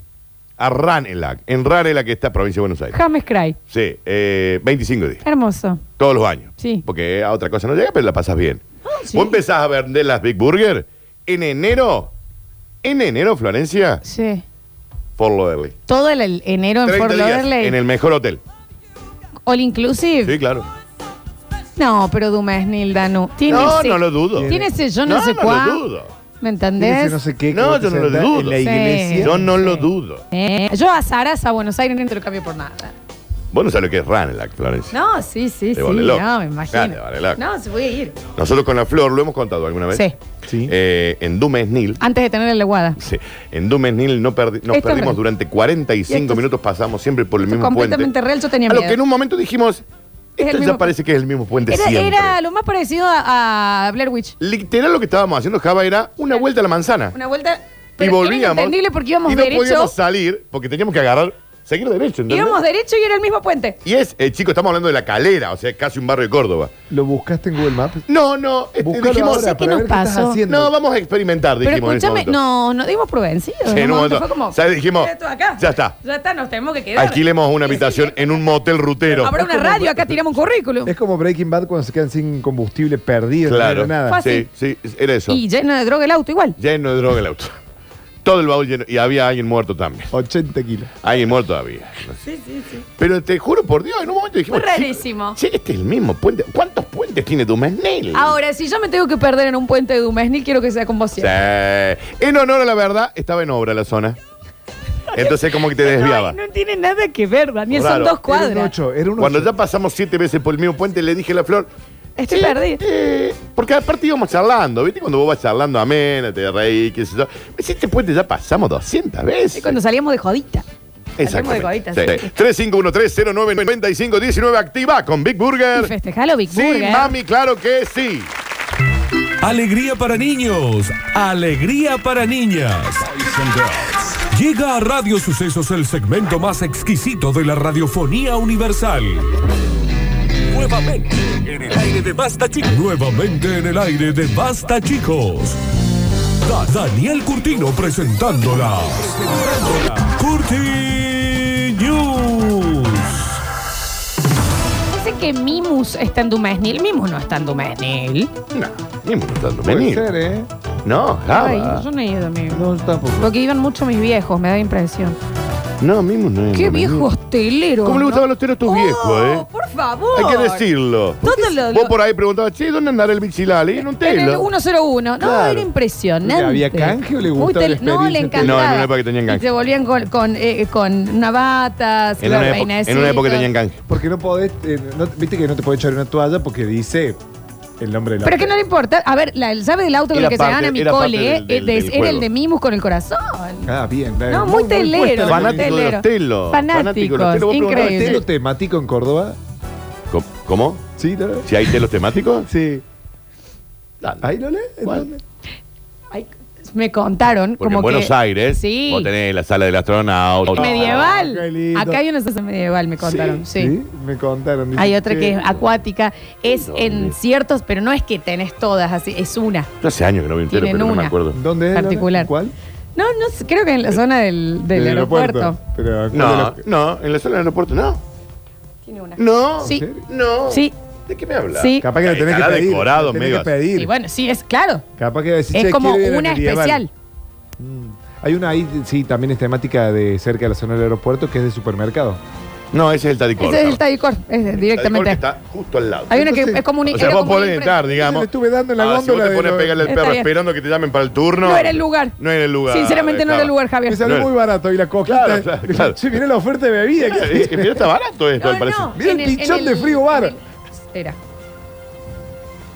a Ranelac. En Ranelac está provincia de Buenos Aires.
James Cray.
Sí, eh, 25 días.
Hermoso.
Todos los años.
Sí. Ah,
Porque a otra cosa no llega, pero la pasas bien.
sí.
Vos empezás a vender las Big Burger en enero. En enero, Florencia,
Sí.
Fort Lauderdale.
Todo el, el enero en
30
Fort
días
Lauderdale.
En el mejor hotel.
All inclusive.
Sí, claro.
No, pero Dumesnil, Danu. Tiene
No,
ese-
no lo dudo.
Tiene ese yo no,
No,
sé
no lo
cuál.
dudo.
¿Me entendés?
no sé qué. que
No,
vos
yo
te
no lo
sentás
dudo.
En la
Sí.
iglesia.
Yo no lo dudo.
Eh, yo a Sarasa, a Buenos Aires, no te lo cambio por nada.
Vos no sabés lo que es Ranelac, Florencia.
No, sí, sí, sí.
Te volé loco.
No, me imagino.
Ah, te volé loco.
No, se voy a ir.
Nosotros con la Flor lo hemos contado alguna vez.
Sí.
Eh, en Dumesnil.
Antes de tener la aguada.
sí, En Dumesnil no perdi-
Esto
nos
es
perdimos
real.
durante 45
Esto es-
minutos, pasamos siempre por el mismo puente.
Completamente real, yo tenía
A
miedo.
lo que en un momento dijimos,
Es el
esto
mismo-
ya parece que es el mismo puente
era,
siempre.
era lo más parecido a, a Blair Witch.
Literal lo que estábamos haciendo, Java, era una vuelta a la manzana.
Una vuelta.
y
pero era
volvíamos.
Entendible porque íbamos
y no
derecho.
podíamos salir porque teníamos que agarrar seguir derecho, ¿entendés?
Íbamos derecho y era el mismo puente.
Y es, eh, chicos, estamos hablando de la calera, o sea, es casi un barrio de Córdoba.
¿Lo buscaste en Google Maps?
No, no, este,
Búscalo
dijimos, "Sí,
ahora para
¿qué nos
ver qué estás
pasó?"
haciendo.
No, vamos a experimentar,
Pero
dijimos. en ese
escúchame,
momento.
no, nos dimos por vencidos.
Sí, en un momento.
Fue como,
¿Sabes? Dijimos,
"Esto acá,
ya está.
Ya está, nos tenemos que quedar.
Alquilemos una habitación en un motel rutero.
Habrá una radio, acá tiramos un currículum.
Es como Breaking Bad cuando se quedan sin combustible perdido.
Claro,
no era nada.
sí, sí, era eso.
Y lleno de droga el auto igual.
Lleno de droga el auto. Todo el baúl lleno. Y había alguien muerto también.
80 kilos.
Alguien muerto había.
Sí, sí, sí.
Pero te juro por Dios, en un momento
Fue
dijimos.
rarísimo.
Che, este es el mismo puente. ¿Cuántos puentes tiene Dumesnil?
Ahora, si yo me tengo que perder en un puente de Dumesnil, quiero que sea con vos
Sí.
siempre.
En honor a la verdad, estaba en obra la zona. Entonces, como que te desviaba.
No tiene nada que ver, Daniel,
Raro.
son dos cuadras.
Cuando ya pasamos siete veces por el mismo puente, le dije a la flor.
Estoy
"Sí,
perdido.
eh, porque aparte íbamos charlando, ¿viste? Cuando vos vas charlando amena, te reí, qué sé yo. Me dice, este puente ya pasamos 200
Es
veces.
cuando salíamos de jodita. Hablamos de
Exactamente.
coditas,
Sí.
sí.
3513099519 activa con Big Burger.
Y festejalo, Big
sí,
Burger.
mami, claro que sí.
Alegría para niños, alegría para niñas. Llega a Radio Sucesos el segmento más exquisito de la radiofonía universal. Nuevamente en el aire de Basta Chicos. Nuevamente en el aire de Basta Chicos. Da- Daniel Curtino presentándola. Curti News.
Dice que Mimus está en Dumesnil. Mimus no está en Dumesnil.
No, ni molestando.
Puede
vení.
ser, ¿eh?
No,
Ay,
Java.
yo no he ido, amigo.
No, tampoco.
Porque iban mucho mis viejos, me da impresión.
No, mismo no es.
Qué
no,
viejo
mismo.
hostelero.
¿Cómo le
¿no? Oh,
gustaban los teros a tus viejos, eh?
Por favor.
Hay que decirlo.
Todo lo-
Vos
lo-
por ahí preguntabas, che, ¿dónde andará el bichilali? En un
En el
telo.
101. No,
Claro.
era impresionante.
¿Había canje o le
Muy
gustaba
tel-
la
No, le
experiencia?
encantaba.
No, en una época que tenían canje.
Y se volvían con, con, eh, con una bata,
En una época- en una época tenían canje.
Porque no podés, eh, no- viste que no te podés echar una toalla porque dice el nombre de la
Pero que no le importa. A ver, la, el llave del auto con
Era
el que
parte-
se gana mi
era parte
cole
del- del-
eh, de-
del
era el
juego.
de Mimus con el corazón.
Ah, bien.
No, muy telero, muy
Fanático de
telero.
los telos.
Fanáticos, increíble.
¿Telo temático en Córdoba?
¿Cómo? ¿Cómo?
¿Sí? ¿no?
¿Si hay telos temáticos?
Sí.
Dale.
¿Ahí no le?
Ay, me contaron
Porque
como
en Buenos
que-
Aires
Sí.
vos tenés la sala del astronauta.
Medieval.
Ah, qué lindo.
Acá hay una estación medieval, me contaron. Sí.
Me contaron. dice
Hay otra que es acuática. Es
¿Dónde?
en ciertos, pero no es que tenés todas así, es una
Yo hace años que no vi un telo,
Tienen
pero no me
una.
acuerdo.
¿Dónde es? Lola?
particular.
¿Cuál?
No, no, sé, creo que en la zona del, del
Del
aeropuerto.
Pero, ¿cuál de
No,
los-
no, en la sala del aeropuerto no.
Tiene una.
No.
Sí.
No.
Sí.
¿De qué me hablas?
Sí.
Capaz que la tenés que
Estará
pedir.
decorado,
la tenés
medio
que pedir.
Y bueno, sí, es claro.
Capaz que decís, "Che,
Es como
quiero ir a la
una
medieval".
especial.
Hay una ahí, sí, también es temática de cerca de la zona del aeropuerto que es de supermercado.
No, ese es el Tadicor.
Ese es el Tadicor, es de- directamente.
Está justo al lado.
Hay una que es como un
O sea,
era
vos
como un
podés
impre-
entrar, digamos.
Le estuve dando en la
Ah, si vos
góndola
te
de
pones a
los-
pegarle al
Está
perro
bien.
esperando que te llamen para el turno.
No era el lugar.
No era el lugar.
Sinceramente no era el
estaba-
lugar, Javier.
Me salió
No.
muy barato y la coquita.
Claro, claro, claro.
Sí, mirá la oferta de bebida. que
Eh, eh, Mira, está barato esto,
No,
al parecer.
no,
Mira
en
el pinchón de frigo bar.
en el- Era.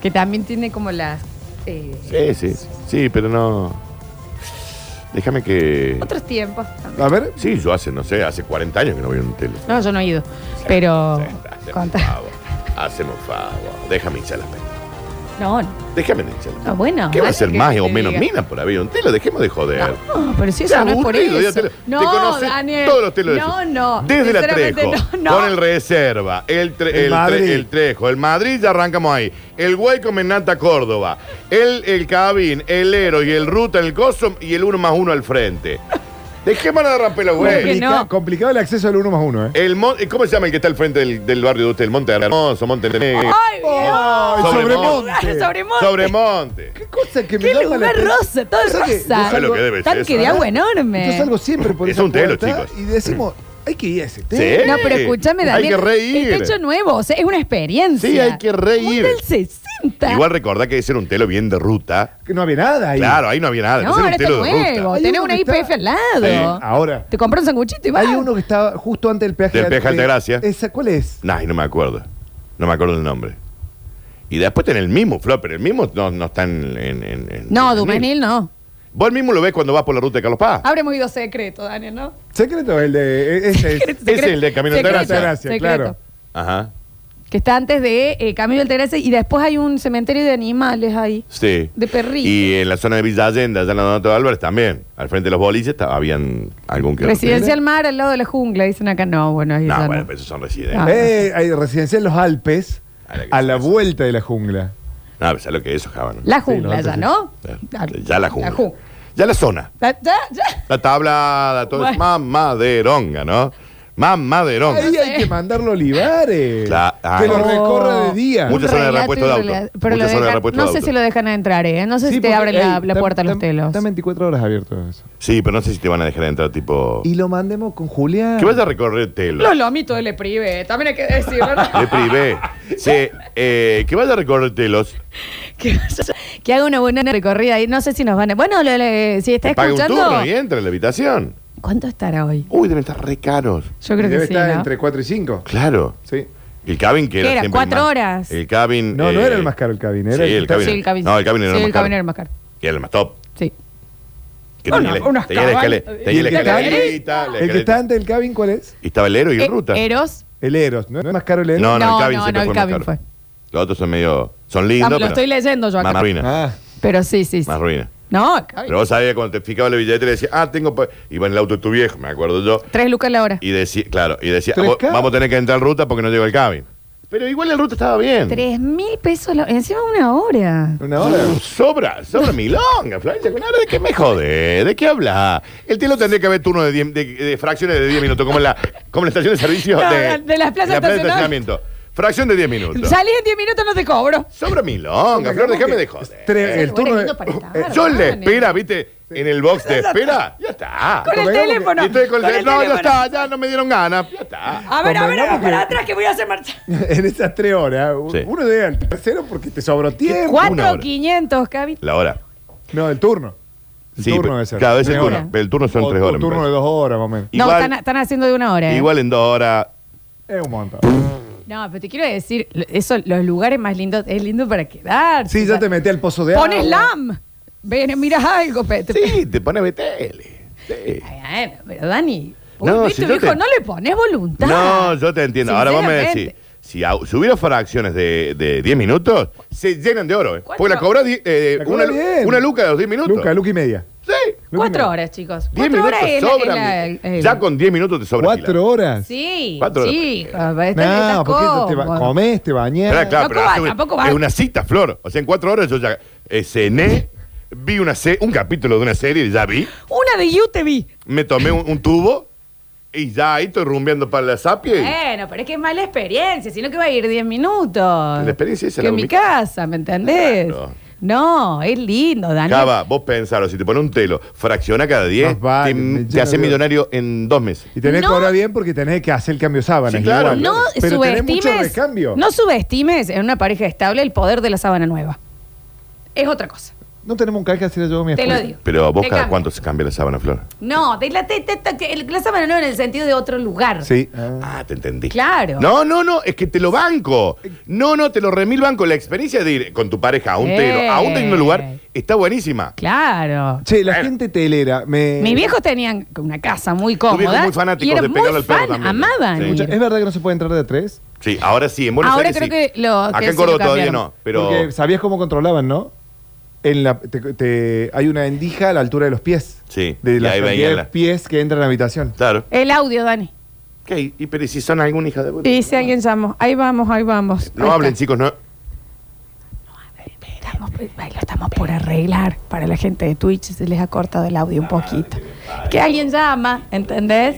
Que también tiene como las. eh,
Sí, sí, sí. Sí, pero no. Déjame que.
Otros tiempos. también.
A ver,
Sí, yo hace, no sé, hace 40 años que no veo un tele.
No, yo no he ido. Pero.
Haceme un
Contá.
favor. Haceme un favor. Déjame hinchar las penas.
No, no,
Déjame de hinchar las
no, bueno.
¿Qué va a
vale
ser
que
más
te
o menos
diga.
mina por haber un telo? Dejemos de joder.
No, pero si
Te
eso no es por
aburrido,
eso.
ya te lo- te conoces todos los telos de
No,
eso.
no.
Desde la
sinceramente
Trejo,
No, no.
con el Reserva, el, tre-
El
el, tre-
Madrid.
el Trejo, el Madrid, ya arrancamos ahí. El Huayco Menata Córdoba, el, el Cabín, el Ero y el Ruta, el Coso y el 1 más 1 al frente. Dejémonos de romper los
Porque
huevos.
no.
complicado el acceso al 1 más 1, ¿eh?
El Mon- ¿Cómo se llama el que está al frente del, del barrio de usted? El Monte Hermoso, Monte Negro.
¡Ay,
Ay,
Sobre
Sobremonte.
Dios! Sobremonte.
Sobremonte.
Qué cosa que me
¡Qué
llama la
lugar rosa! Todo es
¿Sabes qué? Yo
rosa.
¿Sabes lo que debe ser
Tanque
eso,
de
no?
agua
Yo
enorme.
salgo siempre por
Es
esa
un telo,
puerta
chicos.
Y decimos, hay que ir a ese telo.
Sí.
No, pero escúchame,
Hay
Daniel.
que reír.
Está hecho nuevo, o sea, es una experiencia.
Sí, hay que reír. Ah,
Muy del 60.
Igual recordá que ese era un telo bien de ruta.
Que no había nada ahí.
Claro, ahí no había nada.
No,
ese era
ahora
un
está
telo de
nuevo.
ruta.
Hay
Tenés
uno
una
que
IPF
está-
al lado.
Ahora.
Te compras un sanguchito y vas.
Hay uno que estaba justo antes del peaje.
Del peaje
de-
Altagracia.
Esa, ¿Cuál es?
Nah, y no me acuerdo. No me acuerdo el nombre. Y después tenés el mismo, Flop, pero el mismo no, no está en, en- en- en-
No,
en-
Dumenil no.
Vos el mismo lo ves cuando vas por la ruta de Carlos Paz.
Ahora hemos ido secreto, Daniel, ¿no?
Secreto, el de. e, Ese es.
Ese es el de Camino
Secreto,
Altagracia.
Altagracia,
secreto.
claro.
Ajá.
Que está antes de eh, Camino del Terrace y después hay un cementerio de animales ahí.
Sí.
De perritos.
Y en la zona de Villa Allende, allá en la Donato de Álvarez también. Al frente de los boliches ta- habían algún que
Residencial Mar al lado de la jungla, dicen acá. No, bueno, ahí ya
No,
no.
bueno, pero esos son residentes.
Ah.
Eh, hay residencia en los Alpes,
Ah,
a la vuelta de la jungla.
No, pero Ah, pues, ¿sabes lo que es eso, Java? no?
La jungla
Sí,
ya, ¿no? La-
Ya la
La
jungla.
jungla.
Ya la zona.
La- ya, ya.
La tabla, todo es
Bueno.
mamaderonga, ¿no? Mamaderonga.
Ahí hay que mandarlo a Olivares.
La- ah,
que
no.
lo recorra de día.
Muchas zonas de
Relato
repuesto de
y rela-
auto.
Pero lo
Muchas zonas de
dejan-
repuesto de
no sé
auto.
si lo dejan entrar, ¿eh? No sé
Sí,
si te
porque,
abren la,
ey,
la
tam-
puerta a los
tam-
telos.
Están 24 horas abiertos eso.
Sí, pero no sé si te van a dejar entrar, tipo.
Y lo mandemos con Julián.
Que vaya a recorrer telo.
Los lomitos del Prive, también hay que decirlo. ¿no?
Le privé. Sí, eh, que vaya a recorrer telos.
que, que haga una buena recorrida ahí. No sé si nos van a. Bueno, lo- lo- si está
Que pague un
escuchando.
turno ¿eh? y entra en la habitación.
¿Cuánto estará hoy?
Uy, deben estar re caros.
Yo creo
Debe
que sí.
estar
¿no?
entre 4 y 5.
Claro.
Sí.
El cabin que
¿Qué
era.
era?
siempre el
¿Cuatro
más-
horas?
El cabin.
No, no
eh,
era el más caro el cabin. Era
Sí, el cabin.
Sí, el cabin.
No, el cabin era
Sí,
el
el
más
cabin
caro.
era el más caro.
Y era el más top.
Sí.
Que
Bueno,
tenía la-
unas
tenía la escalera.
cabañas.
Tenía
¿Y
la
el que está
escalera.
El que está antes del cabin, ¿cuál es?
Y estaba el héroe y
Eh,
el ruta.
Eros.
El Eros. ¿No es más caro el Eros?
No, no,
No,
el cabin
no,
siempre
no, el
fue más
cabin
caro. Los otros son medio. Son lindos,
Ah, lo
pero.
estoy leyendo yo
Más
acá.
ruinas.
Ah.
Pero sí, sí, sí.
Más ruinas.
No, cabin.
Pero vos sabías cuando te fijabas la billetera y decías, ah, tengo. pa- Iba en el auto de tu viejo, me acuerdo yo.
Tres lucas la hora.
Y decía, claro, y decía,
¿Tres
"Vos-
K?
vamos a tener que entrar en ruta porque no llegó el cabin. Pero igual el ruta estaba bien.
Tres mil pesos la- encima una hora.
Una hora.
Uh, Sobra, sobra milonga, Florencia. ¿Con hora de qué me jode? ¿De qué habla? El telo tendría que haber turno de, 10 de- de fracciones de 10 minutos, como en la, como en la estación de servicio
No,
de,
de las plazas
de
estacionales.
estacionamiento. Fracción de 10 minutos.
Salís en diez minutos, no te cobro.
Sobra milonga, Flor, déjame de joder.
el turno de-
Eh, Yo le espera, ¿viste? En el box de espera. Ya está.
Con el Convengamos que- teléfono.
Y estoy con el
Con el
teléfono. No, ya
teléfono.
está, ya no me dieron ganas. Ya está.
A ver, a ver,
Convengamos
para
que-
atrás que voy a hacer marcha.
en esas 3 horas. u-
Sí.
Uno debe al tercero porque te sobró tiempo.
Cuatro quinientos, Cavi.
La hora.
No, el turno. El
Sí,
turno
pero-
debe ser.
claro, es el
Una
turno.
hora.
Pero El turno son
O
tres
tu
horas. me
turno de
parece.
dos horas, más o menos.
No,
Igual-
están, están haciendo de una hora. ¿eh?
Igual en dos horas.
Es un montón.
No, pero te quiero decir, lo- eso, los lugares más lindos, es lindo para quedar.
Sí, ya te metí al pozo de
Pones
agua.
LAM. Ven, miras algo, pe- te-
Sí, te pone BTL. Sí.
Bueno, pero Dani,
No,
no,
si yo
viejo,
te-
no le pones voluntad.
No, yo te entiendo. Ahora vos me decís,
Sinceramente.
si au- subiera fracciones de, de 10 minutos, se llenan de oro, ¿eh? Porque la cobra di- eh,
La cobra
una,
bien.
una luca de los 10 minutos.
Luca, Luca y media.
Sí.
Cuatro horas, chicos.
10
Cuatro
minutos
horas es la-
sobra.
es la- el-
ya con 10 minutos te sobra.
¿Cuatro horas?
Sí,
Cuatro horas.
sí, joder, está- está
No, porque te
cómodo.
ba- comés, te bañás.
Claro, claro, pero
Tampoco va,
hace una-
tampoco va.
es una cita, Flor. O sea, en cuatro horas yo ya eh, cené, vi una se- un capítulo de una serie, ya vi,
Una de You te vi.
me tomé un, un tubo y ya ahí estoy rumbeando para la sapia. y-
Bueno, pero es que es mala experiencia, sino que va a ir 10 minutos.
La experiencia esa
Que
la
en mi
vomita.
casa, ¿me entendés?
Claro.
No, es lindo, Dani.
Cava, vos pensalo, si te pones un telo, fracciona cada 10,
Más vale, me
te, te
llena
hace
de-
millonario en dos meses.
Y tenés
No.
que cobrar bien porque tenés que hacer el cambio de sábanas.
Sí, claro.
igual.
No
pero tenés mucho
subestimes.
recambio.
No subestimes en una pareja estable el poder de la sábana nueva. Es otra cosa.
No tenemos un canje que hacer yo a mi
Te
esposa.
lo digo.
Pero vos
Te
cada
cambio.
cuánto se cambia la sábana, Flor.
No, de la, te- te- te- que el- la sábana nueva en el sentido de otro lugar.
Sí. Ah, te entendí.
Claro.
No, no, no, es que te lo banco.
Eh.
No, no, te lo remil banco. La experiencia de ir con tu pareja a un
Eh.
telo, a un tecno lugar, está buenísima.
Claro.
Che, la gente telera. Me...
Mis viejos tenían una casa muy
viejos
cómoda.
Eh. muy fanáticos
y era
de
muy
pegarle al perro
fan,
también, ¿no?
Amaban.
Sí.
ir.
Escucha, ¿Es verdad que no se puede entrar de a tres?
Sí, ahora sí, en Buenos
Ahora
Aires
creo
sí.
que lo-
Acá
que
en
sí
Córdoba
lo
todavía
cambiaron.
no, pero...
Porque sabías cómo controlaban, ¿no? En la, te- te- hay una endija a la altura de los pies.
Sí, y
De la
ahí
cantidad
venían
de
las-
pies que entran a la habitación.
Claro.
El audio, Dani.
¿Qué? ¿Y pero si son algún hija de puta?
Dice alguien llamó. Ahí vamos, ahí vamos.
No hablen, chicos, no.
Estamos, ahí lo estamos por arreglar. Para la gente de Twitch se les ha cortado el audio un poquito. Que alguien llama, ¿entendés?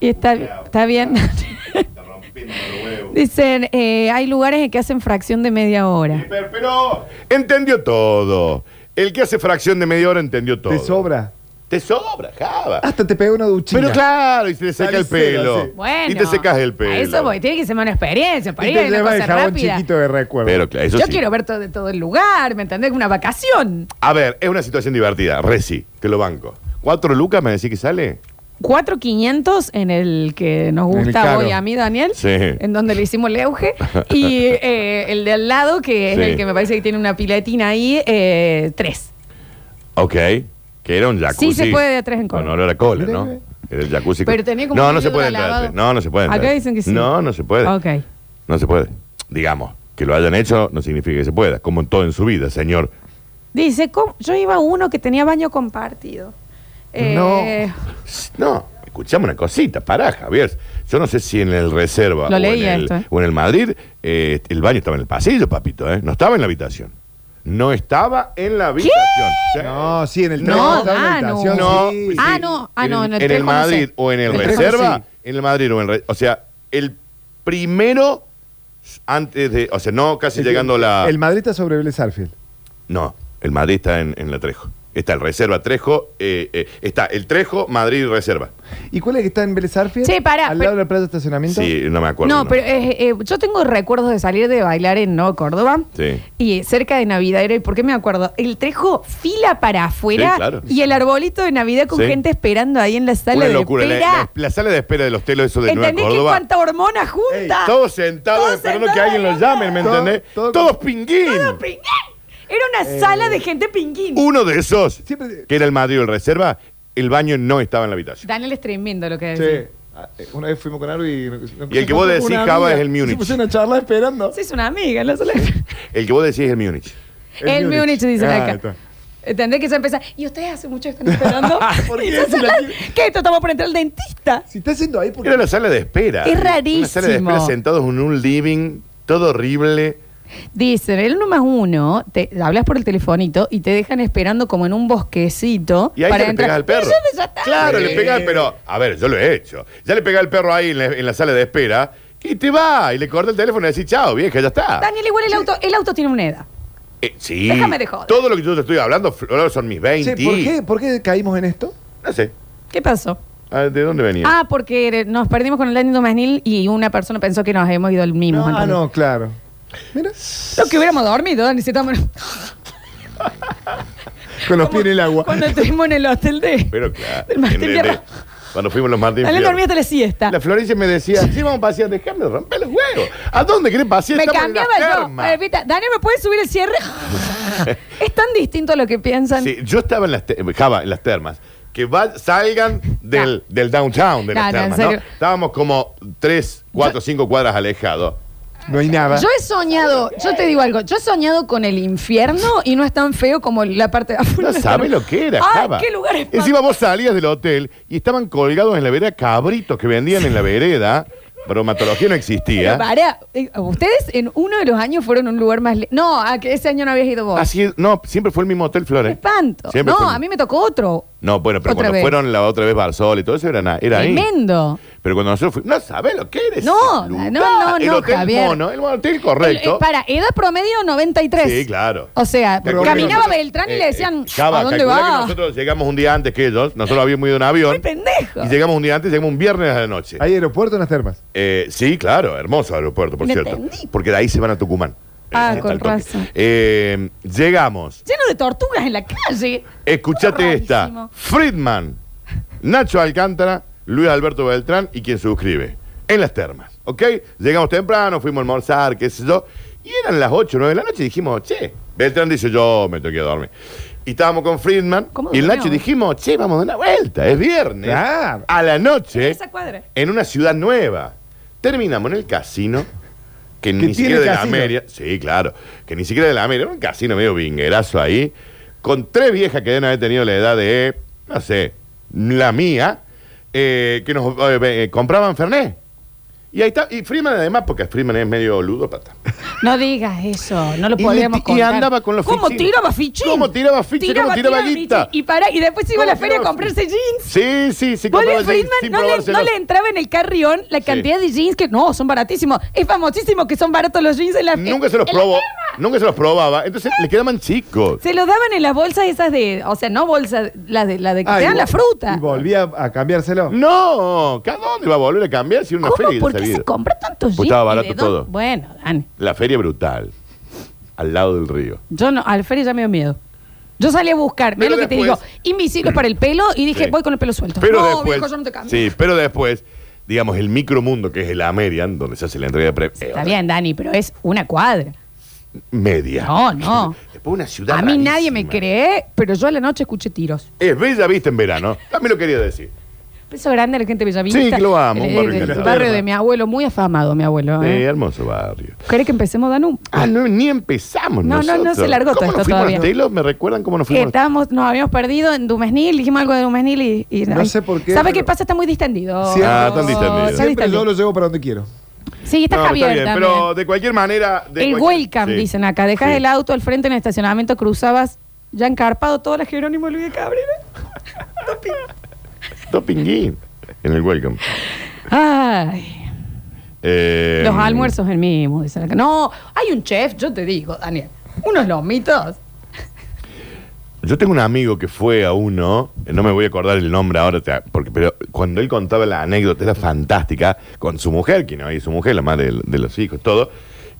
Y está, está bien. Dicen, eh, hay lugares en que hacen fracción de media hora.
Pero, pero entendió todo. El que hace fracción de media hora entendió todo.
Te sobra.
Te sobra, Java.
Ah,
Hasta te pega una duchina.
Pero claro, y se le seca el
Salí cero,
pelo.
sí.
Bueno.
Y te secas el pelo.
A eso voy, tiene que ser una experiencia para
Y
ir
te
a una
lleva el
cosa
jabón
rápida.
chiquito de recuerdo.
Pero claro, eso
Yo
sí.
quiero ver todo, todo el lugar, ¿me entendés? Una vacación.
A ver, es una situación divertida. Reci, te lo banco. ¿Cuatro lucas me decís que sale?
4.500 en el que nos
En el
gusta
caro.
hoy a mí, Daniel,
Sí.
en donde le hicimos el euge. Y eh, el de al lado, que es
Sí.
el que me parece que tiene una piletina ahí, eh, tres.
Ok. Que era un jacuzzi.
Sí, se puede de a tres en cola.
Con olor a cola, ¿no? Era el jacuzzi. con-
Pero tenía como
no,
un
no se
vidrio
puede entrar. a
lavado.
tres. No, no se puede entrar.
Acá dicen que sí.
No, no se puede.
Ok.
No se puede. digamos, que lo hayan hecho no significa que se pueda, como en todo en su vida, señor.
Dice, ¿cómo? yo iba a uno que tenía baño compartido. Eh,
No, escuchame una cosita, pará, Javier. Yo no sé si en el reserva
Lo
o,
leí
en el,
esto, eh.
o en el Madrid eh, el baño estaba en el pasillo, papito, ¿eh? No estaba en la habitación. No estaba en la habitación.
No, sí, en el tren.
No,
estaba en la
Danu.
habitación,
ah, No, pues
sí.
Ah, no, ah, no, en el,
en el
teléfono
Madrid
sí.
o en el
El teléfono
reserva,
sí.
en el Madrid o en el re- o sea, el primero antes de, o sea, no casi llegando a la
El Madrid está sobre Vélez Arfield.
no, el Madrid está en, en la Trejo. Está el Reserva Trejo, eh, eh, está el Trejo, Madrid Reserva.
¿Y cuál es que está en Vélez Arfield?
Sí, pará,
Al
pero-
lado de la plaza de estacionamiento.
Sí, no me acuerdo.
No, pero eh, eh, yo tengo recuerdos de salir de bailar en Nuevo Córdoba.
Sí.
Y eh, cerca de Navidad era, ¿y por qué me acuerdo? El Trejo fila para afuera
Sí, claro.
y el arbolito de Navidad con
Sí.
gente esperando ahí en la sala
Una
de
locura, la,
espera.
la- la sala de espera de los telos eso de Nueva
¿Entendés que
Córdoba.
cuánta Ah, hormona junta?
Todos sentados esperando que alguien los llame, ¿me
Todo-
entendés? todos pinguín.
Pinguín. Era una
Eh,
sala de gente pinguín.
uh,
Uno de esos, que era el Madrid o el Reserva, el baño no estaba en la habitación.
Daniel es tremendo lo que
Sí.
dice.
Ah, eh, Una vez fuimos con Aru y...
Y el que vos decís,
Una
Java,
amiga.
es el Múnich.
Se puso Pues una charla esperando.
Sí, es una amiga. en la sala de-
El que vos decís es el Múnich.
El El Múnich. Múnich, dicen
Ah,
acá.
está.
Entendés que se empieza. Y ustedes hace mucho que están esperando.
¿Por
Y
qué?
esas
Si la-
salas- ¿Qué? Esto estamos por entrar al dentista.
Si está haciendo ahí, porque
Era la sala de espera.
Es
Una sala de espera
rarísimo.
sentados en un living, todo horrible.
Dicen, el uno más uno, te hablas por el telefonito y te dejan esperando como en un bosquecito.
Y ahí
para
ya le
entrar.
pegás al perro.
Pero ya- ya está.
Claro, le
Sí.
pegás al perro. A ver, yo lo he hecho. Ya le pegás al perro ahí en la, en la sala de espera y te va. Y le corta el teléfono y decís, chao, vieja, ya está.
Daniel, igual el auto, el auto tiene una edad.
Eh, sí.
Déjame de joder.
Todo lo que yo te estoy hablando, Flor, son mis 20.
Che, ¿por, qué, ¿por qué caímos en esto?
No sé.
¿Qué pasó?
A ver, ¿De dónde venía?
Ah, porque nos perdimos con el Daniel Masnil y una persona pensó que nos hemos ido al mismo.
Ah,
entonces.
no, claro.
Lo que hubiéramos dormido, Dani, si estamos-
Con los pies en el agua.
cuando estuvimos en el hotel de.
Pero claro.
Del Martín
en- en-
Fierro.
cuando fuimos los Martín
Daniel
Fierro.
dormía hasta la siesta.
La Florencia me decía, sí, vamos a pasear, déjame romper los huevos. ¿A dónde querés pasear?
Me
Estamos en la
cambiaba yo.
terma.
Eh, Vita, Daniel, ¿me puedes subir el cierre? es tan distinto a lo que piensan.
Sí, yo estaba en las, te- Java, en las termas. Que va- salgan del, del downtown de
No,
las
no, en
termas, ¿no?
serio.
Estábamos como 3, 4, 5 cuadras alejados.
No hay nada.
Yo he soñado, yo te digo algo, yo he soñado con el infierno y no es tan feo como la parte de afuera.
No sabes lo que era,
Ay,
Java.
qué lugar espantoso.
Encima vos salías del hotel y estaban colgados en la vereda cabritos que vendían en la vereda. Bromatología no
Pero
existía.
para, eh, ustedes en uno de los años fueron a un lugar más... le- No, a que ese año no habías ido vos.
Así es- no, siempre fue el mismo hotel, Flores.
Espanto.
Ah, Siempre
no,
fue el-
a mí me tocó otro.
No, bueno, pero
Otra
cuando
vez.
fueron la otra vez Barzol y todo eso era, na- era ahí.
Tremendo.
Pero cuando nosotros fuimos, no sabés lo que eres.
No, no, no,
el
no,
hotel
Javier.
mono, el hotel
El- eh,
correcto.
para, edad promedio 93.
Sí, claro.
O sea,
Calculá que
caminaba
nosotros-
Beltrán y
eh,
le decían,
eh, Java,
¿a dónde
calculá que
va?
nosotros llegamos un día antes que ellos, nosotros habíamos ido en avión.
pendejo.
Y llegamos un día antes, llegamos un viernes a la noche.
¿Hay aeropuerto en las termas?
Eh, sí, claro, hermoso aeropuerto, por
Me
cierto.
entendí.
Porque de ahí se van a Tucumán.
Ah, con
al toque.
razón.
Eh, llegamos.
Lleno de tortugas en la calle.
Escuchate esta.
Rarísimo.
Friedman, Nacho Alcántara, Luis Alberto Beltrán y quien suscribe. En las termas, ¿ok? Llegamos temprano, fuimos a almorzar, qué sé yo. Y eran las 8 o 9 de la noche y dijimos, che, Beltrán dice, yo me tengo que ir a dormir. Y estábamos con Friedman y
durmió?
el Nacho dijimos, che, vamos a dar una vuelta, es viernes.
Claro.
A la noche
Esa cuadra.
en una ciudad nueva. Terminamos en el casino, que,
Que
ni
tiene
siquiera de la
casino.
América. Sí, claro. Que ni siquiera de la América. Era un casino medio vinguerazo ahí. Con tres viejas que deben haber tenido la edad de, no sé, la mía, eh, que nos eh, eh, compraban Fernet. Y ahí está. Y Freeman además, porque Freeman es medio ludópata.
No digas eso, no lo
Y
podríamos
le- y
contar.
andaba con los
¿Cómo
fichines?
tiraba fichín?
¿Cómo tiraba fichín? ¿Cómo tiraba guita?
fichín. Y para, y después iba a la
¿Cómo
feria a
tiraba
comprarse jeans.
Sí, sí, sí.
Vos,
compraba
el
jeans
Friedman,
sin
no le, no
probárselos.
le entraba en el carrión la cantidad de jeans que no, son baratísimos. Es famosísimo que son baratos los jeans en la
Nunca se los
en la
probó.
tienda.
Nunca se los probaba. Entonces le quedaban chicos.
Se los daban en las bolsas esas de, o sea, no bolsas, las de, la de que
Ah,
te
y
dan
vol-
la fruta.
¿Y volvía a cambiárselo?
No, ¿a dónde va a volver a cambiar si era una
¿Cómo?
feria que ya
¿Por
se
qué
había
se
ido?
compra tantos
Pues
jeans?
estaba
¿Y de
barato
dónde?
todo.
Bueno, Dani,
La feria brutal, al lado del río.
yo no, al feria ya me dio miedo. Yo salí a buscar, mira
Pero
lo que te digo,
después-
invisibles para el pelo y dije,
Sí.
voy con el pelo suelto.
Pero
no,
después,
viejo, yo no te cambio.
sí, pero después, digamos, el micromundo que es el Amerian, donde se hace la entrega de premios, eh,
Está bien, Dani, pero es una cuadra.
media.
No, no.
Después una ciudad
A mí
rarísima.
nadie me cree, pero yo a la noche escuché tiros.
Es bella vista en verano. También lo quería decir.
Beso grande a la gente de Bellavista.
Sí, que lo amo, un
El,
barrio
el- el
encantador.
barrio de mi abuelo, muy afamado mi abuelo.
Sí,
¿eh?
hermoso barrio.
¿Querés que empecemos, Danú?
Ah, no, ni empezamos.
No, no, no,
nosotros.
se largó
¿Cómo
todo
nos
esto
fuimos al
todavía.
Telo? ¿Me recuerdan cómo nos
Que
fuimos?
estábamos, nos habíamos perdido en Dumesnil, dijimos algo de Dumesnil y... y-
No
ay.
sé por qué,
¿Sabe
pero-
qué pasa? Está muy distendido.
Siempre-
Ah, están distendidos.
Está
Siempre
distendido.
yo lo llevo para donde quiero.
Sí, está
No,
Javier
bien,
también.
pero de cualquier manera. de
el
cualquier-
welcome,
sí.
dicen acá. Dejas el auto al frente en el estacionamiento, cruzabas ya encarpado toda la Jerónimo Luis de Cabrera.
Topinguín en el welcome.
Ay,
Eh,
los almuerzos el mismo, dicen acá. No, hay un chef, yo te digo, Daniel. Unos lomitos.
Yo tengo un amigo que fue a uno, eh, no me voy a acordar el nombre ahora, te- porque, pero cuando él contaba la anécdota era fantástica, con su mujer, que no es su mujer, la madre del- de, los hijos, todo,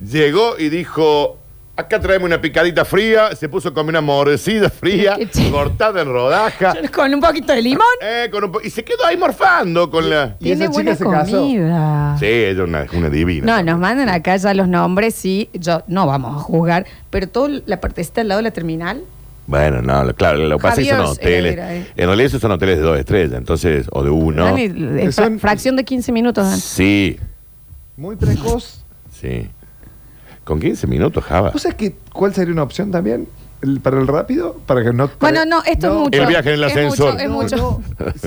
llegó y dijo, acá traeme una picadita fría, se puso a comer una morcilla fría, cortada en rodaja,
Con un poquito de limón.
eh, con un po- y se quedó ahí morfando con la...
Tiene buena comida.
Sí, ella es una, una divina.
No, nos mandan acá ya los nombres, sí, yo no vamos a jugar, pero toda la partecita al lado de la terminal,
Bueno, no, lo- claro, lo que pasa es que son
Javier
hoteles.
Heredia, eh.
En realidad esos son hoteles de dos estrellas, entonces, o de uno.
Dani, eh, fra- fracción de 15 minutos. Dan.
Sí,
Muy precoz.
sí. Con 15 minutos, Java.
¿Vos sabés que, cuál sería una opción también? El- para el rápido, para que no.
Bueno, no, esto es mucho.
El viaje en el
Es
ascensor.
mucho, es
No,
mucho.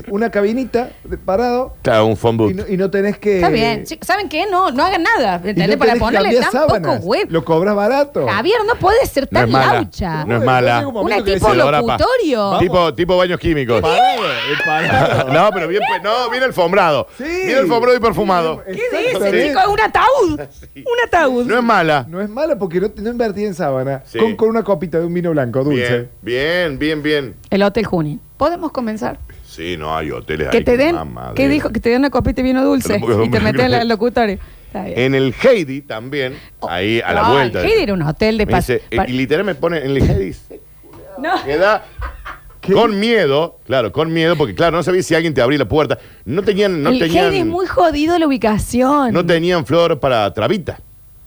Una cabinita de parado
Claro, un phone
y
booth.
no, y no tenés que.
Está bien, chicos, ¿saben qué? No, no hagan nada,
eh, y no
¿entendés? Para
tenés que
ponerle
cambiar
tan poco
sábanas.
web.
Lo cobras barato.
Javier, no puede ser
No es
tan
mala.
laucha.
No es mala.
un momento Una que tipo decís,
Dolorapa.
locutorio.
Tipo, tipo baños químicos. no, pero bien, pe- no, bien alfombrado. Bien alfombrado y perfumado.
¿Qué dice,
Sí.
chico? Es un ataúd. Un ataúd.
No es mala.
No es mala porque no, no invertí en sábana.
Sí.
Con, con una copita de un vino blanco dulce.
Bien, bien, bien, bien.
El Hotel Junín. ¿Podemos comenzar?
Sí, no hay hoteles
Que
ahí
te den,
mamadera.
¿qué dijo? Que te den una copita de vino dulce
Pero-
y te meten al locutorio. Está bien.
En el Heidi también,
Oh,
ahí Eh, a la
Ay,
vuelta.
¿qué era un hotel de
Me
pas-
dice, eh,
pa-
y literal me pone en el Heidi. se
No.
Queda con miedo, claro, con miedo, porque claro, no sabía si alguien te abría la puerta. No tenían, no
el
tenían.
Heidi es muy jodido la ubicación.
no tenían flor para trabita.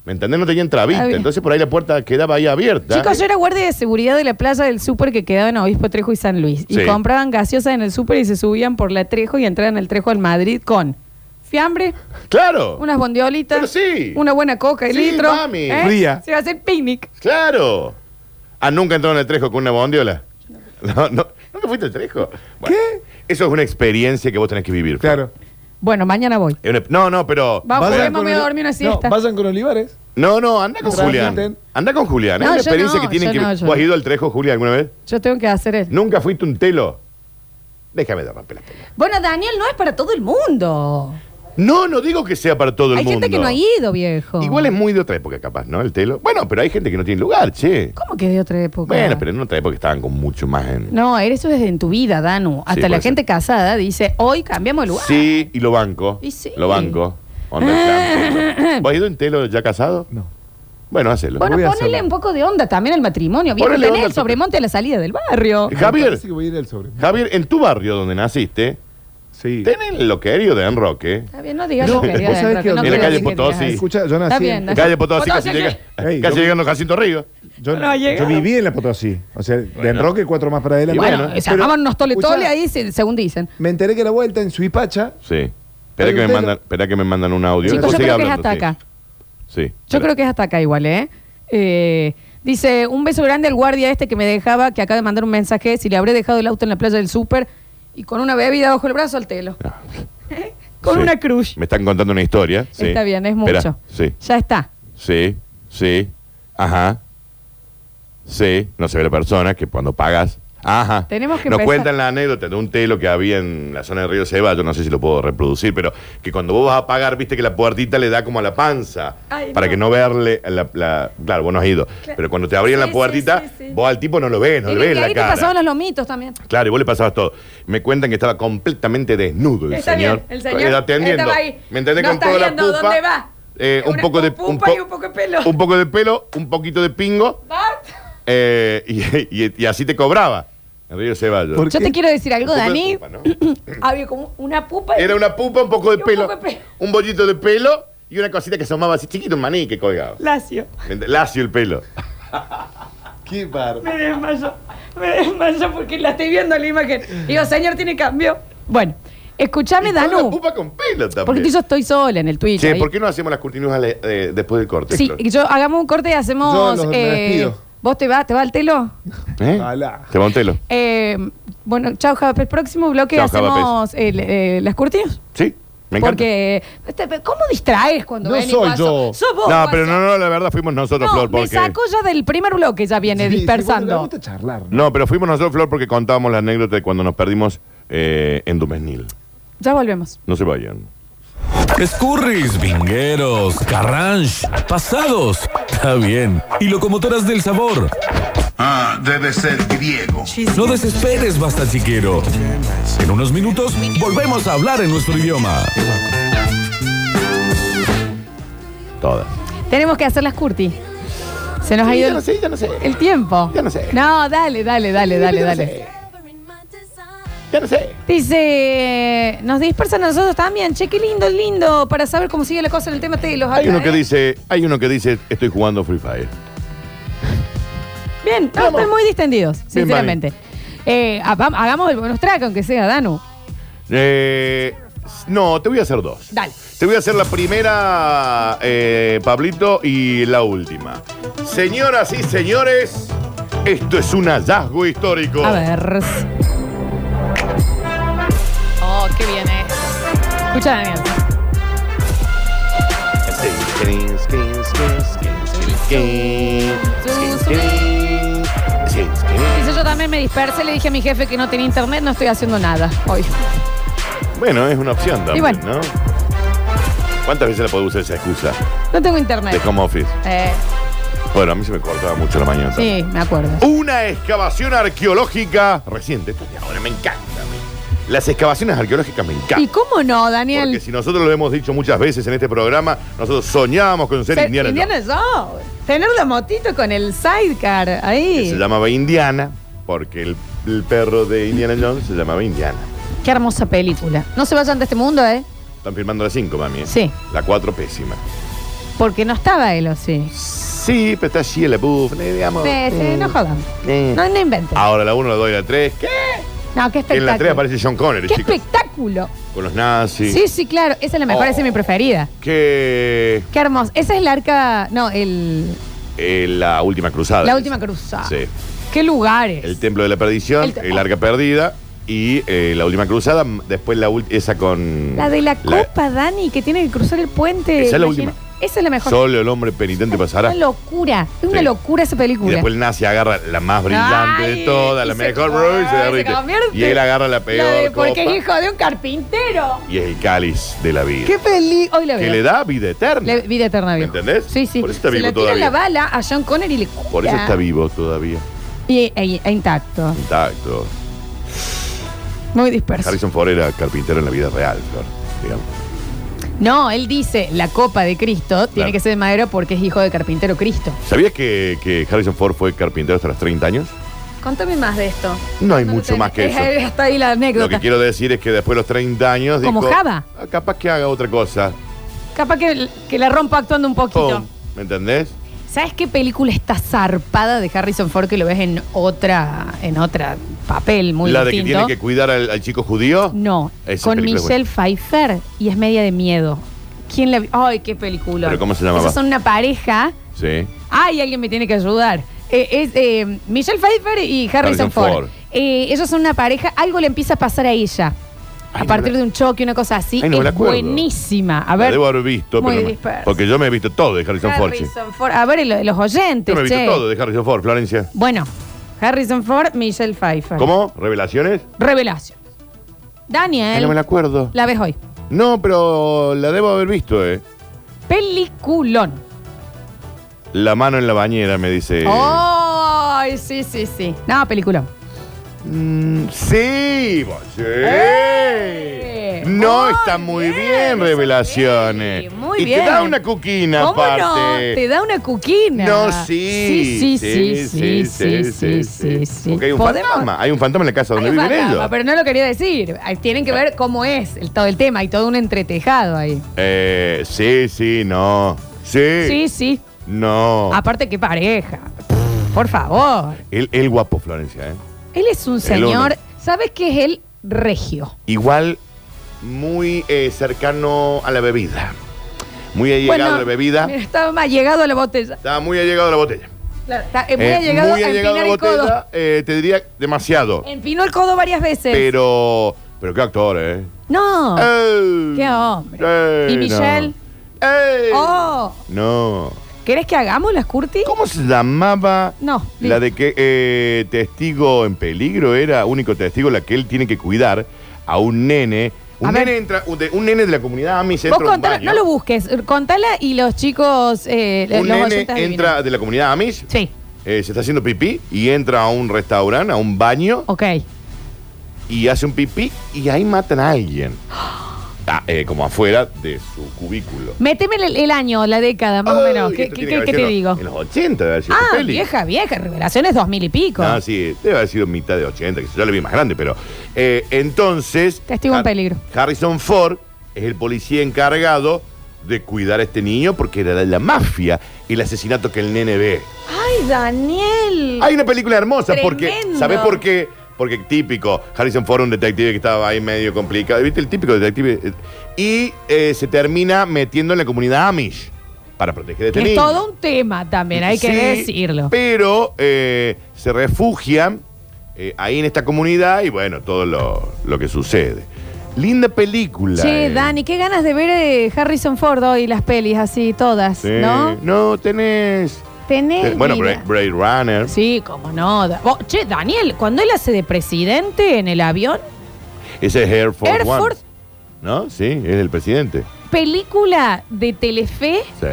¿Me entendés? No tenían trabita.
Está bien.
Entonces por ahí la puerta quedaba ahí abierta.
Chicos, yo era guardia de seguridad de la playa del súper que quedaba en Obispo Trejo y San Luis. Y
Sí.
compraban gaseosas en el súper y se subían por la Trejo y entraban al Trejo al Madrid con fiambre,
Claro.
unas bondiolitas,
Pero sí.
una buena coca y
Sí,
litro.
mami.
¿eh?
Fría.
Se va a hacer picnic.
Claro. Ah, nunca entró en el trejo con una bondiola. No, no. ¿Nunca fuiste al trejo? ¿Qué? Eso es una experiencia que vos tenés que vivir. Claro.
Bueno, mañana voy.
No, no, pero.
Vamos,
Fuera-
juguemos, me voy a dormir una siesta.
No, vayan con Olivares.
No, no, anda con
Transiten.
Julián. Anda con Julián. Es
No,
una
yo
experiencia
no,
que tienen
yo
que.
no, yo
¿Vos has
no.
ido al trejo, Julián, alguna vez?
Yo tengo que hacer eso.
Nunca fuiste un telo. Déjame dar la pelota.
Bueno, Daniel, no es para todo el mundo.
No, no digo que sea para todo el
Hay
mundo.
gente que no ha ido, viejo.
Igual es muy de otra época, capaz, ¿no? El telo. Bueno, pero hay gente que no tiene lugar, che.
¿Cómo que de otra época?
Bueno, pero en otra época estaban con mucho más en.
No, eso es en tu vida, Danu. Hasta la
puede
gente casada dice, hoy cambiamos de lugar.
Sí, y lo banco.
Y sí.
Lo banco. Onda plan. ¿Vos has ido en telo ya casado? No. Bueno, hacelo.
Bueno, ponele un poco de onda también al matrimonio. Viejo,
Ponele
tenés
onda
el sobremonte a la salida del barrio.
Javier.
Parece que voy a ir al sobre.
Javier, en tu barrio donde naciste, sí. tenés lo querido de Enroque.
Está bien, no digas lo
No,
que
vos sabés que-
no
en la
quiero
calle
decir que
Potosí.
digas.
Escucha, yo nací
Está
en-
bien,
En calle Potosí, casi,
Potosí,
llega,
Ey,
casi
yo-
llegando a Jacinto Río.
Yo,
No
yo
llegaron.
viví en la Potosí. O sea, de Enroque cuatro más para adelante.
Bueno,
Pero-
se armaban unos tole
escuchá,
tole ahí, se- según dicen.
Me enteré que la vuelta en Suipacha.
Sí. Espera que, me
Pero-
mandan, espera que me mandan un audio.
Chicos, yo
Sigue
creo que es
hablando,
hasta
sí.
acá.
Sí.
Yo creo que es hasta acá igual, ¿eh? Eh, Dice, un beso grande al guardia este que me dejaba, que acaba de mandar un mensaje, si le habré dejado el auto en la playa del súper y con una bebida bajo el brazo al telo. Con
Ah. Sí.
una cruz.
Me están contando una historia. sí.
Está bien, es
Espera,
mucho.
Sí,
Ya está.
sí, sí. Ajá. Sí, no se ve la persona que cuando pagas. Ajá.
Tenemos que
Nos
empezar.
cuentan la anécdota de un telo que había en la zona de Río Seba, yo no sé si lo puedo reproducir, pero que cuando vos vas a pagar, viste que la puertita le da como a la panza,
Ay,
para
no.
que no verle, la, la- claro, vos no has ido, pero cuando te abrían la
Sí,
puertita,
sí, sí, sí.
vos al tipo no lo ves, no
Y
le
que
ves
ahí
la
te
cara.
pasaban los lomitos también.
Claro, y vos le pasabas todo. Me cuentan que estaba completamente desnudo el
Está
señor.
bien, el señor
Era atendiendo.
estaba ahí.
¿Me entendés?
No
con
está
toda la
viendo
pupa.
dónde va.
eh, un
Una
poco de
pupa y un poco de pelo.
Un poco de pelo, un poquito de pingo. eh, y, y- y así te cobraba. En Río Ceballos.
Yo te quiero decir algo,
Un poco de
Dani.
pupa, ¿no?
Había como una pupa. y-
Era una pupa, un poco de
Y un
pelo.
poco de pelo.
Un bollito de pelo y una cosita que asomaba así chiquito, un maní que colgaba.
Lacio.
¿Me entendés? Lacio el pelo.
Qué bárbaro.
Me desmayo. Me desmayo porque la estoy viendo la imagen. Digo, señor, tiene cambio. Bueno, Escúchame,
Una
Danu.
pupa con pelo también.
Porque yo estoy sola en el Twitch.
Che,
ahí.
¿por qué no hacemos las cortinas ale- eh, después del corte?
Sí,
Flor?
yo hagamos un corte y hacemos.
Yo los- me
eh,
despido.
¿Vos te vas? ¿Te va al telo?
¿Eh? Te va un telo.
Eh, bueno, chao, Javapes. Próximo bloque
Chau,
hacemos el, eh, las curtidas.
Sí, pues. me encanta.
Porque, este, ¿cómo distraes cuando
No
ven y
soy
guaso?
yo.
Sos vos,
no,
guaso.
pero no, no, la verdad fuimos nosotros,
No,
Flor,
me
porque.
saco ya del primer bloque, ya viene dispersando.
No, pero fuimos nosotros, Flor, porque contábamos la anécdota de cuando nos perdimos eh, en Dumesnil.
Ya volvemos.
No se vayan.
Escurris, vingueros, carranche, pasados. Está bien. Y locomotoras del sabor. Ah, debe ser griego. No desesperes, basta chiquero. En unos minutos volvemos a hablar en nuestro idioma.
Todas.
Tenemos que hacer las curti. Se nos
Sí,
ha ido
ya no sé, ya no sé.
el tiempo.
Ya no sé.
No, dale, dale, dale, dale,
ya no
dale.
sé. Ya no sé.
Dice, nos dispersan a nosotros también. Che, qué lindo, lindo, para saber cómo sigue la cosa en el tema telos.
Hay
acá,
uno que
¿eh?
dice, hay uno que dice, estoy jugando Free Fire.
Bien, no, están muy distendidos, sinceramente.
Bien,
Eh, ha- vam- hagamos el bonus track, aunque sea Danu.
Eh, no, te voy a hacer dos.
Dale.
Te voy a hacer la primera, eh, Pablito, y la última. Señoras y señores, esto es un hallazgo histórico.
A ver. Oh, qué bien, eh. Escucha, Daniel. Dice, yo también me dispersé, le dije a mi jefe que no tenía internet, no estoy haciendo nada hoy.
Bueno, es una opción también,
Y bueno.
¿no? ¿Cuántas veces la puedo usar esa excusa
No tengo internet.
de home office?
Eh,
Bueno, a mí se me cortaba mucho la mañana.
sí, me acuerdo.
Una excavación arqueológica reciente. Esto de ahora me encanta. a mí. Las excavaciones arqueológicas me encantan.
¿Y cómo no, Daniel?
Porque si nosotros lo hemos dicho muchas veces en este programa, nosotros soñábamos con ser
Ser
Indiana, Jones.
Jones. Tener la motito con el sidecar
Se
ahí.
llamaba Indiana porque el, el perro de Indiana Jones se llamaba Indiana.
Qué hermosa película. No se vayan de este mundo, ¿eh?
Están filmando la 5, mami. ¿eh?
Sí.
La 4 pésima.
Porque no estaba él, ¿o sí?
Sí, pero está Shia LaBeouf, eh, digamos.
Sí, sí, no jodan.
eh.
No, no inventen.
Ahora la 1, la 2 y la 3.
No, qué
En la 3
espectáculo.
aparece John Connery,
¡Qué
chicos.
espectáculo!
Con los nazis.
Sí, sí, claro. Esa es la mejor,
Oh.
esa es mi preferida.
Que
Qué hermoso. Esa es la arca. No, el.
eh, la última cruzada.
La última cruzada.
Sí.
Qué lugares.
El templo de la perdición,
El
el,
te-
arca perdida y eh, la última cruzada. m- Después la ul- esa con.
La de la,
Mm. la-
copa, Dani, que tiene que cruzar el puente.
Esa es la
imagina-
última.
Esa es la mejor.
Solo el hombre penitente pasará.
Una locura. Es una
Sí.
locura esa
Y
película.
después el nazi agarra la más brillante
Ay,
de todas,
y
la
se-
mejor,
ay,
y se
se
derrite.
convierte.
Y él agarra la
La
peor
de porque es
copa,
hijo de un carpintero.
y es el cáliz de la vida.
Qué feliz. Hoy la veo.
que le da vida eterna.
Le- vida eterna
¿Me
vivo.
entendés?
Sí, sí.
Por eso está
Se
vivo
le tira la
todavía.
bala a John Connery y le cura.
Por eso está vivo todavía.
Y, e- e intacto.
Intacto.
Muy disperso.
Harrison Ford era carpintero en la vida real, Flor. digamos.
No, él dice, la copa de Cristo tiene que ser de madera porque es hijo de carpintero Cristo.
¿Sabías que, que Harrison Ford fue carpintero hasta los 30 años?
Contame más de esto.
No hay mucho más que eso.
Eh, Hasta ahí la
Lo que
anécdota.
quiero decir es que después de los 30 años.
Como
dijo,
Java.
"Ah, Capaz que haga otra cosa.
Capaz que, que la rompa actuando un poquito.
Pum. ¿Me entendés?
¿Sabes qué película está zarpada de Harrison Ford que lo ves en otra, en otra papel muy
la de que
distinto?
tiene que cuidar al, al chico judío.
No,
Esa
con
película es
Michelle Pfeiffer y es media de miedo. ¿Quién la vi- Ay, qué película.
¿Pero cómo se llamaba?
Esas son una pareja.
Sí.
Ay, alguien me tiene que ayudar. Eh, es eh, Michelle Pfeiffer y Harrison,
Harrison
Ford.
Ford.
Eh, ellos son una pareja, algo le empieza a pasar a ella. a partir de un choque, una cosa así.
Ay, no me la
es
acuerdo.
buenísima. A
La
ver.
debo haber visto,
Muy
pero no me-
dispersa.
porque yo me he visto todo de Harrison Ford. che.
Harrison Ford. A ver, el- los
Yo
oyentes.
me he visto
che.
todo de Harrison Ford, Florencia.
Bueno, Harrison Ford, Michelle Pfeiffer.
¿Cómo? ¿Revelaciones?
Revelación.
Ay,
Daniel,
no me la acuerdo.
la ves hoy.
No, pero la debo haber visto, ¿eh?
Peliculón.
La mano en la bañera, me dice.
Oh. Ay, sí, sí, sí. No, película.
Mm, Sí, vos, sí.
¡Eh!
No está muy bien, revelaciones.
muy
y
bien.
te da una cuquina
¿Cómo
aparte.
no? Te da una cuquina.
No, sí.
Sí, sí, sí, sí, sí, sí, sí, sí.
Porque hay un
Podemos-
fantasma. Hay un fantasma en la casa donde
Es
viven
fantasma,
ellos.
Pero no lo quería decir. Ahí Tienen que ver cómo es el- todo el tema. Hay todo un entretejado ahí.
Eh, sí, sí, no. Sí. Oh.
Sí, Ah. sí.
No.
Aparte, qué pareja. Por favor.
El, el guapo, Florencia, ¿eh?
Él es un
El uno.
señor. ¿Sabes qué es el regio?
Igual muy eh, cercano a la bebida. Muy allegado
Bueno,
a la bebida.
mira, estaba más llegado a la botella.
Estaba muy allegado a la botella.
Claro, está- eh, muy
Eh,
allegado
muy
a
allegado
empinar
a la
el codo.
botella, eh, te diría demasiado.
Empinó el codo varias veces.
Pero, pero qué actor, ¿eh?
No.
Eh,
Qué hombre.
eh,
¿Y
no.
Michelle? Oh,
No.
¿querés que hagamos las curtis?
¿Cómo se llamaba
No.
la de que eh, testigo en peligro era único testigo la que él tiene que cuidar a un nene. Un
A ver.
nene entra, un, de, un nene de la comunidad AMI se
Vos
entra a un
contala,
baño.
no lo busques, contala y los chicos, eh, los
un nene
oyentes adivinan.
entra de la comunidad Amish.
Sí.
eh, se está haciendo pipí y entra a un restaurante, a un baño.
Ok.
Y hace un pipí y ahí matan a alguien. Ah, eh, como afuera de su cubículo.
Méteme el, el año, la década, más o menos. ¿Qué,
Esto
qué- qué-
tiene que haber
qué te
sido
digo?
En los 80, debe haber sido esta
Ah,
peli.
vieja, vieja, revelaciones dos mil y pico.
No, Ah, sí, debe haber sido mitad de 80, que yo la vi más grande, pero. eh, entonces.
Testigo en
Har-
peligro.
Harrison Ford es el policía encargado de cuidar a este niño porque era de la mafia y el asesinato que el nene ve.
Ay, Daniel.
Hay una película hermosa porque.
Tremendo.
¿Sabes por qué? Porque típico, Harrison Ford, un detective que estaba ahí medio complicado. ¿Viste? El típico detective. Y eh, se termina metiendo en la comunidad Amish para proteger a
Que
este
es
niño.
todo un tema también, hay que
Sí,
decirlo.
Pero eh, se refugian eh, ahí en esta comunidad y bueno, todo lo, lo que sucede. Linda película.
Che,
eh.
Dani, qué ganas de ver eh, Harrison Ford hoy las pelis así, todas,
Sí.
¿no?
No, tenés.
Tenés.
Eh, bueno,
mira.
Bra- Blade Runner.
Sí, cómo no. Da- Vos, che, Daniel, cuando él hace de presidente en el avión,
Ese es Air Force
Air
One.
Force.
¿No? Sí, es el presidente.
película de Telefe
Sí.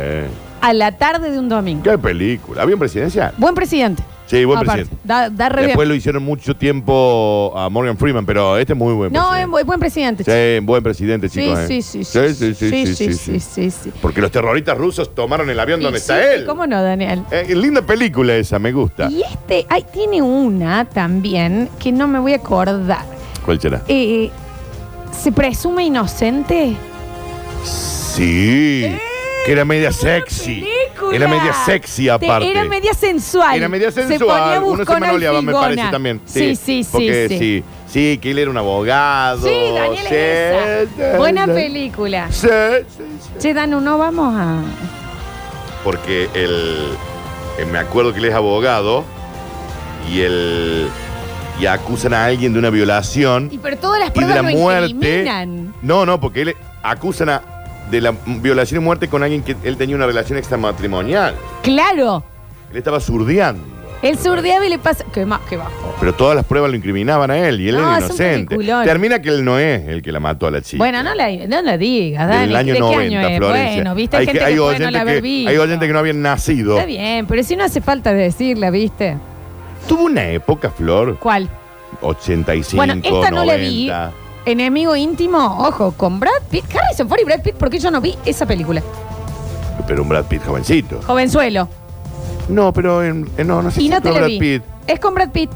a la tarde de un domingo.
¿Qué película? ¿Avión presidencial?
Buen presidente.
Sí, buen
Aparte,
presidente.
Da, da re
Después
bien.
lo hicieron mucho tiempo a Morgan Freeman, pero este es muy buen
No,
presidente.
es bu- buen presidente.
Sí, buen presidente,
Sí,
chicos. eh.
sí, sí,
sí, sí, sí, sí, sí, sí.
sí, sí.
Porque los terroristas rusos tomaron el avión
Y
donde
sí,
está él.
¿Cómo no, Daniel?
Eh, linda película esa, me gusta.
Y este, ahí tiene una también que no me voy a acordar.
¿Cuál será?
Eh, ¿Se presume inocente?
Sí. Que era media sexy. Era media sexy
Te-
aparte.
Era media sensual.
Era media
Se ponía
sensual. Uno se
buscona
manoleaba,
y
me parece
fingona.
también.
Sí, sí, sí.
Porque
sí.
sí. Sí, que él era un abogado.
Sí, Daniel
sí,
es esa.
sí,
Buena
sí.
película.
Eh, Sí, sí.
Che, Danu, no vamos a.
Porque el. eh, me acuerdo que él es abogado. Y el. Y acusan a alguien de una violación.
Y pero todas las
Y de
pruebas
la
lo
muerte.
incriminan.
No, no, porque él acusan a- de la violación y muerte con alguien que él tenía una relación extramatrimonial.
Claro.
Él estaba surdeando,
El surdeaba y le pasa. Qué más, qué bajo.
pero todas las pruebas lo incriminaban a él y él
No,
era
es un
inocente.
peliculón.
Termina que él no es el que la mató a la chica.
Bueno, no la, no la digas, Dani.
Del año
¿De
90,
qué año es?
Florencia.
Bueno, viste, hay,
que-
gente que, puede no
oyentes
la haber visto.
hay oyentes que no habían nacido.
Está bien, pero si no hace falta decirla, ¿viste?
Tuvo una época, Flor,
¿Cuál?
85,
Bueno, esta no la vi.
90.
Enemigo íntimo, ojo, con Brad Pitt, Harrison Ford y Brad Pitt, porque yo no vi esa película.
Pero un Brad Pitt jovencito.
Jovenzuelo.
No, pero en- en- no, no sé
Y
si
no
fue
te la
Brad
vi.
Pitt.
Es con Brad Pitt.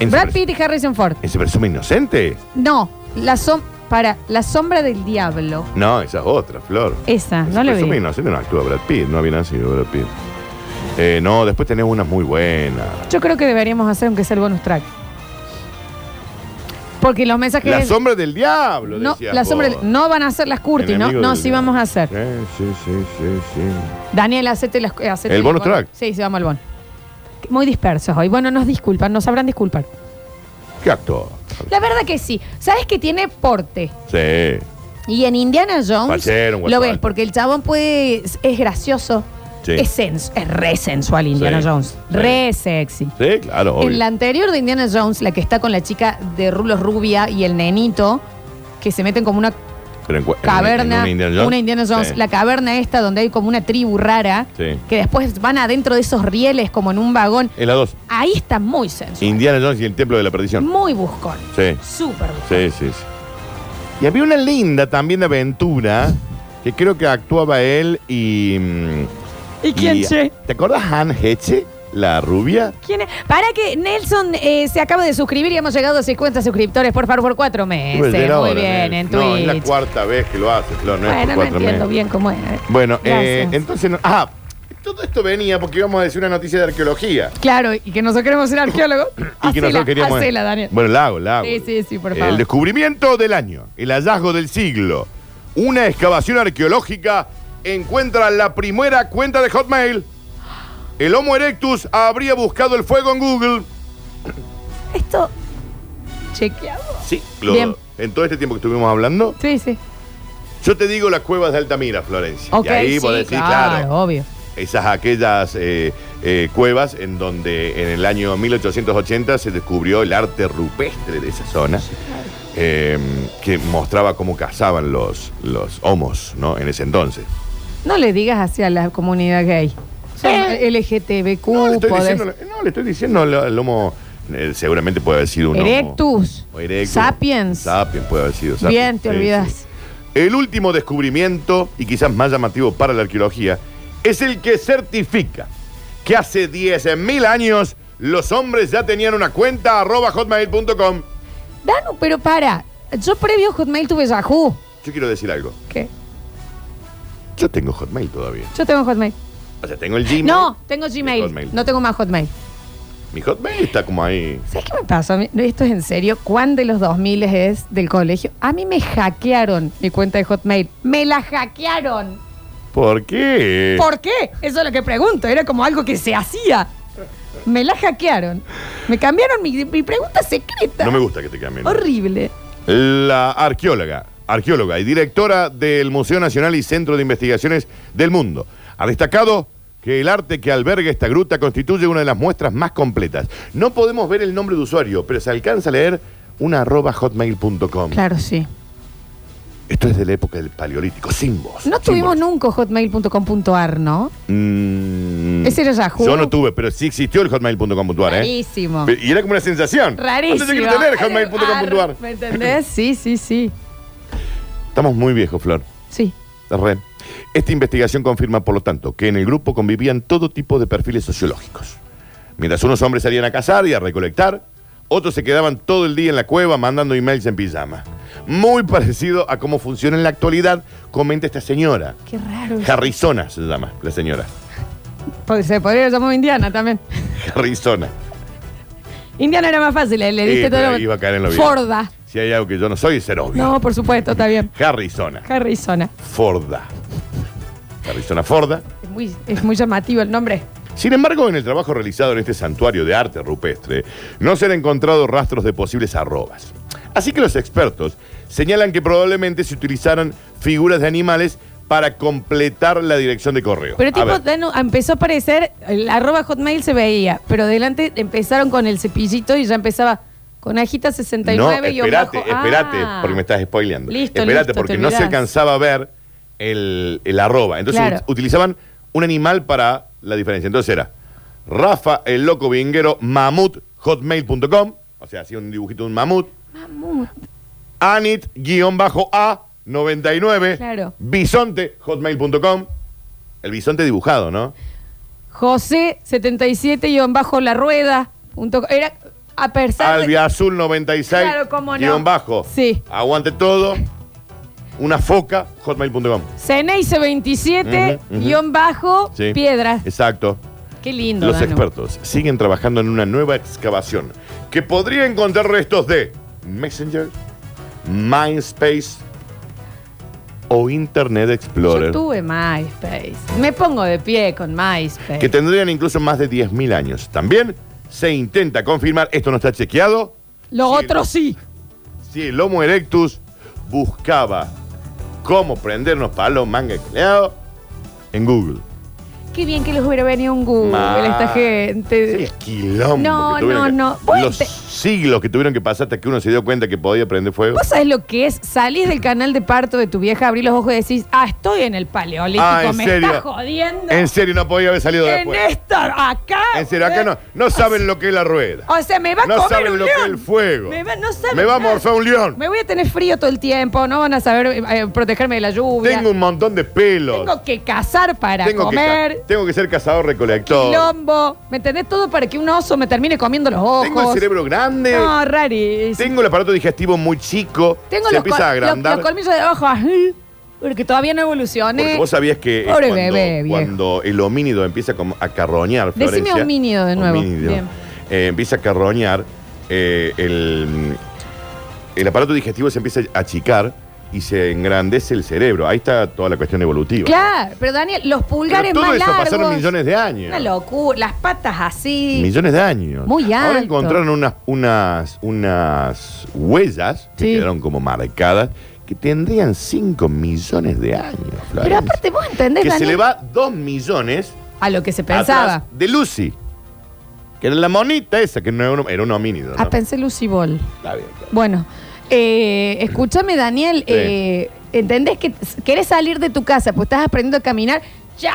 ¿En
Brad
se
Pitt y Harrison Ford.
pres- en se presume inocente?
No, la som para la sombra del diablo.
No, esa es otra, Flor. Pues
Esa, no la
Presume
vi.
inocente no actúa Brad Pitt, no había nacido Brad Pitt. Eh, no, después tenés unas muy buenas.
Yo creo que deberíamos hacer aunque sea el bonus track. Porque los mensajes
La sombra del diablo,
no,
decías
la
vos.
sombra del- no van a hacer las curti, ¿no?
Enemigo
No,
del
sí
diablo.
vamos a hacer.
Eh, sí, sí, sí, sí.
Daniel, hacete las eh, hacete
¿El bonus track?
Sí, sí, vamos al bonus. Muy dispersos hoy. Bueno, nos disculpan, nos sabrán disculpar.
¿Qué actor?
La verdad que sí. ¿Sabes que tiene porte?
Sí.
Y en Indiana Jones
Fachero, un
lo
guacho
ves,
alto.
porque el chabón puede, es, es gracioso,
Sí.
es, sens- es re sensual Indiana
Sí.
Jones, re sexy.
Sí, claro, obvio.
En la anterior de Indiana Jones, la que está con la chica de rulos rubia y el nenito, que se meten como una
Pero en, cu- en
caverna,
una- en una Indiana Jones. Sí.
la caverna esta donde hay como una tribu rara,
Sí.
que después van adentro de esos rieles como en un vagón,
En la 2.
ahí está muy sensual,
Indiana Jones y el Templo de la Perdición.
muy buscón,
Sí.
súper buscón.
Sí, sí, sí. Y había una linda también de aventura que creo que actuaba él y. mm,
¿Y quién, che?
¿Te acordás Han Heche? La rubia.
¿Quién es? Para que Nelson eh, se acaba de suscribir y hemos llegado a 50 suscriptores, por favor, por cuatro meses.
Pues era
Eh, Muy
ahora,
bien,
nene.
en
No, es
Twitch.
la cuarta vez que lo hace, Flor, no es
bueno,
por
no
cuatro
entiendo
meses.
bien cómo es.
Bueno, eh,
Gracias.
entonces. no- Ah, Todo esto venía porque íbamos a decir una noticia de arqueología.
Claro, y que nosotros queremos ser arqueólogos.
Y que nosotros
Hacela,
queríamos.
hacela, Daniel.
Ah, Bueno, la hago, la hago.
Sí, sí, sí, por
El
favor.
descubrimiento del año, el hallazgo del siglo. Una excavación arqueológica encuentra la primera cuenta de Hotmail. El Homo erectus habría buscado el fuego en Google.
Esto. Chequeado.
Sí, lo-
Bien.
en todo este tiempo que estuvimos hablando.
Sí, sí.
Yo te digo las cuevas de Altamira, Florencia.
Ok,
y ahí
sí,
vos decís,
claro,
claro,
obvio.
esas aquellas eh, eh, cuevas en donde en el año 1880 se descubrió el arte rupestre de esa zona, eh, que mostraba cómo cazaban los, los homos ¿no? en ese entonces.
No le digas así a la comunidad gay. Son LGTBQ,
Estoy
podés-
diciendo- no, Eh. le estoy diciendo lo- el homo, eh, seguramente puede haber sido un homo-
Erectus.
homo erectus.
Sapiens.
Sapiens puede haber sido. sapiens.
Bien, te
Sí,
olvidas.
sí. El último descubrimiento, y quizás más llamativo para la arqueología, es el que certifica que hace 10.000 años los hombres ya tenían una cuenta arroba hotmail.com.
Danu, pero para. Yo previo Hotmail tuve Yahoo.
Yo quiero decir algo.
¿Qué?
Yo tengo Hotmail todavía.
Yo tengo Hotmail.
O sea, tengo el Gmail.
No, tengo Gmail.
Hotmail.
No tengo más Hotmail.
Mi Hotmail está como ahí.
¿Sabes qué me pasó? a mí? No, Esto es en serio. ¿Cuán de los 2000 es del colegio? A mí me hackearon mi cuenta de Hotmail. Me la hackearon.
¿Por qué?
¿Por qué? Eso es lo que pregunto. Era como algo que se hacía. Me la hackearon. Me cambiaron mi, mi pregunta secreta.
No me gusta que te cambien.
Horrible.
La arqueóloga, arqueóloga y directora del Museo Nacional y Centro de Investigaciones del Mundo ha destacado que el arte que alberga esta gruta constituye una de las muestras más completas. No podemos ver el nombre de usuario, pero se alcanza a leer una arroba hotmail.com.
Claro, sí.
Esto es de la época del paleolítico, sin voz.
No tuvimos nunca hotmail.com.ar, ¿no?
Mm.
Ese era Yahoo.
Yo no tuve, pero sí existió el hotmail.com.ar, ¿eh?
Rarísimo.
Pe- Y era como una sensación.
Rarísimo.
Antes yo quiero tener hotmail.com.ar.
Ar- ¿Me entendés? Sí, sí, sí.
Estamos muy viejos, Flor.
Sí.
Re. Esta investigación confirma, por lo tanto, que en el grupo convivían todo tipo de perfiles sociológicos. Mientras unos hombres salían a cazar y a recolectar, otros se quedaban todo el día en la cueva mandando emails en pijama. Muy parecido a cómo funciona en la actualidad, comenta esta señora.
Qué raro.
Harrisona se llama la señora.
Pod- Se podría haber llamado Indiana también.
Harrisona.
Indiana era más fácil, le, le
Eh,
diste
pero
todo. lo-
iba a caer en lo bien.
Forda.
Si hay algo que yo no soy, es ser obvio.
No, por supuesto, está bien.
Harrisona.
Harrisona.
Forda. Harrisona Forda.
Es muy, es muy llamativo el nombre.
Sin embargo, en el trabajo realizado en este santuario de arte rupestre, no se han encontrado rastros de posibles arrobas. Así que los expertos señalan que probablemente se utilizaron figuras de animales para completar la dirección de correo.
Pero
A
tipo,
ver,
Danu, empezó a aparecer, el arroba hotmail se veía, pero adelante empezaron con el cepillito y ya empezaba con ajita 69
no,
y abajo.
espérate, espérate,
Ah.
porque me estás spoileando.
Listo,
espérate,
listo,
porque
te
no se
olvidás.
alcanzaba a ver el, el arroba. Entonces
Claro.
ut- utilizaban un animal para la diferencia. Entonces era Rafa el Loco Vinguero Mamut hotmail.com, o sea, hacía un dibujito de un mamut.
Mamut.
Anit-A99.
Claro.
Bisonte, hotmail.com. El bisonte dibujado, ¿no?
José 77 y bajo la rueda. punto co- era a pesar de-
Albiazul 96.
Claro, cómo no.
Guión bajo.
Sí.
Aguante todo. Una foca, hotmail.com.
Ceneice 27
Ujú, ujú.
guión bajo
Sí.
piedra.
Exacto.
Qué lindo.
Los
Danu.
expertos siguen trabajando en una nueva excavación que podría encontrar restos de Messenger, Mindspace o Internet
Yo
Explorer.
tuve MySpace. Me pongo de pie con MySpace.
que tendrían incluso más de 10.000 años. También se intenta confirmar, esto no está chequeado,
Lo otro sí.
si el Homo erectus buscaba cómo prendernos palos manga y cleado en Google.
Qué bien que les hubiera venido un Google
Ma-
esta gente.
El quilombo
No,
que tuvieron
no,
que-
no. Vos
Los
te-
siglos que tuvieron que pasar hasta que uno se dio cuenta que podía prender fuego.
¿Vos sabés lo que es? Salís del canal de parto de tu vieja, abrís los ojos y decís, ah, estoy en el paleolítico,
Ah, ¿en
me
serio?
está jodiendo.
En serio, no podía haber salido
En
después.
esta, acá.
En serio, acá no, no saben lo que es la rueda.
O sea, me va a
No
comer
saben
un
lo que
león.
es el fuego.
Me va, no saben
Me va a
nada.
morfar un león.
Me voy a tener frío todo el tiempo, no van a saber eh, protegerme de la lluvia.
Tengo un montón de pelos.
Tengo que cazar para
Tengo que
comer.
ca- tengo que ser cazador-recolector.
Quilombo, ¿me entendés? Todo para que un oso me termine comiendo los ojos.
Tengo el cerebro grande.
No, rarísimo.
Tengo el aparato digestivo muy chico.
Tengo
se
los,
empieza
col-
a agrandar.
los- los colmillos de abajo. Porque todavía no evolucioné.
Porque vos sabías que eh,
Pobre
cuando,
bebé, viejo.
cuando el homínido empieza como a carroñar,
Decime
Florencia,
homínido de nuevo.
homínido,
Bien.
eh, empieza a carroñar, eh, el, el aparato digestivo se empieza a achicar y se engrandece el cerebro. Ahí está toda la cuestión evolutiva.
Claro, pero Daniel, los
Pero
pulgares
todo
más
eso
largos.
pasaron millones de años.
Una locura, las patas así.
Millones de años.
Muy
Ahora
alto.
encontraron unas, unas, unas huellas que quedaron como marcadas que tendrían 5 millones de años,
Pero
Florencia.
aparte, vos entendés,
Que se
Daniel,
le va 2 millones
a lo que se pensaba.
atrás de Lucy. Que era la monita esa, que no era un, era un homínido. ¿no?
Ah, pensé Lucy Ball.
Está bien.
Bueno, eh, escúchame, Daniel.
Sí.
eh, ¿Entendés que s- querés salir de tu casa? Pues estás aprendiendo a caminar. ¡Ya!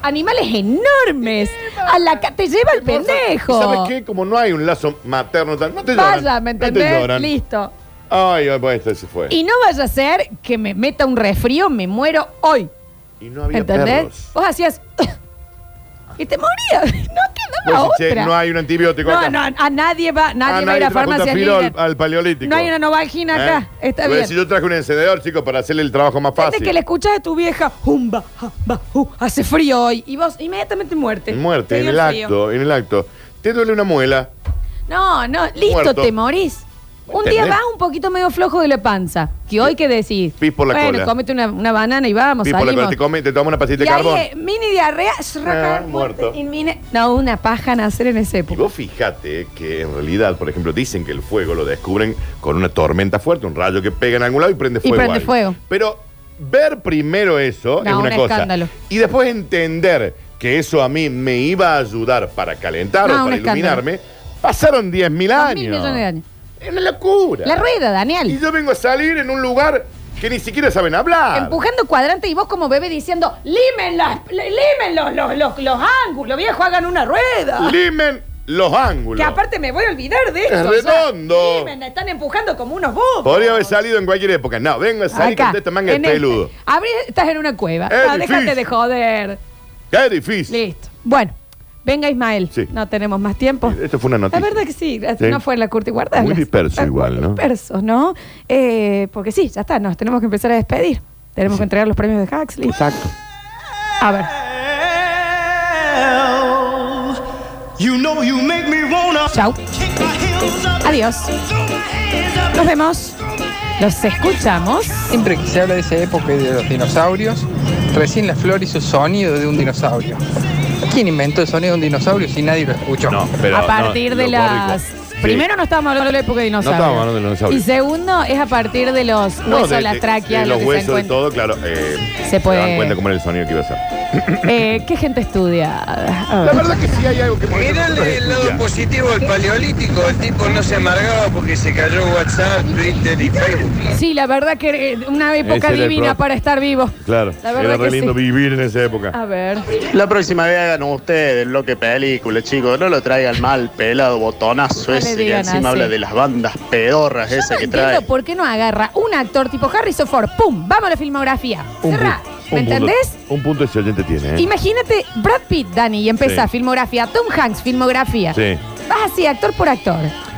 Animales enormes. A la ca- te lleva el pendejo.
¿Sabes qué? Como no hay un lazo materno, tal- no te lloran.
Vaya, ¿me
no te
entendés?
lloran.
Listo.
Ay, ay, pues este se fue.
Y no vaya a ser que me meta un resfrío, me muero hoy.
Y no había
¿Entendés?
perros.
Vos hacías. y te morías. No te daba
Vos decís,
otra.
"Che, no hay un antibiótico
No,
acá.
no, a nadie va, nadie
Ah,
va a ir a
trajo
farmacia
Tafirol
líder.
al paleolítico.
No hay una novagina acá.
¿Eh?
Está
Voy a
bien.
decir, yo traje un encendedor, chicos, para hacerle el trabajo más
Gente
fácil.
que le escuchas de tu vieja, humba, jamba, ju, hace frío hoy. Y vos, inmediatamente muerte. Te
Muerte, en
dio
el
frío.
acto, en el acto. Te duele una muela.
No, no, listo,
Muerto.
te morís. Un
¿Entendés?
día vas un poquito medio flojo de la panza. Que hoy que decís.
Pis por la
bueno,
cola.
comete una, una banana y vamos,
Tipo, la-
salimos.
te, come, te toma una pastilla
y
de carbón.
ahí, eh, mini diarrea, sraca,
Ah,
muerte,
muerto.
inmine- No, una paja nacer en ese
Y vos fijate que en realidad, por ejemplo, dicen que el fuego lo descubren con una tormenta fuerte, un rayo que pega en algún lado y prende
Y
fuego.
prende
algo.
fuego.
Pero ver primero eso
No,
es una
un
cosa.
escándalo.
Y después entender que eso a mí me iba a ayudar para calentar
No,
o
un
para
escándalo.
iluminarme, pasaron 10.000 años.
Mil millones de años.
Es una locura.
La rueda, Daniel.
Y yo vengo a salir en un lugar que ni siquiera saben hablar.
Empujando cuadrante y vos como bebé diciendo, limen, las- limen los, los, los, los ángulos, viejo, hagan una rueda.
Limen los ángulos.
Que aparte me voy a olvidar de
Es
esto. ya.
redondo.
Limen, están empujando como unos bobos.
Podría haber salido en cualquier época. No, vengo a salir
Acá,
con esta manga de
en este.
peludo.
Abrí, estás en una cueva.
Es
No, déjate
difícil.
de joder.
Qué difícil.
Listo. Bueno, venga Ismael.
Sí.
No tenemos más tiempo.
Esto fue una
La
noticia.
verdad que sí, gracias.
Sí.
no fue la curta y guardada.
Muy disperso igual, ¿no?
Dispersos, ¿no? Eh, porque sí, ya está, nos tenemos que empezar a despedir. Tenemos que entregar los premios de Huxley. Exacto. A ver.
You know you make me wanna
Chau. Adiós. Nos vemos. Los escuchamos.
Siempre que se habla de esa época y de los dinosaurios, recién la flor hizo sonido de un dinosaurio. ¿Quién inventó el sonido de un dinosaurio si nadie lo escuchó?
a partir de las. Primero no estábamos hablando de la época de dinosaurios.
No estábamos hablando de dinosaurios.
Y segundo es a partir de los huesos,
No, de- de-
las tráqueas, lo
de los
que se
huesos y
encuentra.
todo, claro. eh,
Se puede-
dan cuenta cómo era el sonido que iba a hacer.
Eh, ¿Qué gente estudiada? A ver.
La verdad que sí hay algo que
Mirale el lado positivo del paleolítico, el tipo no se amargaba porque se cayó WhatsApp, Twitter y Facebook.
Sí, la verdad que eh, una época
Ese era el
divina
pro-
para estar vivo.
Claro.
La verdad
Era
que
re lindo
sí.
vivir en esa época.
A ver.
La próxima vez hagan ustedes lo que película, chicos. No lo traigan mal, pelado, botonazo
No le
ese que
digan
encima
así.
habla de las bandas pedorras esas que trae.
Entiendo por qué no agarra un actor tipo Harrison Ford. ¡Pum! Vamos a la filmografía.
Un
Cerrá.
punto-
¿Me
un punto-
entendés?
Un punto ese oyente tiene, ¿eh?
Imagínate Brad Pitt, Dani, y empezá
Sí.
filmografía. Tom Hanks, filmografía.
Sí.
Vas así, actor por actor.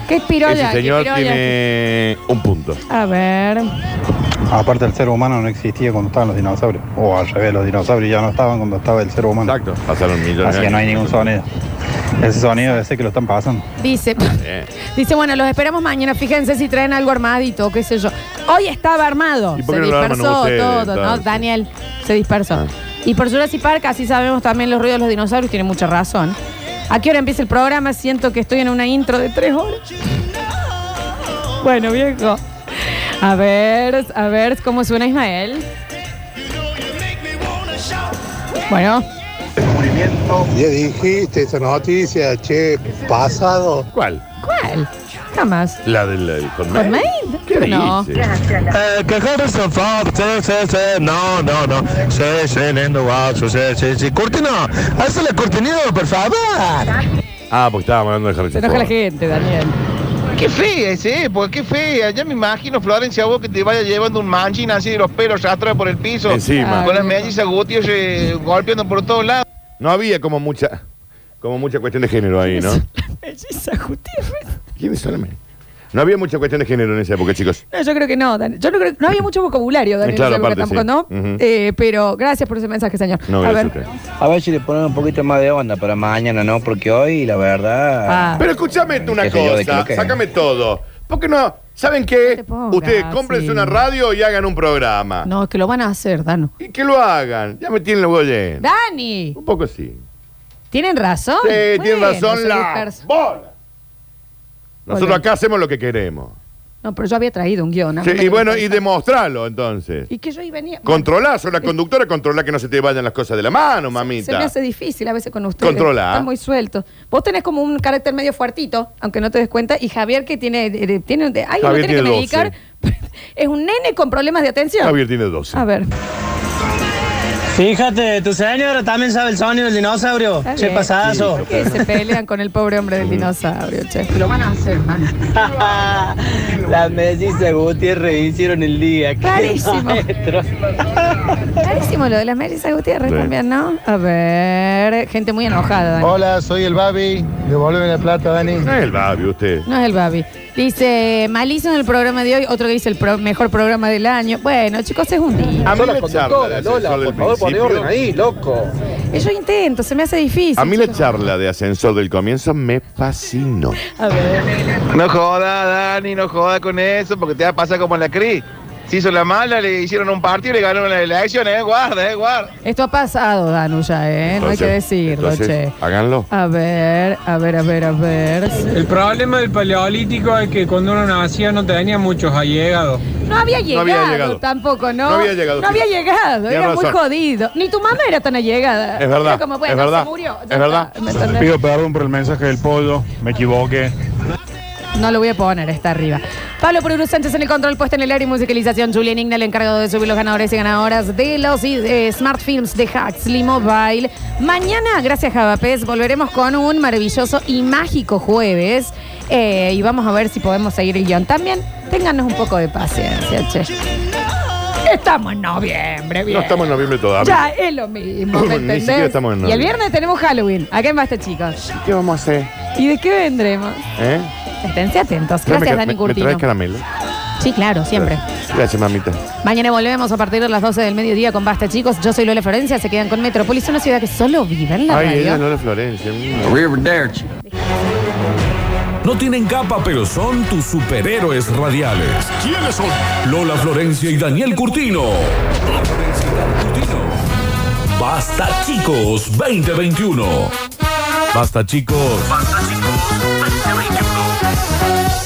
¿Qué
Ese
pirola? qué
señor
pirola.
tiene un punto.
A ver.
Aparte el ser humano no existía cuando estaban los dinosaurios. O al revés, los dinosaurios ya no estaban cuando estaba el ser humano. Exacto.
Pasaron millones
Así
de
que no hay
años.
ningún sonido. Ese sonido ese que lo están pasando.
Dice. Dice, bueno, los esperamos mañana. Fíjense si traen algo armadito, qué sé yo. Hoy estaba armado.
¿Y por
Se
qué no lo arman
dispersó
ustedes,
todo, ¿no?
entonces? Ah.
Daniel, se dispersó. Y por Jurassic Park, así sabemos también los ruidos de los dinosaurios, tiene mucha razón. ¿A qué hora empieza el programa? Siento que estoy en una intro de tres horas. Bueno, viejo. A ver, a ver cómo suena Ismael. Bueno.
Ya dijiste esa noticia, che, pasado.
¿Cuál?
¿Cuál? Jamás.
La del el Hotmail.
¿Con mail?
¿Qué
No.
dice?
Eh, que Harrison Ford, sí, sí, sí, no, no, no, sí, sí, lindo, wow, sí, sí, sí, cortina, hazle cortinado, por favor.
Ah, porque estábamos hablando de Harrison Ford.
gente, Daniel.
Qué fea ese, porque qué fea. Ya me imagino, Florencia, vos que te vaya llevando un manchín así de los pelos rastros por el piso.
Encima.
Con las mellizas Gutiérrez eh, golpeando por todos lados.
No había como mucha, como mucha cuestión de género ahí, ¿no?
Belleza, Gutiérrez.
¿Quiénes son? No había mucha cuestión de género en esa época, chicos.
No, yo creo que no, Dan- Yo no creo no había mucho vocabulario, Daniel,
Claro,
en esa época
aparte,
tampoco,
sí.
¿no?
Ujú.
Eh, pero gracias por ese mensaje, señor. a ver.
A ver si le ponemos un poquito más de onda para mañana, ¿no? Porque hoy, la verdad.
Ah.
Pero escúchame tú una
Qué sé yo, de
cosa,
que-
sácame todo. ¿Por qué no? ¿Saben qué? Ustedes cómprense
sí.
una radio y hagan un programa.
No, es que lo van a hacer, Dano.
Y que lo hagan. Ya me tienen los goyen.
Dani,
Un poco sí.
¿tienen razón?
Sí, tienen
Bueno,
razón
soy
la
disperso.
Nosotros
Volvemos.
acá hacemos lo que queremos.
No, pero yo había traído un guión. a mí
Sí,
no
y
me
bueno,
interesa.
y demostralo entonces.
Y que yo ahí venía.
Controlá, sos la conductora, controlá que no se te vayan las cosas de la mano,
Se me
mamita.
hace difícil a veces con ustedes.
Controla.
Están muy sueltos. Vos tenés como un carácter medio fuertito, aunque no te des cuenta. Y Javier, que tiene. eh, tiene de- alguien lo
Javier
tiene que
tiene 12.
medicar. Es un nene con problemas de atención.
Javier tiene 12.
A ver.
Fíjate, tu señora también sabe el sonido del
Oh,
dinosaurio.
Está
Che
bien.
pasadazo.
¿Por qué se pelean con el pobre hombre del dinosaurio, che? Lo van a hacer,
La Messi y Gutiérrez hicieron el día.
Clarísimo. Clarísimo lo de las Melissa Gutiérrez
Sí.
también, ¿no? A ver. Gente muy enojada, Dani.
Hola, soy el Babi. Devuélveme la plata, Dani.
No es el Babi, usted.
No es el Babi. Dice, malísimo el programa de hoy, otro que dice el pro- mejor programa del año. Bueno, chicos, es un día.
A mí la charla
conductora,
de
Lola,
ascensor
por favor,
del
poné
principio-
orden ahí, loco.
Eh, Yo intento, se me hace difícil.
A mí la
chicos.
charla de ascensor del comienzo me fascinó.
A ver.
No joda, Dani, no joda con eso, porque te va a pasar como en la Cris. Se hizo la mala, le hicieron un partido y le ganaron las elecciones, eh, guarda, eh, guarda.
Esto ha pasado, Danu, ya, ¿eh? no hay que
Entonces,
decirlo,
entonces,
che.
Háganlo.
A ver, a ver, a ver, a ver.
El problema del paleolítico es que cuando uno nacía no tenía muchos allegados.
No había
No
llegado,
había llegado.
tampoco, ¿no?
No había llegado,
No
sí.
había llegado,
Tiene
era muy
razón.
jodido. Ni tu mamá era tan allegada.
Es verdad,
Era Eh, como, bueno,
es verdad,
se murió. ya
es verdad.
está, ¿me entendés?
Pido perdón por el mensaje del pollo, me equivoqué.
No lo voy a poner, está arriba. Pablo Pururu Sánchez en el control, puesta en el aire y musicalización. Julián Igna, el encargado de subir los ganadores y ganadoras de los eh, Smart Films de Huxley Mobile. Mañana, gracias Javapés, volveremos con un maravilloso y mágico jueves. Eh, y vamos a ver si podemos seguir el guión. También, ténganos un poco de paciencia, che. Estamos en noviembre, bien.
No estamos en noviembre todavía.
Ya es lo mismo, ¿me
Ni
entendés?
siquiera estamos en
y el
noviembre.
viernes tenemos Halloween. Acá en Basta, este, chicos.
¿Qué vamos a hacer?
¿Y de qué vendremos?
¿Eh?
Esténse atentos.
Tráeme
Gracias,
ca-
Dani
me- ¿Me
Curtino.
traes caramelo?
Sí, claro, siempre.
Gracias, mamita.
Mañana volvemos a partir de las 12 del mediodía con Basta, chicos. Yo soy Lola Florencia, se quedan con Metrópolis, una ciudad que solo vive en la
Ay,
radio.
ella no la Florencia. mm.
No tienen capa, pero son tus superhéroes radiales. ¿Quiénes son? Lola Florencia y Daniel Curtino. Basta chicos 2021. Basta chicos. Basta chicos 2021.